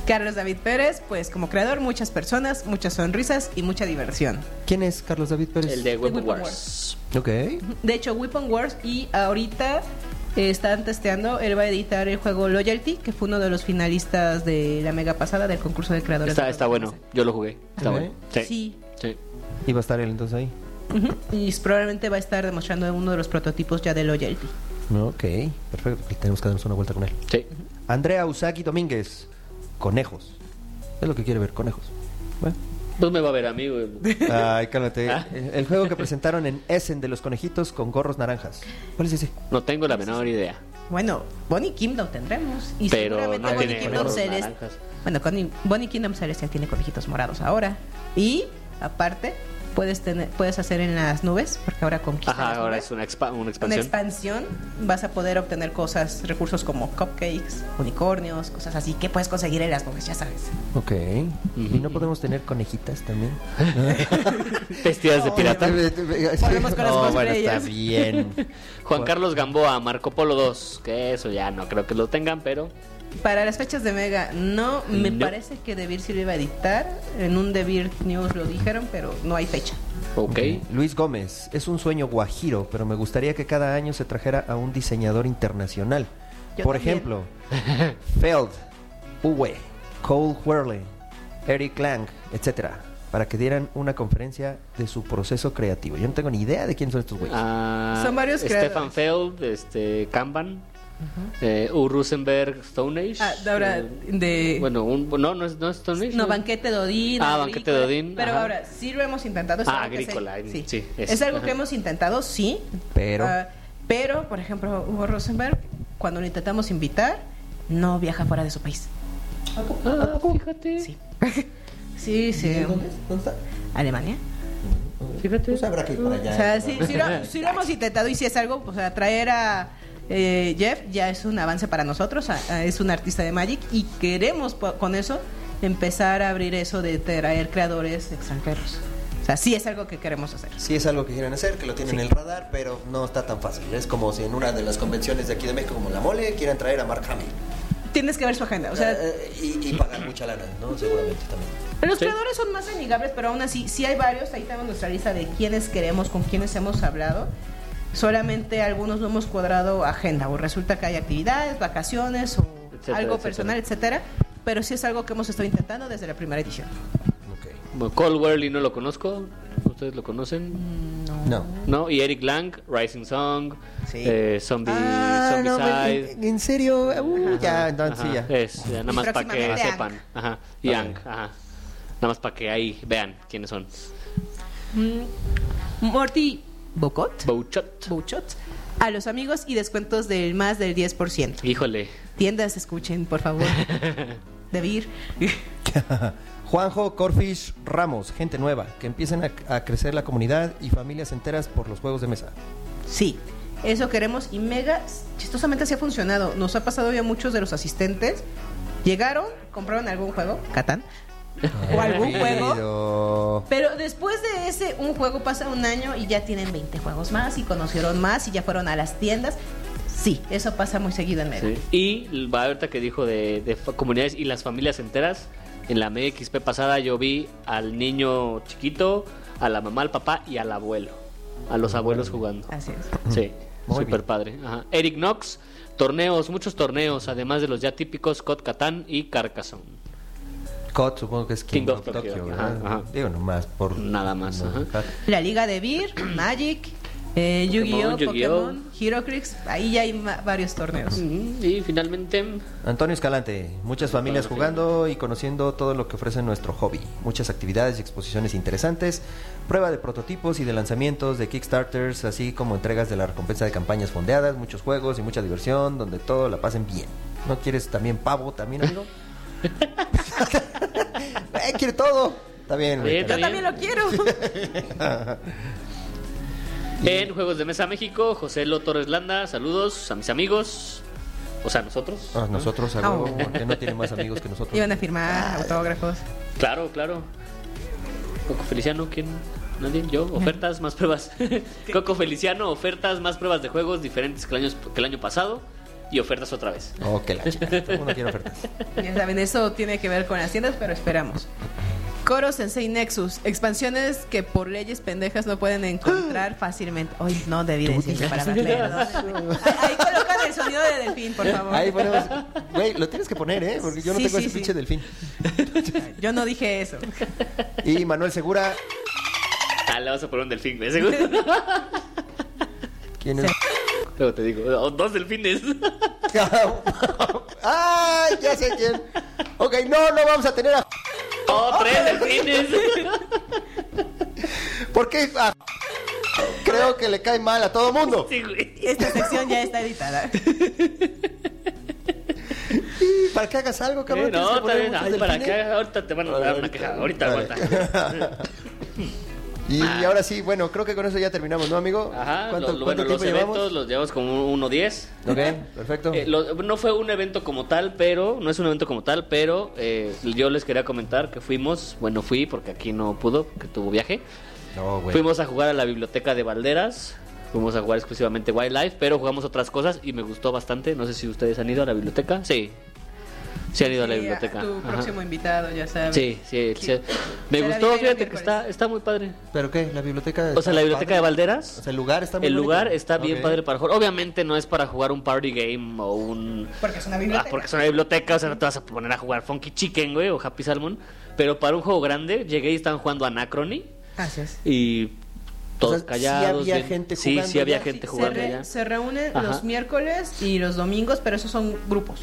Speaker 3: Carlos David Pérez, pues como creador, muchas personas, muchas sonrisas y mucha diversión.
Speaker 1: ¿Quién es Carlos David Pérez?
Speaker 2: El de Weapon
Speaker 3: Weapon
Speaker 2: Wars.
Speaker 1: Ok.
Speaker 3: De hecho, Weapon Wars y ahorita eh, están testeando, él va a editar el juego Loyalty, que fue uno de los finalistas de la mega pasada del concurso de creadores.
Speaker 2: Está,
Speaker 3: de
Speaker 2: está bueno, yo lo jugué. Está
Speaker 1: Ok.
Speaker 2: bueno. Sí.
Speaker 3: Sí.
Speaker 2: sí.
Speaker 1: Iba a estar él entonces ahí.
Speaker 3: Ujú. Y probablemente va a estar demostrando uno de los prototipos ya de Loyalty.
Speaker 1: Ok, perfecto. Y tenemos que darnos una vuelta con él.
Speaker 2: sí.
Speaker 1: Andrea Usagi Domínguez, conejos. Es lo que quiere ver, conejos. Bueno.
Speaker 2: Pues me va a ver a mí, güey.
Speaker 1: Ay, cálmate.
Speaker 2: Ah.
Speaker 1: El, el juego que presentaron en Essen de los conejitos con gorros naranjas. ¿Cuál es ese?
Speaker 2: No tengo la menor idea.
Speaker 3: Bueno, Bonnie Kingdom tendremos. Y
Speaker 2: Pero
Speaker 3: seguramente
Speaker 2: no
Speaker 3: Bonnie
Speaker 2: tiene
Speaker 3: Kingdom
Speaker 2: colores
Speaker 3: Celeste-
Speaker 2: naranjas.
Speaker 3: Bueno, Connie- Bonnie Kingdom Celestial tiene conejitos morados ahora. Y aparte, puedes tener, puedes hacer en las nubes, porque ahora conquistas.
Speaker 2: Ajá, ahora es una, expa- una
Speaker 3: Con
Speaker 2: expansión.
Speaker 3: expansión vas a poder obtener cosas, recursos como cupcakes, unicornios, cosas así que puedes conseguir en las nubes, ya sabes.
Speaker 1: Ok. ¿Y no podemos tener conejitas también?
Speaker 2: Vestidas de pirata.
Speaker 3: Volvemos con las
Speaker 1: No, Oh, bueno,
Speaker 3: cosplayers.
Speaker 1: está bien.
Speaker 2: Juan Carlos Gamboa, Marco Polo 2, que eso ya no creo que lo tengan, pero
Speaker 3: Para las fechas de Mega, no, me
Speaker 2: No.
Speaker 3: parece que Debir sí lo iba a editar. En un Debir News lo dijeron, pero no hay fecha.
Speaker 2: ok.
Speaker 1: Luis Gómez, es un sueño guajiro, pero me gustaría que cada año se trajera a un diseñador internacional.
Speaker 3: Yo
Speaker 1: Por
Speaker 3: también.
Speaker 1: ejemplo, Feld, Uwe, Cole Whirley, Eric Lang, etcétera, para que dieran una conferencia de su proceso creativo. Yo no tengo ni idea de quiénes son estos güeyes.
Speaker 2: Ah,
Speaker 3: Son varios
Speaker 2: Stefan
Speaker 3: creadores.
Speaker 2: Feld, este, Kanban, eh, U. Rosenberg, Stone Age.
Speaker 3: Ah, de ahora,
Speaker 2: eh,
Speaker 3: de.
Speaker 2: bueno, un- no, no es, no es Stone Age.
Speaker 3: no,
Speaker 2: ¿no?
Speaker 3: banquete de Odín.
Speaker 2: Ah, Banquete de Odín,
Speaker 3: Pero
Speaker 2: ajá.
Speaker 3: ahora, sí lo hemos intentado. es
Speaker 2: Ah,
Speaker 3: algo que se-
Speaker 2: agrícola, en-
Speaker 3: sí.
Speaker 2: sí,
Speaker 3: es,
Speaker 2: es,
Speaker 3: algo
Speaker 2: ajá.
Speaker 3: que hemos intentado, sí.
Speaker 1: Pero-
Speaker 3: Ah, pero, por ejemplo, Hugo Rosenberg, cuando lo intentamos invitar, no viaja fuera de su país.
Speaker 2: Ah, fíjate.
Speaker 3: Sí. Sí, sí. Alemania. Mm,
Speaker 2: Fíjate.
Speaker 3: O sea, sí, sí lo, sí lo hemos intentado y si es algo, o sea, traer a eh, Jeff ya es un avance para nosotros, a- a- es un artista de Magic y queremos po- con eso empezar a abrir eso de traer creadores extranjeros. O sea, sí es algo que queremos hacer.
Speaker 1: Sí es algo que quieren hacer, que lo tienen en el radar, pero no está tan fácil. Es como si en una de las convenciones de aquí de México, como la Mole, quieran traer a Mark Hamill.
Speaker 3: Tienes que ver su agenda. O sea,
Speaker 1: Eh, y, y pagar mucha lana, ¿no? Seguramente también.
Speaker 3: los
Speaker 2: sí.
Speaker 3: creadores son más amigables, pero aún así, sí hay varios. Ahí tenemos nuestra lista de quienes queremos, con quienes hemos hablado. Solamente algunos no hemos cuadrado agenda, o resulta que hay actividades, vacaciones o
Speaker 2: Etcétera,
Speaker 3: algo
Speaker 2: etcétera.
Speaker 3: personal, etcétera. Pero sí es algo que hemos estado intentando desde la primera edición.
Speaker 2: Ah, Bueno, Cole Worley no lo conozco. ¿Ustedes lo
Speaker 3: Mm.
Speaker 2: conocen?
Speaker 1: No.
Speaker 2: No, y Eric Lang, Rising Song,
Speaker 3: Sí. Ah,
Speaker 2: eh, Zombie,
Speaker 1: Ah, no,
Speaker 2: Zombicide.
Speaker 1: en, en serio, uh, ya, entonces
Speaker 2: Ajá,
Speaker 1: sí, ya.
Speaker 2: es, ya, nada más para que
Speaker 3: Próximamente
Speaker 2: sepan.
Speaker 3: Ang.
Speaker 2: Ajá. Y Ang, ajá. Nada más para que ahí vean quiénes son.
Speaker 3: Mm, Morty Bocot,
Speaker 2: Bouchot.
Speaker 3: Bouchot, a los amigos y descuentos del más del 10%.
Speaker 2: Híjole.
Speaker 3: Tiendas, escuchen, por favor. Debir.
Speaker 2: eh.
Speaker 1: Juanjo Corfish Ramos, gente nueva, que empiecen a, a crecer la comunidad y familias enteras por los juegos de mesa.
Speaker 3: Sí, eso queremos y Mega chistosamente así ha funcionado. Nos ha pasado ya muchos de los asistentes llegaron, compraron algún juego, Catán, o algún juego.
Speaker 1: Eh, Pero-
Speaker 3: Pero después de ese, un juego pasa un año y ya tienen 20 juegos más y conocieron más y ya fueron a las tiendas. Sí, eso pasa muy seguido en Mega.
Speaker 2: Y va ahorita que dijo de, de fa- comunidades y las familias enteras. En la MXP pasada yo vi al niño chiquito, a la mamá, al papá y al abuelo. A los abuelos jugando.
Speaker 3: Así es.
Speaker 2: Sí,
Speaker 1: Ah, Muy
Speaker 2: súper
Speaker 1: bien.
Speaker 2: padre. Ajá. Eric Knox, torneos, muchos torneos, además de los ya típicos COD Catán y Carcassonne.
Speaker 1: COD supongo que es King, of, Tokyo.
Speaker 2: Ajá,
Speaker 1: ¿verdad?
Speaker 2: ajá.
Speaker 1: Digo nomás por...
Speaker 2: Nada más,
Speaker 1: no,
Speaker 2: ajá.
Speaker 3: La Liga de Beer, Magic, eh, Yu-Gi-Oh,
Speaker 2: Pokémon, Yu-Gi-Oh.
Speaker 3: Pokémon, Heroclix. Ahí ya hay ma- varios torneos.
Speaker 2: Mm, Y finalmente,
Speaker 1: Antonio Escalante, muchas familias jugando y conociendo todo lo que ofrece nuestro hobby. Muchas actividades y exposiciones interesantes, prueba de prototipos y de lanzamientos de Kickstarters, así como entregas de la recompensa de campañas fondeadas, muchos juegos y mucha diversión, donde todo la pasen bien. ¿No quieres también pavo, también amigo? eh, quiere todo. Está bien, güey.
Speaker 2: Bien,
Speaker 3: Yo también lo quiero.
Speaker 2: en Juegos de Mesa México, José Lo Torres Landa, saludos a mis amigos, o sea, a nosotros.
Speaker 1: Ah,
Speaker 2: ¿no?
Speaker 1: nosotros, a huevo, porque no tiene más amigos que nosotros.
Speaker 3: Iban a
Speaker 2: Ah.
Speaker 3: firmar autógrafos.
Speaker 2: Claro, claro. Coco Feliciano, ¿quién? ¿Nadie? ¿Yo? Ofertas, más pruebas. Coco Feliciano, ofertas, más pruebas de juegos diferentes que el año, que el año pasado y ofertas otra vez.
Speaker 1: Oh, que la chica. Todo mundo quiere ofertas.
Speaker 3: Ya saben, eso tiene que ver con las tiendas, pero esperamos. Coro Sensei Nexus, expansiones que por leyes pendejas no pueden encontrar fácilmente. Ay, no debí decir esa palabra, perdón. Ahí colocan el sonido de delfín, por favor.
Speaker 1: Ahí ponemos. Güey, lo tienes que poner, ¿eh? Porque yo no
Speaker 3: Sí,
Speaker 1: tengo
Speaker 3: sí,
Speaker 1: ese
Speaker 3: sí.
Speaker 1: pinche delfín.
Speaker 3: Yo no dije eso.
Speaker 1: Y Manuel Segura,
Speaker 2: Ah, le vas a poner un delfín, güey, seguro.
Speaker 1: ¿quién es?
Speaker 2: Luego te digo, oh, dos delfines.
Speaker 1: ¡Ay, ya sé quién! Ok, no, no vamos a tener a.
Speaker 2: Oh, tres delfines.
Speaker 1: ¿Por qué? a- Creo que le cae mal a todo mundo.
Speaker 2: Sí, güey.
Speaker 3: Esta sección ya está editada.
Speaker 1: Y ¿Para que hagas algo, cabrón?
Speaker 2: Eh,
Speaker 1: tienes
Speaker 2: no,
Speaker 1: que
Speaker 2: está
Speaker 1: poner
Speaker 2: bien.
Speaker 1: muchos
Speaker 2: Ay, para
Speaker 1: delfines.
Speaker 2: acá, ahorita te van a dar una queja. Ahorita
Speaker 1: Vale.
Speaker 2: aguanta.
Speaker 1: Y ahora sí, bueno, creo que con eso ya terminamos, ¿no, amigo?
Speaker 2: Ajá,
Speaker 1: ¿Cuánto,
Speaker 2: los,
Speaker 1: cuánto
Speaker 2: bueno, los
Speaker 1: tiempo
Speaker 2: eventos
Speaker 1: llevamos?
Speaker 2: los llevamos como 1.10.
Speaker 1: Ok, perfecto.
Speaker 2: Eh, lo- no fue un evento como tal, pero no es un evento como tal, pero eh, yo les quería comentar que fuimos, bueno fui porque aquí no pudo, que tuvo viaje.
Speaker 1: no, güey.
Speaker 2: Fuimos a jugar a la biblioteca de Valderas, fuimos a jugar exclusivamente Wildlife, pero jugamos otras cosas y me gustó bastante. No sé si ustedes han ido a la biblioteca. Sí, sí han ido a la
Speaker 3: Sí,
Speaker 2: biblioteca.
Speaker 3: Tu
Speaker 2: Ajá.
Speaker 3: próximo invitado, ya sabes.
Speaker 2: Sí, sí, sí. Me
Speaker 3: Será
Speaker 2: gustó,
Speaker 3: bien
Speaker 2: fíjate
Speaker 3: el
Speaker 2: que
Speaker 3: miércoles.
Speaker 2: está, está muy padre.
Speaker 1: ¿Pero qué? ¿La biblioteca?
Speaker 2: O sea,
Speaker 1: está
Speaker 2: la biblioteca
Speaker 1: padre?
Speaker 2: de Valderas.
Speaker 1: O sea, el lugar está muy
Speaker 2: El
Speaker 1: bonito.
Speaker 2: lugar está bien
Speaker 1: Ok.
Speaker 2: padre para jugar. Obviamente no es para jugar un party game o un...
Speaker 3: Porque es una
Speaker 2: Ah,
Speaker 3: biblioteca.
Speaker 2: porque es una biblioteca, o sea, no te vas a poner a jugar Funky Chicken, güey, o Happy Salmon. Pero para un juego grande, llegué y estaban jugando Anacrony
Speaker 3: Gracias.
Speaker 2: y todos
Speaker 1: O sea, sí
Speaker 2: callados.
Speaker 1: había
Speaker 2: bien-
Speaker 1: gente
Speaker 2: sí,
Speaker 1: jugando
Speaker 2: sí había
Speaker 1: ya,
Speaker 2: gente
Speaker 3: se,
Speaker 2: jugando
Speaker 3: re-
Speaker 2: ya.
Speaker 3: se reúnen
Speaker 2: Ajá.
Speaker 3: los miércoles y los domingos, pero esos son grupos.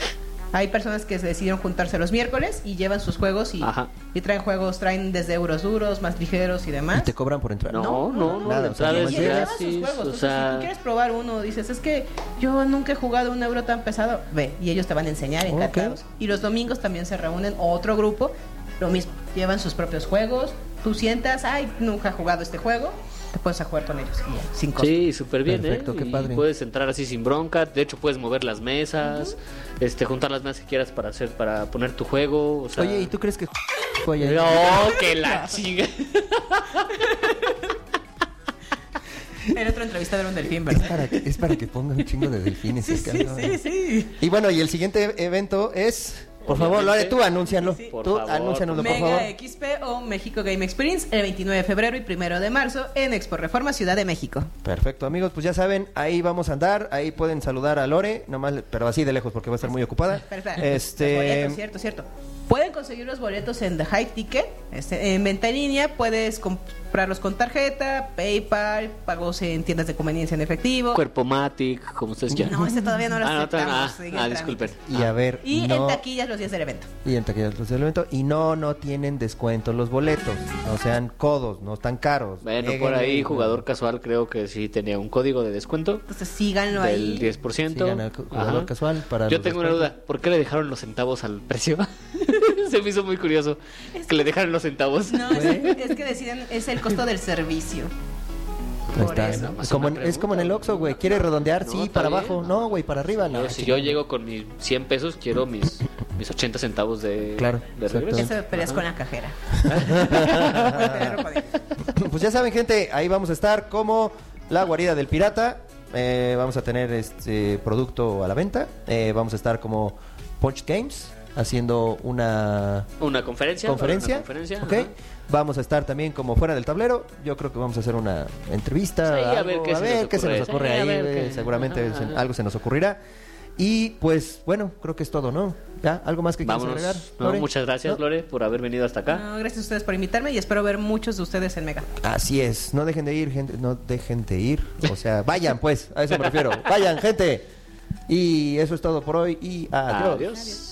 Speaker 3: Hay personas que se decidieron juntarse los miércoles y llevan sus juegos y,
Speaker 2: Ajá.
Speaker 3: y traen juegos, traen desde euros duros, más ligeros y
Speaker 1: ¿Y
Speaker 3: demás.
Speaker 1: te cobran por entrar?
Speaker 2: No, no, no,
Speaker 1: nada,
Speaker 2: la
Speaker 1: o sea,
Speaker 2: entrada
Speaker 3: Y
Speaker 2: es
Speaker 1: nomás llegas.
Speaker 3: llevan sus
Speaker 2: gratis,
Speaker 3: juegos.
Speaker 2: o
Speaker 3: Entonces, si tú
Speaker 2: sea...
Speaker 3: quieres probar uno, dices, es que yo nunca he jugado un euro tan pesado. Ve, y ellos te van a enseñar encantados. Y los domingos también se reúnen otro grupo, lo mismo. Llevan sus propios juegos, tú sientas, ay, nunca he jugado este juego, te puedes a jugar con ellos. y ya, sin costo.
Speaker 2: Sí, súper bien,
Speaker 1: Perfecto,
Speaker 2: ¿eh?
Speaker 1: qué
Speaker 2: Y
Speaker 1: padre.
Speaker 2: puedes entrar así sin bronca, de hecho puedes mover las mesas, este juntar las mesas que quieras para hacer para poner tu juego, o sea-
Speaker 1: Oye, ¿y tú crees que Oye,
Speaker 2: No, que la chinga.
Speaker 3: El otro entrevistador era un delfín,
Speaker 1: Es
Speaker 3: ¿verdad?
Speaker 1: para, que, es para que ponga un chingo de delfines.
Speaker 3: Sí,
Speaker 1: el
Speaker 3: sí,
Speaker 1: cabrón.
Speaker 3: sí, sí.
Speaker 1: Y bueno, y el siguiente evento es. Por favor,
Speaker 2: Obviamente.
Speaker 1: Lore, tú anúncialo.
Speaker 3: Sí.
Speaker 2: Por
Speaker 1: Tú
Speaker 2: favor,
Speaker 1: anúncianoslo, por favor.
Speaker 3: Mega XP o México Game Experience el 29 de febrero y 1 de marzo en Expo Reforma Ciudad de México.
Speaker 1: Perfecto, amigos, pues ya saben, ahí vamos a andar. Ahí pueden saludar a Lore, nomás, le- pero así de lejos porque va a estar muy ocupada.
Speaker 3: Espera, espera. Los boletos,
Speaker 1: Este.
Speaker 3: cierto, cierto. Pueden conseguir los boletos en The High Ticket, este, en venta en línea, puedes comprarlos con tarjeta, PayPal, pagos en tiendas de conveniencia en efectivo.
Speaker 2: Cuerpo Matic, como ustedes quieran.
Speaker 3: No, ese todavía no lo
Speaker 2: ah, no, todavía no.
Speaker 3: aceptamos.
Speaker 2: Ah,
Speaker 3: sigue
Speaker 2: ah,
Speaker 3: en
Speaker 2: disculpen.
Speaker 3: trámite.
Speaker 1: Y a ver.
Speaker 3: Y en
Speaker 1: no-
Speaker 3: taquillas los días del evento.
Speaker 1: Y en taquillas los del evento. Y no, no tienen descuento los boletos. No sean codos, no están caros.
Speaker 2: Bueno,
Speaker 1: Lleguen
Speaker 2: por ahí,
Speaker 1: y-
Speaker 2: jugador casual, creo que sí tenía un código de descuento
Speaker 3: Entonces síganlo
Speaker 2: del
Speaker 3: ahí.
Speaker 2: 10%.
Speaker 1: Sigan al jugador
Speaker 2: Ajá.
Speaker 1: casual para
Speaker 2: Yo
Speaker 1: los
Speaker 2: tengo una
Speaker 1: descuentos.
Speaker 2: duda: ¿por qué le dejaron los centavos al precio? Se me hizo muy curioso que le dejaron los centavos.
Speaker 3: No, es, es que deciden, es el costo del servicio.
Speaker 1: Ahí
Speaker 3: Por
Speaker 1: está.
Speaker 3: eso.
Speaker 2: Nada más
Speaker 1: Como
Speaker 2: una
Speaker 1: en- es como en el
Speaker 2: pregunta,
Speaker 1: Oxxo, güey.
Speaker 2: güey.
Speaker 1: ¿Quiere redondear?
Speaker 2: No,
Speaker 1: sí,
Speaker 2: está
Speaker 1: para
Speaker 2: bien.
Speaker 1: abajo. No, güey, para arriba.
Speaker 2: Yo,
Speaker 1: No,
Speaker 2: si yo llego con mis 100 pesos, quiero mis mis 80 centavos de,
Speaker 4: Claro,
Speaker 2: de regreso.
Speaker 4: exactamente.
Speaker 3: Eso peleas con la cajera.
Speaker 1: Pues ya saben, gente, ahí vamos a estar como la guarida del pirata. Eh, vamos a tener este producto a la venta. Eh, vamos a estar como Punch Games haciendo una
Speaker 2: Una conferencia.
Speaker 1: conferencia.
Speaker 2: Una conferencia.
Speaker 1: ok.
Speaker 2: ajá.
Speaker 1: Vamos a estar también como fuera del tablero. Yo creo que vamos a hacer una entrevista.
Speaker 2: Sí, a
Speaker 1: algo,
Speaker 2: ver qué se nos
Speaker 1: qué se nos
Speaker 2: ocurre.
Speaker 1: ocurre
Speaker 2: Sí, a
Speaker 1: ahí.
Speaker 2: ver
Speaker 1: eh,
Speaker 2: qué-
Speaker 1: Seguramente
Speaker 2: ajá,
Speaker 1: se-
Speaker 2: ajá.
Speaker 1: algo se nos ocurrirá. Y pues bueno, creo que es todo, ¿no? ¿Ya? ¿Algo más que quieras
Speaker 2: Vámonos.
Speaker 1: agregar?
Speaker 2: No,
Speaker 1: Lore?
Speaker 2: muchas gracias,
Speaker 1: ¿No?
Speaker 2: Lore, por haber venido hasta acá.
Speaker 3: No, gracias a ustedes por invitarme y espero ver muchos de ustedes en Mega.
Speaker 1: Así es, no dejen de ir, gente, no dejen de ir. O sea, vayan pues, a eso me refiero. Vayan, gente. Y eso es todo por hoy y adiós.
Speaker 2: Adiós.